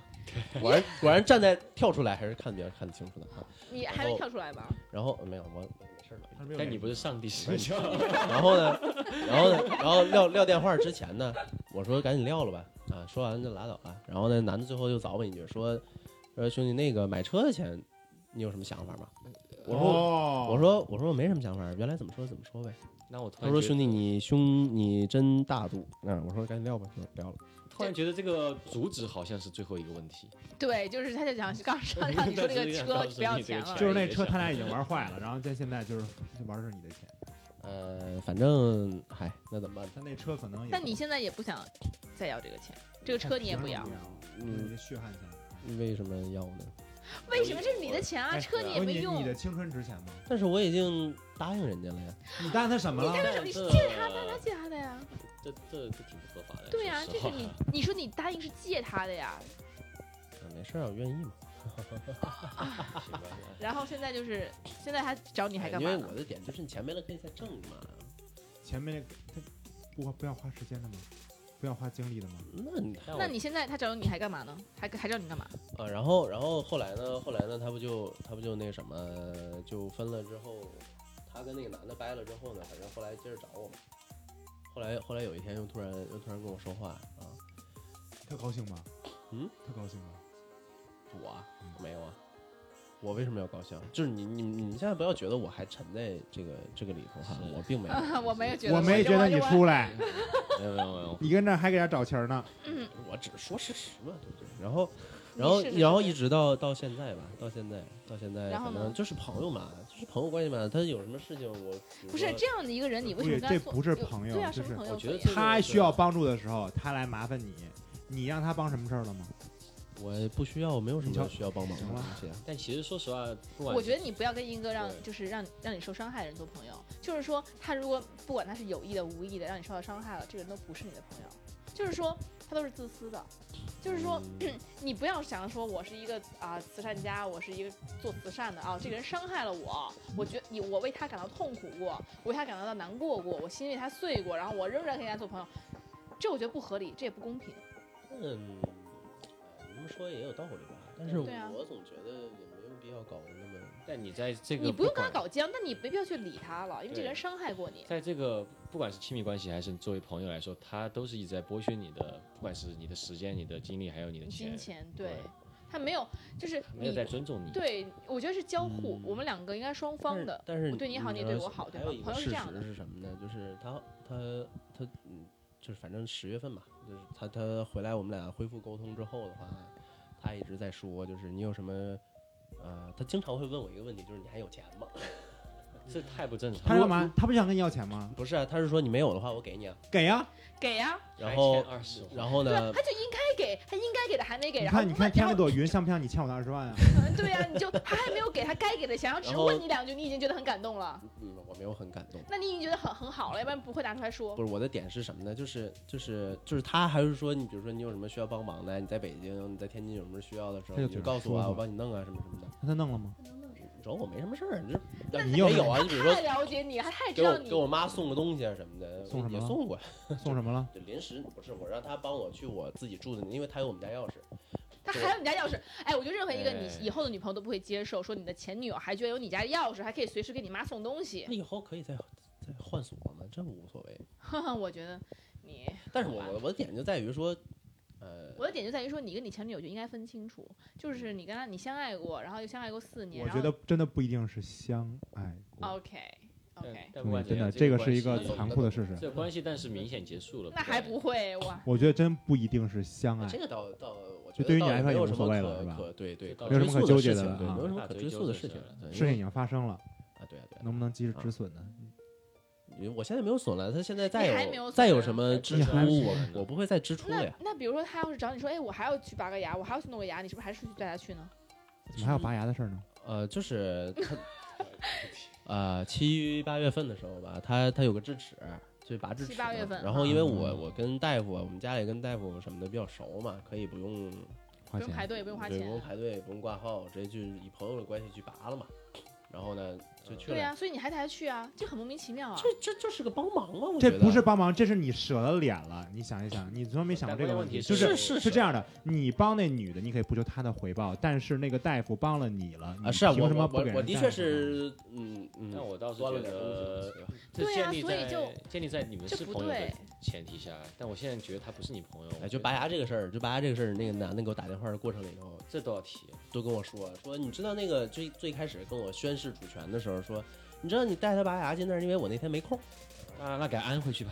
Speaker 7: 果然果然站在跳出来还是看比较看得清楚的哈。
Speaker 2: 你还没跳出来吧？
Speaker 7: 然后没有我我没事儿了。
Speaker 8: 他没有
Speaker 5: 但你
Speaker 8: 脸
Speaker 5: 不是上帝视角，
Speaker 7: 然后呢，然后呢，然后撂撂电话之前呢，我说赶紧撂了吧，啊，说完就拉倒了。然后呢，男的最后又找我一句说，说兄弟，那个买车的钱，你有什么想法吗？我说、
Speaker 8: 哦
Speaker 7: 我说我说我没什么想法，原来怎么说怎么说呗。
Speaker 5: 那我突
Speaker 7: 他
Speaker 5: 然
Speaker 7: 说
Speaker 5: 觉得
Speaker 7: 兄弟你胸你真大度，嗯，我说赶紧撂吧，就撂了。
Speaker 5: 突然觉得这个阻止好像是最后一个问题。
Speaker 2: 对，就是他就想刚上让你说这个
Speaker 5: 对就是
Speaker 2: 车
Speaker 5: 告诉
Speaker 2: 不要
Speaker 5: 你这
Speaker 2: 钱
Speaker 5: 个
Speaker 2: 了
Speaker 5: 车。
Speaker 7: 哎
Speaker 8: 就是那车他俩已经玩坏了，然后在现在就是玩的是你的钱，
Speaker 7: 呃，反正嗨，那怎么办？
Speaker 8: 但那车可能也。
Speaker 2: 但你现在也不想再要这个钱，这个车你也不要。
Speaker 8: 嗯，这血汗钱。
Speaker 7: 为什么要呢？
Speaker 2: 为什么这是你的钱啊？
Speaker 8: 哎
Speaker 2: 车你也
Speaker 8: 不是
Speaker 2: 没
Speaker 8: 你
Speaker 2: 用
Speaker 8: 你。的青春值钱吗？
Speaker 7: 但是我已经答应人家了呀。
Speaker 8: 你答应他什么了？
Speaker 2: 你为什么你借
Speaker 8: 呃
Speaker 2: 他的？他借他的呀？
Speaker 5: 这这这挺不合法的。
Speaker 2: 对呀、
Speaker 5: 说
Speaker 2: 这
Speaker 5: 实话
Speaker 2: 是你，你说你答应是借他的呀，
Speaker 7: 啊没事儿，我愿意嘛。
Speaker 5: 行吧
Speaker 2: 然后现在就是现在还找你还干
Speaker 7: 哎因
Speaker 2: 嘛
Speaker 7: 为
Speaker 2: 呢？
Speaker 5: 哎
Speaker 7: 我的点就是你钱没了可以再挣嘛。
Speaker 8: 前面那个他不不要花时间的吗？不要花精力的吗？
Speaker 7: 那你看我
Speaker 2: 那你现在他找你还干嘛呢？还还找你干嘛？
Speaker 7: 呃，然后然后后来呢？后来呢？他不就他不就那什么就分了之后，他跟那个男的掰了之后呢，反正后来接着找我嘛。后来后来有一天又突然又突然跟我说话啊，
Speaker 8: 他高兴吗？
Speaker 7: 嗯，
Speaker 8: 他高兴吗？
Speaker 7: 我啊没有啊，我为什么要高兴？就是你你你现在不要觉得我还沉在这个这个里头哈，
Speaker 5: 是
Speaker 7: 我并没有，
Speaker 2: 我没有觉得，
Speaker 8: 我没觉得你出来，
Speaker 5: 没有没有没 有，
Speaker 8: 你跟这儿还给他找情儿呢。
Speaker 7: 我只说事实嘛，对不对？然后然后然后一直到到现在吧，到现在到现在，
Speaker 2: 然后
Speaker 7: 反
Speaker 2: 呢
Speaker 7: 正就是朋友嘛，就是朋友关系嘛。他有什么事情我比如
Speaker 2: 不是
Speaker 7: 说
Speaker 2: 这样的一个人，你为什么
Speaker 8: 对
Speaker 2: 跟
Speaker 8: 这
Speaker 2: 他做
Speaker 8: 不是
Speaker 2: 就
Speaker 8: 朋友
Speaker 2: 对啊，
Speaker 8: 这
Speaker 2: 什么
Speaker 8: 是
Speaker 2: 朋友
Speaker 7: 我
Speaker 2: 可
Speaker 7: 觉得
Speaker 2: 以啊？
Speaker 7: 这个
Speaker 8: 他
Speaker 7: 对
Speaker 8: 需要帮助的时候，他来麻烦你，你让他帮什么事儿了吗？
Speaker 7: 我不需要，我没有什
Speaker 8: 你瞧
Speaker 7: 么需要帮忙的
Speaker 8: 行
Speaker 7: 东
Speaker 8: 了
Speaker 7: 西啊。
Speaker 5: 但其实说实话，不管
Speaker 2: 我觉得你不要跟一个让
Speaker 5: 对
Speaker 2: 就是让让你受伤害的人做朋友，就是说他如果不管他是有意的无意的让你受到伤害了，这个人都不是你的朋友，就是说他都是自私的，就是说、
Speaker 5: 嗯
Speaker 2: 你不要想说我是一个啊、慈善家，我是一个做慈善的啊，这个人伤害了我，我觉你我为他感到痛苦过，我为他感到难过过，我心为他碎过，然后我仍然跟人家做朋友，这我觉得不合理，这也不公平。
Speaker 7: 嗯，你们说也有道理吧？但是
Speaker 2: 对啊
Speaker 7: 我总觉得也没有必要搞那么。
Speaker 5: 但你在这个
Speaker 2: 你不用跟他
Speaker 5: 管
Speaker 2: 搞僵，但你没必要去理他了，因为这
Speaker 5: 对
Speaker 2: 个人伤害过你。
Speaker 5: 在这个不管是亲密关系还是作为朋友来说，他都是一直在剥削你的，不管是你的时间、你的精力，还有你的
Speaker 2: 金
Speaker 5: 钱，
Speaker 2: 钱，
Speaker 5: 对
Speaker 2: 对，他没有，就是
Speaker 5: 没有
Speaker 2: 你
Speaker 5: 在尊重你。，
Speaker 2: 对，我觉得是交互，
Speaker 7: 嗯
Speaker 2: 我们两个应该双方的，
Speaker 7: 但是
Speaker 2: 我对你好你也对
Speaker 7: 知道
Speaker 2: 我好对
Speaker 7: 还有
Speaker 2: 吧
Speaker 7: 一
Speaker 2: 朋
Speaker 7: 个
Speaker 2: 友是
Speaker 7: 事
Speaker 2: 这样的
Speaker 7: 实是什么呢？就是他他他嗯，就是反正十月份吧，就是他他回来我们俩恢复沟通之后的话，他一直在说，就是你有什么。呃，他经常会问我一个问题，就是你还有钱吗？
Speaker 5: 这太不正常了。
Speaker 8: 他干嘛？他不想跟你要钱吗？
Speaker 7: 不是啊，他是说你没有的话，我给你啊。
Speaker 8: 给呀！
Speaker 2: 给呀、
Speaker 7: 然后，
Speaker 5: 二十，
Speaker 7: 然后
Speaker 2: 对
Speaker 7: 呢
Speaker 2: 啊，？他就应该给，他应该给的还没给，
Speaker 8: 你
Speaker 2: 然
Speaker 7: 啊
Speaker 2: 后
Speaker 8: 看，你看
Speaker 2: 问
Speaker 8: 天
Speaker 2: 然
Speaker 8: 了
Speaker 2: 后
Speaker 8: 朵云，像不像你欠我的二十万啊？
Speaker 2: 对呀、你就他还没有给他该给的钱，然后只
Speaker 7: 然后
Speaker 2: 问你两句，你已经觉得很感动了，
Speaker 7: 嗯，我没有很感动。
Speaker 2: 那你已经觉得很很好了，要不然不会拿出来说。
Speaker 7: 不是我的点是什么呢？就是就是就是他还是说你比如说你有什么需要帮忙的，你在北京你在天津有什么需要的时候，
Speaker 8: 这个怎
Speaker 7: 你就
Speaker 8: 么
Speaker 7: 告诉
Speaker 8: 说
Speaker 7: 我啊，
Speaker 8: 法
Speaker 7: 我帮你弄啊什么什么的。
Speaker 8: 那他弄了吗？
Speaker 7: 主要我没什么事儿，你这
Speaker 8: 你
Speaker 7: 你
Speaker 8: 又
Speaker 7: 没有啊？你比如说
Speaker 2: 太了解你了，他太知
Speaker 7: 给
Speaker 2: 道
Speaker 7: 我
Speaker 2: 你
Speaker 7: 给我妈送个东西啊什么的，
Speaker 8: 送什么
Speaker 7: 也
Speaker 8: 了
Speaker 7: 送过，
Speaker 8: 送什么了？
Speaker 7: 就临时不是我让她帮我去我自己住的，因为她有我们家钥匙。
Speaker 2: 他
Speaker 7: 对
Speaker 2: 还有你家钥匙，哎，我觉得任何一个你
Speaker 5: 哎
Speaker 2: 以后的女朋友都不会接受，说你的前女友还居然有你家钥匙，还可以随时给你妈送东西
Speaker 7: 那。以后可以再再换锁嘛，这无所谓。
Speaker 2: 我觉得你
Speaker 7: 但是我我我的点就在于说，呃，
Speaker 2: 我的点就在于说，你跟你前女友就应该分清楚，就是你跟他你相爱过，然后又相爱过四
Speaker 7: 啊
Speaker 2: 年，
Speaker 8: 嗯我
Speaker 2: 然
Speaker 8: 觉
Speaker 2: 后
Speaker 8: 得真的不一定是相爱
Speaker 7: 哦
Speaker 8: 过，
Speaker 2: OK
Speaker 5: 但
Speaker 2: OK，
Speaker 5: 但不
Speaker 8: 嗯对，
Speaker 5: 管
Speaker 8: 真的，
Speaker 5: 怎
Speaker 8: 这
Speaker 5: 样
Speaker 8: 个是
Speaker 5: 关
Speaker 8: 一
Speaker 5: 系
Speaker 8: 个残酷的事实。
Speaker 5: 这个关系，但是明显结束了。
Speaker 2: 那还不会哇？
Speaker 8: 我觉得真不一定是相爱
Speaker 7: 这，个倒倒我觉
Speaker 8: 就
Speaker 7: 得
Speaker 8: 对于
Speaker 7: 倒
Speaker 8: 你
Speaker 7: 也
Speaker 8: 来说
Speaker 7: 没
Speaker 8: 也
Speaker 7: 有
Speaker 8: 无
Speaker 7: 什
Speaker 8: 所
Speaker 7: 么
Speaker 8: 谓了
Speaker 7: 可
Speaker 8: 是吧
Speaker 7: 可对对，
Speaker 5: 这倒
Speaker 8: 没有什么可
Speaker 7: 追溯
Speaker 8: 纠结
Speaker 7: 事
Speaker 8: 的
Speaker 7: 情
Speaker 8: 了
Speaker 7: 对，
Speaker 8: 啊
Speaker 7: 没有什么可追溯的事情
Speaker 5: 大，追究
Speaker 7: 对
Speaker 8: 事情已经发生了，
Speaker 7: 啊对啊对啊。
Speaker 8: 能不能及时
Speaker 7: 啊
Speaker 8: 止损呢？
Speaker 7: 我现在没有损了，他现在再
Speaker 2: 你还没有
Speaker 7: 有
Speaker 2: 损
Speaker 7: 再有
Speaker 2: 啊
Speaker 7: 什么支
Speaker 8: 你
Speaker 7: 出，
Speaker 8: 还没
Speaker 7: 我我不会再支出了
Speaker 2: 那
Speaker 7: 呀。
Speaker 2: 那比如说他要是找你说，哎，我还要去拔个牙，我还要去弄个牙，你是不是还是去带他去呢？
Speaker 8: 怎么还有拔牙的事儿呢？
Speaker 7: 呃，就是他，呃，七八月份的时候吧，他他有个智齿，就拔智齿
Speaker 2: 七
Speaker 7: 嘛。
Speaker 2: 八月份
Speaker 7: 然后因为
Speaker 8: 啊
Speaker 7: 我我跟大夫，我们家里跟大夫什么的比较熟嘛，可以不用
Speaker 8: 花
Speaker 2: 不用排
Speaker 8: 钱，
Speaker 2: 队，也不用花
Speaker 7: 对
Speaker 2: 钱
Speaker 7: 不。用排队，不用挂号，直接就以朋友的关系去拔了嘛。然后呢，就去
Speaker 2: 对啊
Speaker 7: 了。
Speaker 2: 呀、所以你还带他去啊，这很莫名其妙啊。
Speaker 7: 这这这是个帮忙啊！我
Speaker 8: 这
Speaker 7: 觉得
Speaker 8: 不是帮忙，这是你舍了脸了。你想一想，你从来没想过这个题，
Speaker 5: 但关键问题是
Speaker 8: 就是
Speaker 7: 是
Speaker 8: 是这样的，你帮那女的，你可以不求她的回报，但是那个大夫帮了你了，
Speaker 7: 啊，是啊，
Speaker 8: 你
Speaker 7: 我
Speaker 8: 凭什么
Speaker 7: 我
Speaker 8: 不
Speaker 7: 我
Speaker 8: 给人
Speaker 7: 我的
Speaker 8: 家
Speaker 7: 确
Speaker 8: 呢
Speaker 7: 是，嗯嗯，
Speaker 5: 但我倒是
Speaker 7: 端了
Speaker 5: 觉
Speaker 7: 点东
Speaker 5: 得
Speaker 7: 西。
Speaker 5: 这
Speaker 2: 对啊
Speaker 5: 建立
Speaker 2: 所以
Speaker 5: 在
Speaker 2: 就
Speaker 5: 建立在你们
Speaker 2: 这
Speaker 5: 是
Speaker 2: 不
Speaker 5: 朋友的
Speaker 2: 对
Speaker 5: 前提下，但我现在觉得他不是你朋友，我
Speaker 7: 哎，
Speaker 5: 觉
Speaker 7: 就
Speaker 5: 得
Speaker 7: 拔牙这个事儿，就拔牙这个事儿，那个男的给我打电话的过程里头，
Speaker 5: 这都要提，啊
Speaker 7: 都跟我说说，你知道那个最最开始跟我宣誓主权的时候说，你知道你带他拔牙进那儿，因为我那天没空。
Speaker 5: 那那给他安回去吧。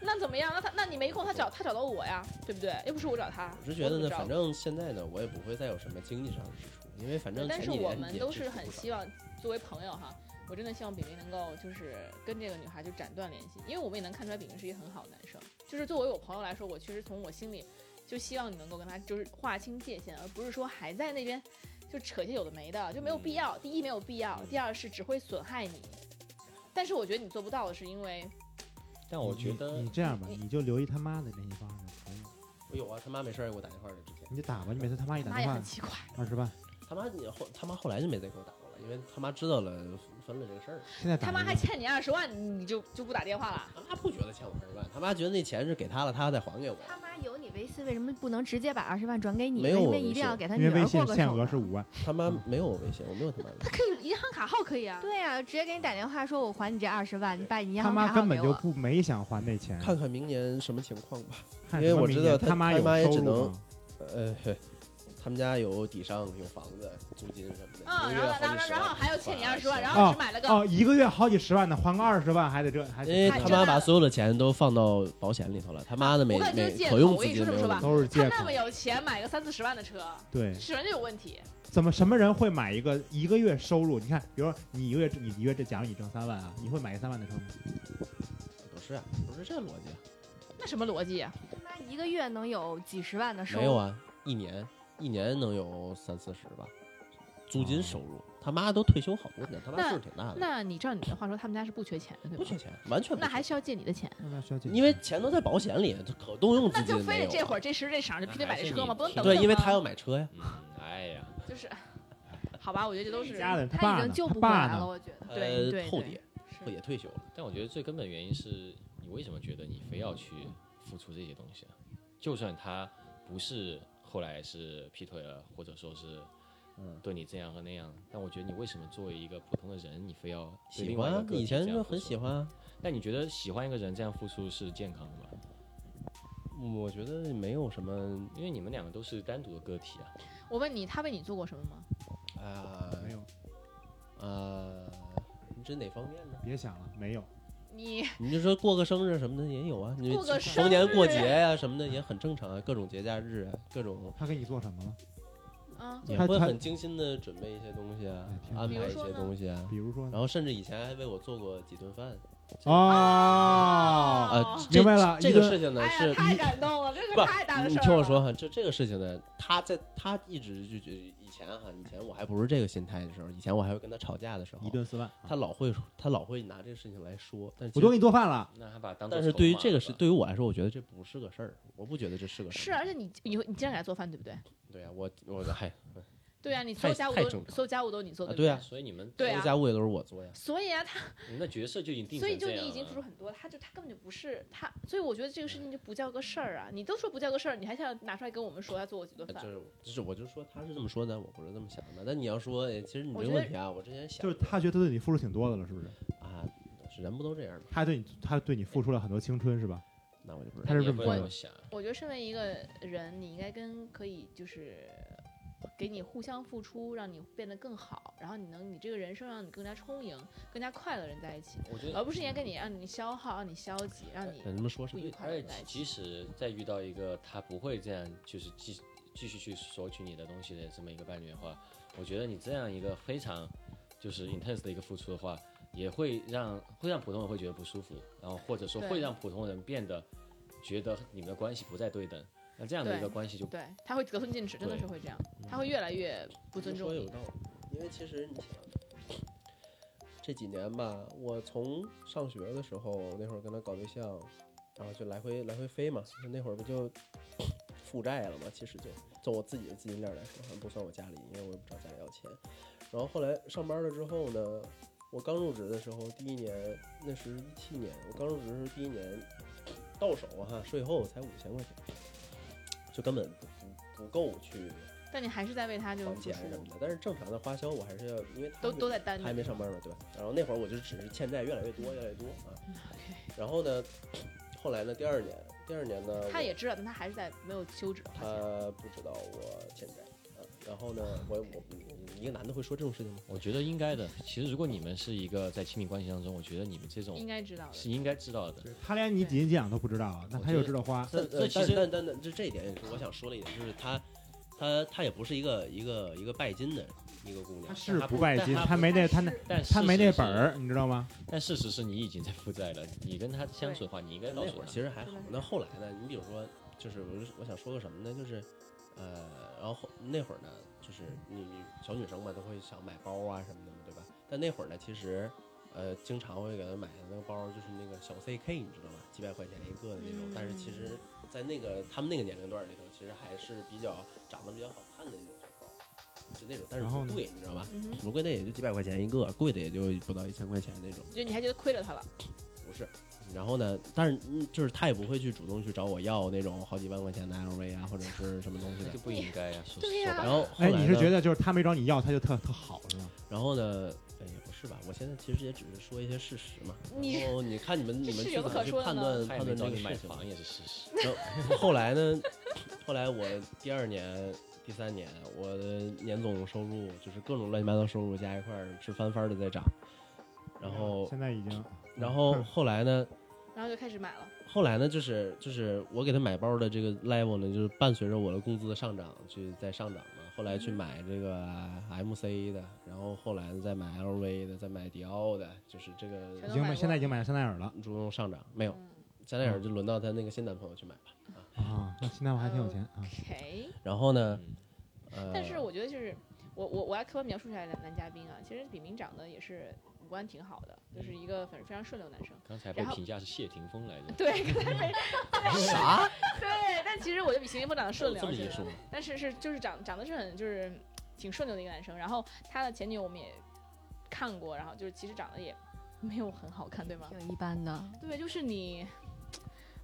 Speaker 2: 那怎么样？那他那你没空，他找他找到我呀，对不对？又不是我找他。
Speaker 7: 我是觉
Speaker 2: 怎
Speaker 7: 得
Speaker 2: 么
Speaker 7: 呢，
Speaker 2: 找
Speaker 7: 反正现在呢，我也不会再有什么经济上的支出，因为反正
Speaker 2: 但
Speaker 7: 前
Speaker 2: 是
Speaker 7: 几
Speaker 2: 我
Speaker 7: 年
Speaker 2: 们
Speaker 7: 也
Speaker 2: 都
Speaker 7: 支
Speaker 2: 是
Speaker 7: 出
Speaker 2: 很
Speaker 7: 不少
Speaker 2: 希望作为朋友哈，我真的希望饼饼能够就是跟这个女孩就斩断联系，因为我们也能看出来饼饼是一个很好的男生。就是作为我朋友来说，我确实从我心里就希望你能够跟他就是划清界限，而不是说还在那边就扯些有的没的，就没有
Speaker 7: 嗯
Speaker 2: 必要。第一没有必要，第二是只会损害你。但是我觉得你做不到的是因为
Speaker 5: 但我觉得
Speaker 8: 你你这样吧，
Speaker 2: 你
Speaker 8: 你就留一他妈的联系方式，朋友
Speaker 7: 我有啊，他妈没事儿给我打电话的之前，
Speaker 8: 你就打吧。你每次他妈一打
Speaker 2: 妈也
Speaker 8: 电
Speaker 2: 很
Speaker 8: 话，
Speaker 2: 奇怪。
Speaker 8: 二十万，
Speaker 7: 他妈你后他妈后来就没再给我打过了。因为他妈知道了分了这个事儿，
Speaker 8: 现在打
Speaker 2: 他妈
Speaker 8: 人
Speaker 2: 还欠你二十万，你就就不打电话了？
Speaker 7: 他妈不觉得欠我二十万，他妈觉得那钱是给他了，他再还给我。
Speaker 6: 他妈有你微信，为什么不能直接把二十万转给你？为
Speaker 7: 没有
Speaker 6: 什
Speaker 7: 我
Speaker 6: 么一
Speaker 7: 微
Speaker 6: 定要
Speaker 7: 信
Speaker 6: 给他
Speaker 8: 因
Speaker 6: 女
Speaker 8: 为微
Speaker 6: 儿过
Speaker 8: 信
Speaker 6: 个
Speaker 8: 限
Speaker 6: 手
Speaker 8: 额
Speaker 6: 呢
Speaker 8: 是五万，
Speaker 7: 他妈没有我微信，我没有他妈微
Speaker 2: 他
Speaker 7: 信。
Speaker 2: 可以银行卡号可以啊。
Speaker 6: 对呀、直接给你打电话说，我还你这二十万，你把你银
Speaker 8: 他
Speaker 6: 行卡
Speaker 8: 妈
Speaker 6: 号
Speaker 8: 根本
Speaker 6: 给
Speaker 8: 就
Speaker 6: 我
Speaker 8: 不没想还那钱，
Speaker 7: 看看明年什么情况吧。
Speaker 8: 看
Speaker 7: 因为
Speaker 8: 什么
Speaker 7: 我
Speaker 8: 明
Speaker 7: 知
Speaker 8: 年
Speaker 7: 道他
Speaker 8: 他妈
Speaker 7: 他
Speaker 8: 有
Speaker 7: 妈也
Speaker 8: 收
Speaker 7: 只
Speaker 8: 入
Speaker 7: 能
Speaker 8: 吗
Speaker 7: 呃，嘿他们家有底商，有房子，租金什么的。
Speaker 2: 嗯，
Speaker 7: 一
Speaker 2: 然
Speaker 7: 个
Speaker 2: 后然后
Speaker 7: 月好几十
Speaker 2: 然
Speaker 7: 万
Speaker 2: 后还有
Speaker 7: 啊
Speaker 2: 欠你二十万，然
Speaker 8: 哦
Speaker 2: 后只买了个
Speaker 8: 哦，一个月好几十万呢，还个二十万还得这还
Speaker 7: 因为
Speaker 2: 太
Speaker 7: 哎他
Speaker 2: 正
Speaker 7: 妈
Speaker 2: 大
Speaker 7: 把
Speaker 2: 了
Speaker 7: 所有的钱都放到保险里头了，他妈的每
Speaker 2: 我感觉
Speaker 7: 每
Speaker 2: 啊借
Speaker 7: 可
Speaker 2: 口
Speaker 7: 用
Speaker 2: 我
Speaker 7: 资
Speaker 2: 跟你
Speaker 7: 金
Speaker 2: 说这
Speaker 7: 没
Speaker 2: 么说吧
Speaker 7: 有问题。
Speaker 8: 都是
Speaker 2: 他
Speaker 8: 借
Speaker 2: 那
Speaker 8: 口
Speaker 2: 么。有钱买个三四十万的车，
Speaker 8: 对，
Speaker 2: 人就有问题。
Speaker 8: 怎么什么人会买一个一个月收入？你看，比如说你一个月你一个月这，假如你挣三万啊，你会买一三万的车吗？
Speaker 7: 不是啊，不是这逻辑啊，
Speaker 2: 那什么逻辑啊？
Speaker 6: 他妈一个月能有几十万的收入，
Speaker 7: 没有啊，一年一年能有三四十吧，租金收入，他妈都退休好多年，他妈
Speaker 2: 那
Speaker 7: 岁数挺大的，
Speaker 2: 那你照你的话说，他们家是不缺钱的，对
Speaker 7: 不
Speaker 2: 吧？
Speaker 7: 缺钱，完全不
Speaker 2: 那
Speaker 7: 缺
Speaker 2: 还需要借你的钱？
Speaker 8: 那需要解
Speaker 7: 因为钱都在保险里，他可动用
Speaker 2: 那
Speaker 7: 资金
Speaker 2: 就非
Speaker 7: 没
Speaker 2: 得
Speaker 7: 有
Speaker 2: 这
Speaker 7: 啊
Speaker 2: 会儿啊这时这晌就必须得
Speaker 5: 还
Speaker 2: 买这
Speaker 5: 是
Speaker 2: 车
Speaker 5: 你
Speaker 2: 吗？不能
Speaker 5: 提
Speaker 2: 等
Speaker 7: 对，
Speaker 2: 等
Speaker 7: 因为
Speaker 2: 吗
Speaker 7: 他要买车呀，
Speaker 5: 嗯，哎呀，
Speaker 2: 就是，好吧，我觉得这都是
Speaker 8: 家人他
Speaker 6: 他
Speaker 8: 爸
Speaker 6: 已
Speaker 8: 呢
Speaker 6: 经？救
Speaker 8: 他
Speaker 6: 不过
Speaker 8: 爸
Speaker 6: 来
Speaker 8: 呢
Speaker 6: 了，？我觉得。
Speaker 2: 对
Speaker 7: 呃，
Speaker 2: 对
Speaker 7: 后
Speaker 2: 对
Speaker 7: 爹
Speaker 2: 是
Speaker 7: 也退休了，
Speaker 5: 但我觉得最根本原因是你为什么觉得你非要去付出这些东西啊？就算他不是后来是劈腿了，或者说是。
Speaker 8: 嗯
Speaker 5: 对你这样和那样，但我觉得你为什么作为一个普通的人，你非要对
Speaker 7: 喜
Speaker 5: 另外一
Speaker 7: 欢
Speaker 5: 个
Speaker 7: 啊，
Speaker 5: 个体
Speaker 7: 以前
Speaker 5: 这样
Speaker 7: 就
Speaker 5: 付
Speaker 7: 很
Speaker 5: 出
Speaker 7: 喜欢啊，
Speaker 5: 但你觉得喜欢一个人这样付出是健康的吗？
Speaker 7: 嗯我觉得没有什么
Speaker 5: 因为你们两个都是单独的个体啊。
Speaker 2: 我问你，他为你做过什么吗？
Speaker 7: 啊
Speaker 8: 没有，
Speaker 7: 呃，你指哪方面呢？
Speaker 8: 别想了，没有。
Speaker 2: 你
Speaker 7: 你就说过个生日什么的也有啊，你
Speaker 2: 过个
Speaker 7: 逢年
Speaker 2: 生
Speaker 7: 过
Speaker 2: 日
Speaker 7: 节呀、什么的也很正常啊，各种节假日啊，各种
Speaker 8: 他给你做什么了？
Speaker 2: 啊，
Speaker 7: 也
Speaker 8: 他
Speaker 7: 会
Speaker 8: 他
Speaker 7: 很精心的准备一些东西啊
Speaker 8: 哎，挺好
Speaker 7: 安
Speaker 2: 比如
Speaker 7: 排一
Speaker 2: 说
Speaker 7: 些
Speaker 2: 呢
Speaker 7: 东西啊，
Speaker 8: 比如说呢
Speaker 7: 然后甚至以前还为我做过几顿饭。
Speaker 8: 哦，
Speaker 7: 呃
Speaker 2: 哦，
Speaker 7: 这
Speaker 8: 明白了
Speaker 7: 这
Speaker 8: 一
Speaker 7: 个
Speaker 8: 顿
Speaker 7: 事情呢
Speaker 2: 哎
Speaker 7: 呃是
Speaker 2: 呀，太感动了，这
Speaker 7: 不
Speaker 2: 个太大的
Speaker 7: 你
Speaker 2: 事儿。
Speaker 7: 听我说，哈，这这个事情呢，他在他一直就觉得以前哈，以前我还不是这个心态的时候，以前我还会跟他吵架的时候
Speaker 8: 一，顿四万，啊
Speaker 7: 他老会他老会拿这个事情来说，但
Speaker 8: 我
Speaker 7: 其
Speaker 8: 都
Speaker 7: 实
Speaker 8: 给你做饭了。
Speaker 5: 那他把当
Speaker 7: 但是对于这个事，
Speaker 5: 事，
Speaker 7: 对于我来说，我觉得这不是个事儿，我不觉得这是个事
Speaker 2: 是，
Speaker 7: 儿。
Speaker 2: 而且你你你经常给他做饭，对不对？
Speaker 7: 对呀、我我嗨，
Speaker 2: 对啊，你所有
Speaker 7: 太
Speaker 2: 家务
Speaker 7: 太
Speaker 2: 都
Speaker 7: 正常
Speaker 2: 所有家务都你做，
Speaker 7: 啊
Speaker 2: 不
Speaker 7: 对呀、
Speaker 5: 所以你们
Speaker 2: 对
Speaker 7: 所有
Speaker 2: 啊，
Speaker 7: 家务也都是我做呀。
Speaker 2: 所以啊，他
Speaker 5: 你们的角色就已经定
Speaker 2: 所以
Speaker 5: 成
Speaker 2: 就
Speaker 5: 这
Speaker 2: 你
Speaker 5: 样
Speaker 2: 已经付出
Speaker 5: 了。
Speaker 2: 很多，他就他根本就不是他，所以我觉得这个事情就不叫个事儿啊！你都说不叫个事儿，你还想拿出来跟我们说他做过几顿
Speaker 7: 呃
Speaker 2: 饭
Speaker 7: 就？是就是，我就说他是这么说的，我不是这么想的。但你要说，哎其实你
Speaker 2: 我
Speaker 7: 这
Speaker 2: 觉
Speaker 7: 个
Speaker 2: 得
Speaker 7: 问题啊，我之前想
Speaker 8: 就是他觉得他对你付出挺多的了，是不是？
Speaker 7: 啊，是人不都这样吗？
Speaker 8: 他对你，他对你付出了很多青春，是吧？
Speaker 7: 那我就不知
Speaker 8: 他是
Speaker 7: 道。
Speaker 5: 你也
Speaker 8: 这
Speaker 5: 不
Speaker 8: 么说
Speaker 5: 能这么
Speaker 8: 的。
Speaker 5: 想，
Speaker 2: 我觉得身为一个人，你应该跟可以就是给你互相付出，让你变得更好，然后你能你这个人生让你更加充盈、更加快乐的人在一起，
Speaker 5: 我觉得
Speaker 2: 而不是应该跟你让你消耗、让你消极、让你
Speaker 7: 呃你们说是
Speaker 2: 不
Speaker 7: 对
Speaker 2: 愉
Speaker 7: 的，
Speaker 2: 快的
Speaker 5: 而
Speaker 2: 人在
Speaker 5: 且
Speaker 2: 一起。
Speaker 5: 即使再遇到一个他不会这样，就是继继续去索取你的东西的这么一个伴侣的话，我觉得你这样一个非常就是
Speaker 2: 嗯
Speaker 5: intense 的一个付出的话，也会让会让普通人会觉得不舒服，然后或者说
Speaker 2: 对
Speaker 5: 会让普通人变得觉得你们的关系不再对等，那这样的一个
Speaker 2: 对
Speaker 5: 关系就
Speaker 2: 对，他会得寸进尺，真的是会这样，他会越来越不尊重
Speaker 7: 嗯说有
Speaker 2: 你。
Speaker 7: 道理。因为其实你想，这几年吧，我从上学的时候那会儿跟他搞对象，然后就来回来回飞嘛，就是那会儿不就 负债了嘛，其实就从我自己的资金链来说，还不算我家里，因为我也不找家里要钱。然后后来上班了之后呢，我刚入职的时候，第一年那是一七年，我刚入职的时候第一年到手啊哈、税后才五千块钱，就根本不不不够去
Speaker 2: 但你还是在为他就是
Speaker 7: 还
Speaker 2: 付
Speaker 7: 钱啊什
Speaker 2: 出
Speaker 7: 么，的，但是正常的花销我还是要，因为他
Speaker 2: 都
Speaker 7: 没
Speaker 2: 都在担
Speaker 7: 他
Speaker 2: 着。
Speaker 7: 还 没上班嘛，对吧？然后那会儿我就只是欠债越来越多，越来越多啊。然后呢，后来呢，第二年，第二年呢，
Speaker 2: 他
Speaker 7: 我
Speaker 2: 也知道，但他还是在没有休止花
Speaker 5: 呃
Speaker 2: 钱。
Speaker 7: 他不知道我欠债啊。然后呢，我我一个男的会说这种事情吗？
Speaker 5: 我觉得应该的。其实如果你们是一个在亲密关系当中，我觉得你们这种
Speaker 2: 应该知道
Speaker 5: 是
Speaker 2: 的。
Speaker 5: 应该知道的。
Speaker 8: 他连你几斤几两都不知道啊，那他就知道花。
Speaker 5: 这
Speaker 7: 但
Speaker 5: 这
Speaker 7: 呃
Speaker 5: 其
Speaker 7: 但
Speaker 5: 实
Speaker 7: 但但但就这一点也是我想说的一点，就是他他他也不是一个一个一个拜金的一个姑娘，
Speaker 8: 他是
Speaker 5: 他
Speaker 8: 不拜金，他
Speaker 5: 他
Speaker 8: 没那他那
Speaker 5: 但事
Speaker 8: 他没那
Speaker 5: 实是
Speaker 8: 本儿，你知道吗？
Speaker 5: 但事实是你已经在负债了，你跟他相处的话，你应该
Speaker 7: 那
Speaker 5: 告诉
Speaker 7: 会儿
Speaker 5: 他。
Speaker 7: 其实还好
Speaker 2: 真的是。
Speaker 7: 那后来呢？你比如说，就是我是我想说个什么呢？就是，呃，然后后那会儿呢，就是你你小女生嘛，都会想买包啊什么的嘛，对吧？但那会儿呢，其实，呃，经常会给她买的那个包就是那个小 CK，你知道吧？几百块钱一个的那种。但是其实，在那个他们那个年龄段里头，其实还是比较长得比较好看的那种小包。是那种，但是
Speaker 8: 然后
Speaker 7: 不
Speaker 8: 呢
Speaker 7: 贵，你知道吧？
Speaker 2: 嗯哼，
Speaker 7: 玫瑰的也就几百块钱一个，贵的也就不到一千块钱那种，
Speaker 2: 就你还觉得亏了他了，
Speaker 7: 不是。然后呢，但是嗯就是他也不会去主动去找我要那种好几万块钱的 LV 啊，或者是什么东西
Speaker 5: 那
Speaker 7: 的
Speaker 5: 就。不应该呀、说
Speaker 2: 对呀
Speaker 5: 说白
Speaker 7: 然
Speaker 5: 了
Speaker 7: 后
Speaker 8: 哎，
Speaker 7: 后来
Speaker 8: 你是
Speaker 7: 呢
Speaker 8: 觉得就是他没找你要，他就特特好是吗？
Speaker 7: 然后呢，哎，也不是吧，我现在其实也只是说一些事实嘛。
Speaker 2: 你
Speaker 7: 然后你看你 们
Speaker 2: 这
Speaker 7: 你
Speaker 2: 是
Speaker 7: 们去
Speaker 2: 有
Speaker 7: 怎
Speaker 2: 可
Speaker 7: 么去
Speaker 2: 说的
Speaker 7: 判
Speaker 2: 呢
Speaker 5: 他
Speaker 7: 断判
Speaker 5: 也没
Speaker 7: 断
Speaker 5: 找
Speaker 7: 这个
Speaker 5: 你买
Speaker 7: 事情？
Speaker 5: 房也是事实。
Speaker 7: 然后后来呢，后来我第二年、第三年，我的年总收入就是各种乱七八糟收入加一块儿是翻番的在涨。然后，
Speaker 8: 现在已经，
Speaker 7: 然
Speaker 8: 嗯
Speaker 7: 后后来呢？
Speaker 2: 然后就开始买了，
Speaker 7: 后来呢，就是就是我给他买包的这个 level 呢，就是伴随着我的工资的上涨去在上涨嘛。后来去买这个 MC 的，然后后来呢再买 LV 的，再买迪奥的，就是这个
Speaker 2: 全
Speaker 8: 已
Speaker 2: 都
Speaker 8: 经
Speaker 2: 买
Speaker 8: 买，
Speaker 2: 过
Speaker 8: 现在已经买了香奈儿了
Speaker 7: 主动上涨。没有，
Speaker 2: 嗯
Speaker 7: 香奈儿就轮到她那个新男朋友去买吧。
Speaker 8: 啊。那现在我还挺有钱
Speaker 2: 嗯
Speaker 8: 啊。
Speaker 2: ，OK。
Speaker 7: 然后呢，
Speaker 5: 嗯
Speaker 7: 呃，
Speaker 2: 但是我觉得就是我我我要客观描述出来的男嘉宾啊，其实李明长得也是五官挺好的，就是
Speaker 5: 嗯
Speaker 2: 一个反正非常顺溜的男 生。
Speaker 5: 刚才被
Speaker 2: 然后
Speaker 5: 评价是谢霆锋来着，
Speaker 2: 对， 可能被
Speaker 4: 啥？
Speaker 2: 对，但其实我觉得比邢一波长得顺溜，
Speaker 5: 这么
Speaker 2: 我觉
Speaker 5: 一
Speaker 2: 得
Speaker 5: 说，
Speaker 2: 但是是就是长长得是很就是挺顺溜的一个男生。然后他的前女友我们也看过，然后就是其实长得也没有很好看，对吗？
Speaker 6: 挺一般的。
Speaker 2: 对，就是你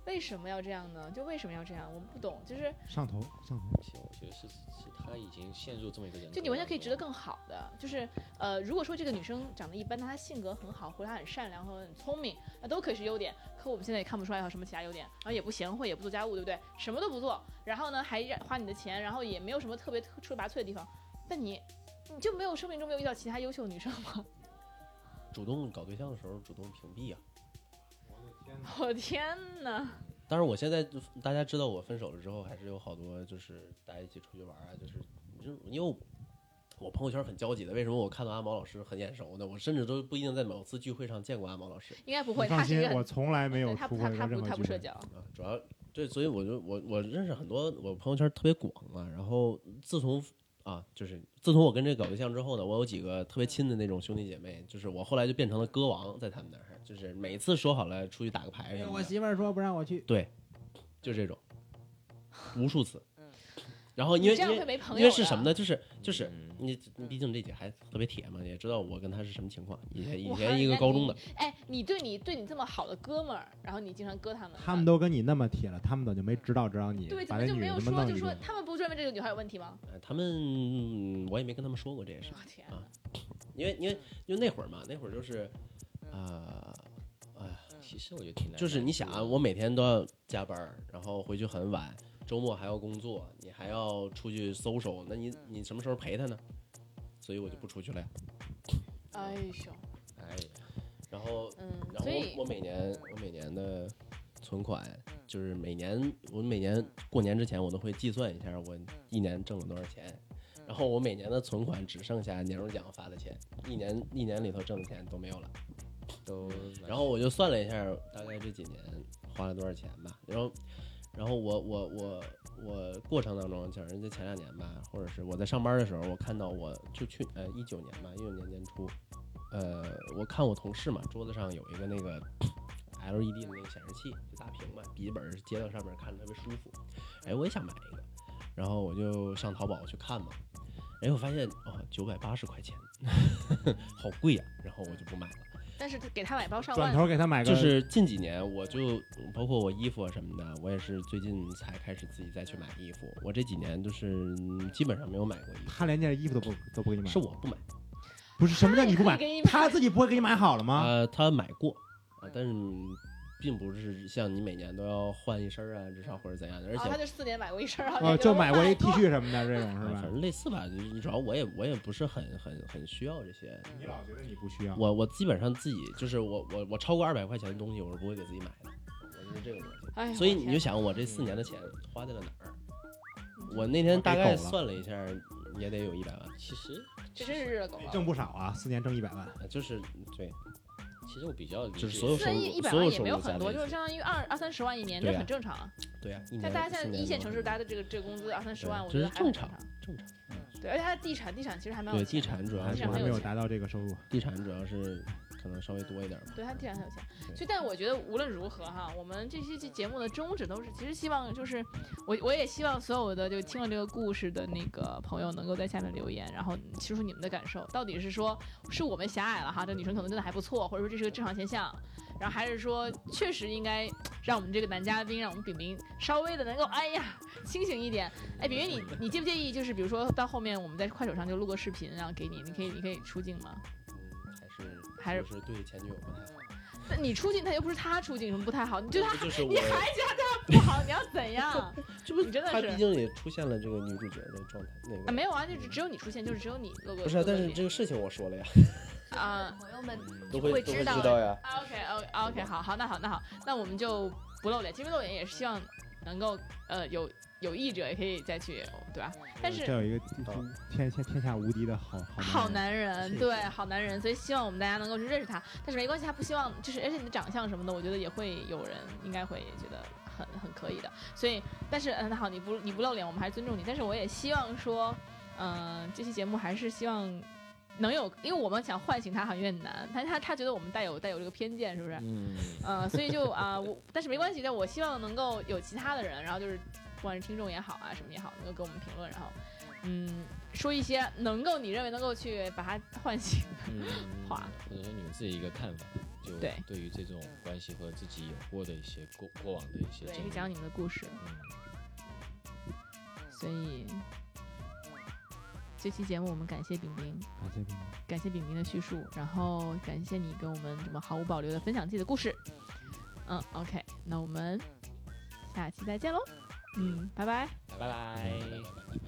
Speaker 2: 为什么要这样呢？就为什么要这样？我不懂，就是
Speaker 8: 上头上头，
Speaker 5: 其实我觉得是是他已经陷入这么一个人格当中，
Speaker 2: 就你完全可以值得更好的，就是呃，如果说这个女生长得一般，但她性格很好，或者她很善良，或者很聪明，那都可以是优点。可我们现在也看不出来她有什么其他优点，然后也不贤惠，也不做家务，对不对？什么都不做，然后呢还让花你的钱，然后也没有什么特别特出类拔萃的地方。但你你就没有生命中没有遇到其他优秀的女生
Speaker 8: 嗯
Speaker 2: 吗？
Speaker 7: 主动搞对象的时候主动屏蔽啊。
Speaker 2: 我的天哪！
Speaker 7: 当然，我现在就大家知道我分手了之后，还是有好多就是大家一起出去玩啊，就是就是因为我我朋友圈很焦急的，为什么我看到阿毛老师很眼熟呢？我甚至都不一定在某次聚会上见过阿毛老师
Speaker 2: 应该不
Speaker 8: 你
Speaker 2: 会，她
Speaker 8: 放
Speaker 2: 是一
Speaker 8: 心
Speaker 2: 个，
Speaker 8: 我
Speaker 2: 很
Speaker 8: 从来没有
Speaker 2: 她
Speaker 8: 出
Speaker 2: 不
Speaker 8: 过
Speaker 2: 她她
Speaker 8: 任
Speaker 2: 不
Speaker 8: 何
Speaker 2: 她
Speaker 8: 聚
Speaker 2: 不社
Speaker 8: 会。
Speaker 2: 交，
Speaker 7: 啊。主要对，所以我就我我认识很多，我朋友圈特别广嘛。然后自从啊，就是自从我跟这个搞对象之后呢，我有几个特别亲的那种兄弟姐妹，就是我后来就变成了歌王，在他们那儿，就是每次说好了出去打个牌
Speaker 2: 哎
Speaker 7: 什么的，
Speaker 2: 嗯
Speaker 8: 妇儿说不哎让我去，
Speaker 7: 就这种，无数次。然后因
Speaker 2: 嗯
Speaker 7: 为
Speaker 2: 你这
Speaker 7: 因
Speaker 2: 样
Speaker 7: 为
Speaker 2: 会没朋友
Speaker 7: 因为是什么
Speaker 2: 的？
Speaker 7: 呢？就是就是
Speaker 5: 嗯
Speaker 7: 你你毕竟这姐还特别铁嘛，也知道我跟她是什么情况，以前以
Speaker 2: 哇
Speaker 7: 前一个高中的，
Speaker 2: 哎，你对你对你这么好的哥们儿，然后你经常割他们，
Speaker 8: 他们都跟你那么铁了，他们怎么就没指导指导你
Speaker 2: 对，，怎
Speaker 8: 把
Speaker 2: 么
Speaker 8: 那
Speaker 2: 就
Speaker 8: 女
Speaker 2: 没
Speaker 8: 的
Speaker 2: 有
Speaker 8: 他妈
Speaker 2: 说？
Speaker 8: 弄
Speaker 2: 就
Speaker 8: 一
Speaker 2: 说
Speaker 8: 顿？
Speaker 2: 他们不认为这个女孩有问题吗？
Speaker 7: 呃他们嗯我也没跟他们说过这件事
Speaker 8: 嗯
Speaker 2: 我
Speaker 7: 儿，
Speaker 2: 天，
Speaker 7: 因为因为因为那会儿嘛，那会儿就是啊。哎呀
Speaker 5: 其实我觉得挺难，
Speaker 7: 就是你想啊，我每天都要加班儿，然后回去很晚，周末还要工作，你还要出去搜搜，那你你什么时候陪她呢？所以我就不出去了呀。
Speaker 2: 哎呦，
Speaker 5: 哎，
Speaker 7: 然后
Speaker 2: 嗯，
Speaker 7: 然后
Speaker 2: 所以
Speaker 7: 我我每年我每年的存款，就是每年我每年过年之前我都会计算一下我一年挣了多少钱，然后我每年的存款只剩下年终奖发的钱，一年一年里头挣的钱都没有了。嗯
Speaker 5: 都
Speaker 7: 然后我就算了一下，大概这几年花了多少钱吧。然后，然后我我我我过程当中，假如在前两年吧，或者是我在上班的时候，我看到我就去呃一九年吧，一九年年初，呃，我看我同事嘛，桌子上有一个那个 LED 的那个显示器，就大屏嘛，笔记本接到上面看着特别舒服。哎，我也想买一个，然后我就上淘宝去看嘛。哎，我发现哦，九百八十块钱，好贵呀、然后我就不买了。
Speaker 2: 但是给他买包上
Speaker 8: 转
Speaker 2: 万，
Speaker 8: 头给他
Speaker 5: 嗯
Speaker 8: 买个，
Speaker 7: 就是近几年，我就包括我衣服啊什么的，我也是最近才开始自己再去买衣服。我这几年就是嗯基本上没有买过衣服，
Speaker 8: 他连件衣服都不都不给你买，
Speaker 7: 是我不买
Speaker 8: 不是什么叫你不买
Speaker 2: 他也可以给你？买
Speaker 8: 他自己不会给你买好了
Speaker 7: 啊、
Speaker 8: 吗？
Speaker 7: 他买过啊，但是并不是像你每年都要换一身啊，至少或者怎样的，而
Speaker 2: 哦，他
Speaker 7: 且。
Speaker 2: 就四年买过一身，然后啊
Speaker 8: 呃，
Speaker 2: 那个
Speaker 8: 就买过一 T
Speaker 2: 多
Speaker 8: 恤什么的这种
Speaker 7: 啊
Speaker 8: 是
Speaker 7: 反
Speaker 8: 吧？
Speaker 7: 正类似吧，就是主要我也我也不是很很很需要这些，
Speaker 8: 你老觉得你不需要，
Speaker 7: 我我基本上自己就是我我我超过二百块钱的东西，我是不会给自己买的，我就是这个逻辑。
Speaker 2: 哎呦，
Speaker 7: 所以
Speaker 2: 我
Speaker 7: 你
Speaker 2: 天
Speaker 7: 就想我这四年的钱花在了哪儿？我那天大
Speaker 8: 我
Speaker 7: 概
Speaker 8: 给狗了
Speaker 7: 算了一下，也得有一百万，
Speaker 5: 其实
Speaker 2: 这真是日了狗
Speaker 8: 挣
Speaker 2: 了，
Speaker 8: 不少啊，四年挣一百万。
Speaker 7: 呃就是对，
Speaker 5: 其实我比较理
Speaker 7: 就是
Speaker 5: 解
Speaker 7: 所有
Speaker 2: 虽
Speaker 7: 收
Speaker 2: 然
Speaker 7: 入
Speaker 2: 一一百
Speaker 7: 所
Speaker 2: 万
Speaker 7: 有
Speaker 2: 也
Speaker 7: 收
Speaker 2: 没有
Speaker 7: 入加
Speaker 2: 很
Speaker 7: 在
Speaker 2: 多，
Speaker 7: 一
Speaker 2: 就是
Speaker 7: 起
Speaker 2: 相当于二二三十万一年，
Speaker 7: 对
Speaker 2: 这
Speaker 7: 啊
Speaker 2: 很正常啊。
Speaker 7: 对啊，一
Speaker 2: 在
Speaker 7: 年
Speaker 2: 大家
Speaker 7: 四
Speaker 2: 现在
Speaker 7: 年
Speaker 2: 一线
Speaker 7: 都
Speaker 2: 城市，大家的这个这个工资二三十
Speaker 7: 对
Speaker 2: 万，我
Speaker 7: 这
Speaker 2: 觉得
Speaker 7: 是
Speaker 2: 还很
Speaker 7: 正常
Speaker 2: 常。嗯
Speaker 7: 正常，
Speaker 2: 对，而且他的地产，地产其实还蛮有
Speaker 7: 对，
Speaker 2: 钱的。
Speaker 7: 地产主
Speaker 8: 我
Speaker 7: 要
Speaker 8: 还
Speaker 7: 是
Speaker 2: 非常
Speaker 8: 我还
Speaker 2: 有
Speaker 8: 没有
Speaker 2: 钱
Speaker 8: 达到这个收入。
Speaker 7: 地产主要是可能稍微多一点吧。
Speaker 2: 对他地产很有钱，
Speaker 7: 对
Speaker 2: 所以但我觉得无论如何哈，我们这期节节目的宗旨都是，其实希望就是我我也希望所有的就听了这个故事的那个朋友能够在下面留言，然后说出你们的感受，到底是说是我们狭隘了哈，这女生可能真的还不错，或者说这是个正常现象，然后还是说确实应该让我们这个男嘉宾，让我们饼饼稍微的能够哎呀清醒一点，哎，饼饼你你介不介意就是比如说到后面我们在快手上就录个视频，然后给你，你可以你可以出镜吗？
Speaker 7: 嗯，
Speaker 2: 还
Speaker 7: 还
Speaker 2: 是
Speaker 7: 是就是对前女友不太好。
Speaker 2: 那你出镜，他又不是他出镜，有什么不太好？你觉得他
Speaker 7: 这就是
Speaker 2: 你
Speaker 7: 我，
Speaker 2: 还觉得他不好，你要怎样？
Speaker 7: 这不
Speaker 2: 你真的
Speaker 7: 他
Speaker 2: 是
Speaker 7: 毕竟也出现了这个女主角的状态，那
Speaker 2: 啊、
Speaker 7: 个
Speaker 2: 没有啊，就只只有你出现，就是只有你露个。
Speaker 7: 不是啊，
Speaker 2: 露个
Speaker 7: 但是
Speaker 2: 脸
Speaker 7: 这个事情我说了呀，
Speaker 2: 啊
Speaker 6: 朋友们
Speaker 7: 都会
Speaker 6: 会
Speaker 7: 都会
Speaker 6: 知
Speaker 7: 知
Speaker 6: 道
Speaker 7: 道呀。
Speaker 2: 啊，OK OK OK，好好，那好那好，那我们就不露脸。其实露脸也是希望能够呃有有意者也可以再去，对吧？但是
Speaker 8: 这有一个天天天下无敌的好
Speaker 2: 好
Speaker 8: 好人。
Speaker 2: 男人，
Speaker 7: 是
Speaker 2: 对，好男人，所以希望我们大家能够去认识他。但是没关系，他不希望就是，而且你的长相什么的，我觉得也会有人应该会觉得很很可以的。所以，但是嗯，好，你不你不露脸，我们还是尊重你。但是我也希望说，嗯、这期节目还是希望能有，因为我们想唤醒他好像有点难，但是他他觉得我们带有带有这个偏见，是不是？
Speaker 5: 嗯，
Speaker 2: 呃，所以就啊、我但是没关系的，我希望能够有其他的人，然后就是不管是听众也好啊，什么也好，能够给我们评论，然后嗯，说一些能够你认为能够去把它 唤醒。话
Speaker 5: 或者说你们自己一个看法，就
Speaker 2: 对
Speaker 5: 对于这种关系或者自己有过的一些过过往的一些
Speaker 2: 对，
Speaker 5: 经
Speaker 2: 就
Speaker 5: 历，
Speaker 2: 讲你们的故事，
Speaker 5: 嗯，
Speaker 2: 嗯所以这期节目我们感谢饼饼，
Speaker 8: 感谢冰冰
Speaker 2: 感谢饼饼的叙述，然后感谢你跟我们这么毫无保留的分享自己的故事。嗯，OK，那我们下期再见喽。嗯，拜拜。
Speaker 5: 拜拜。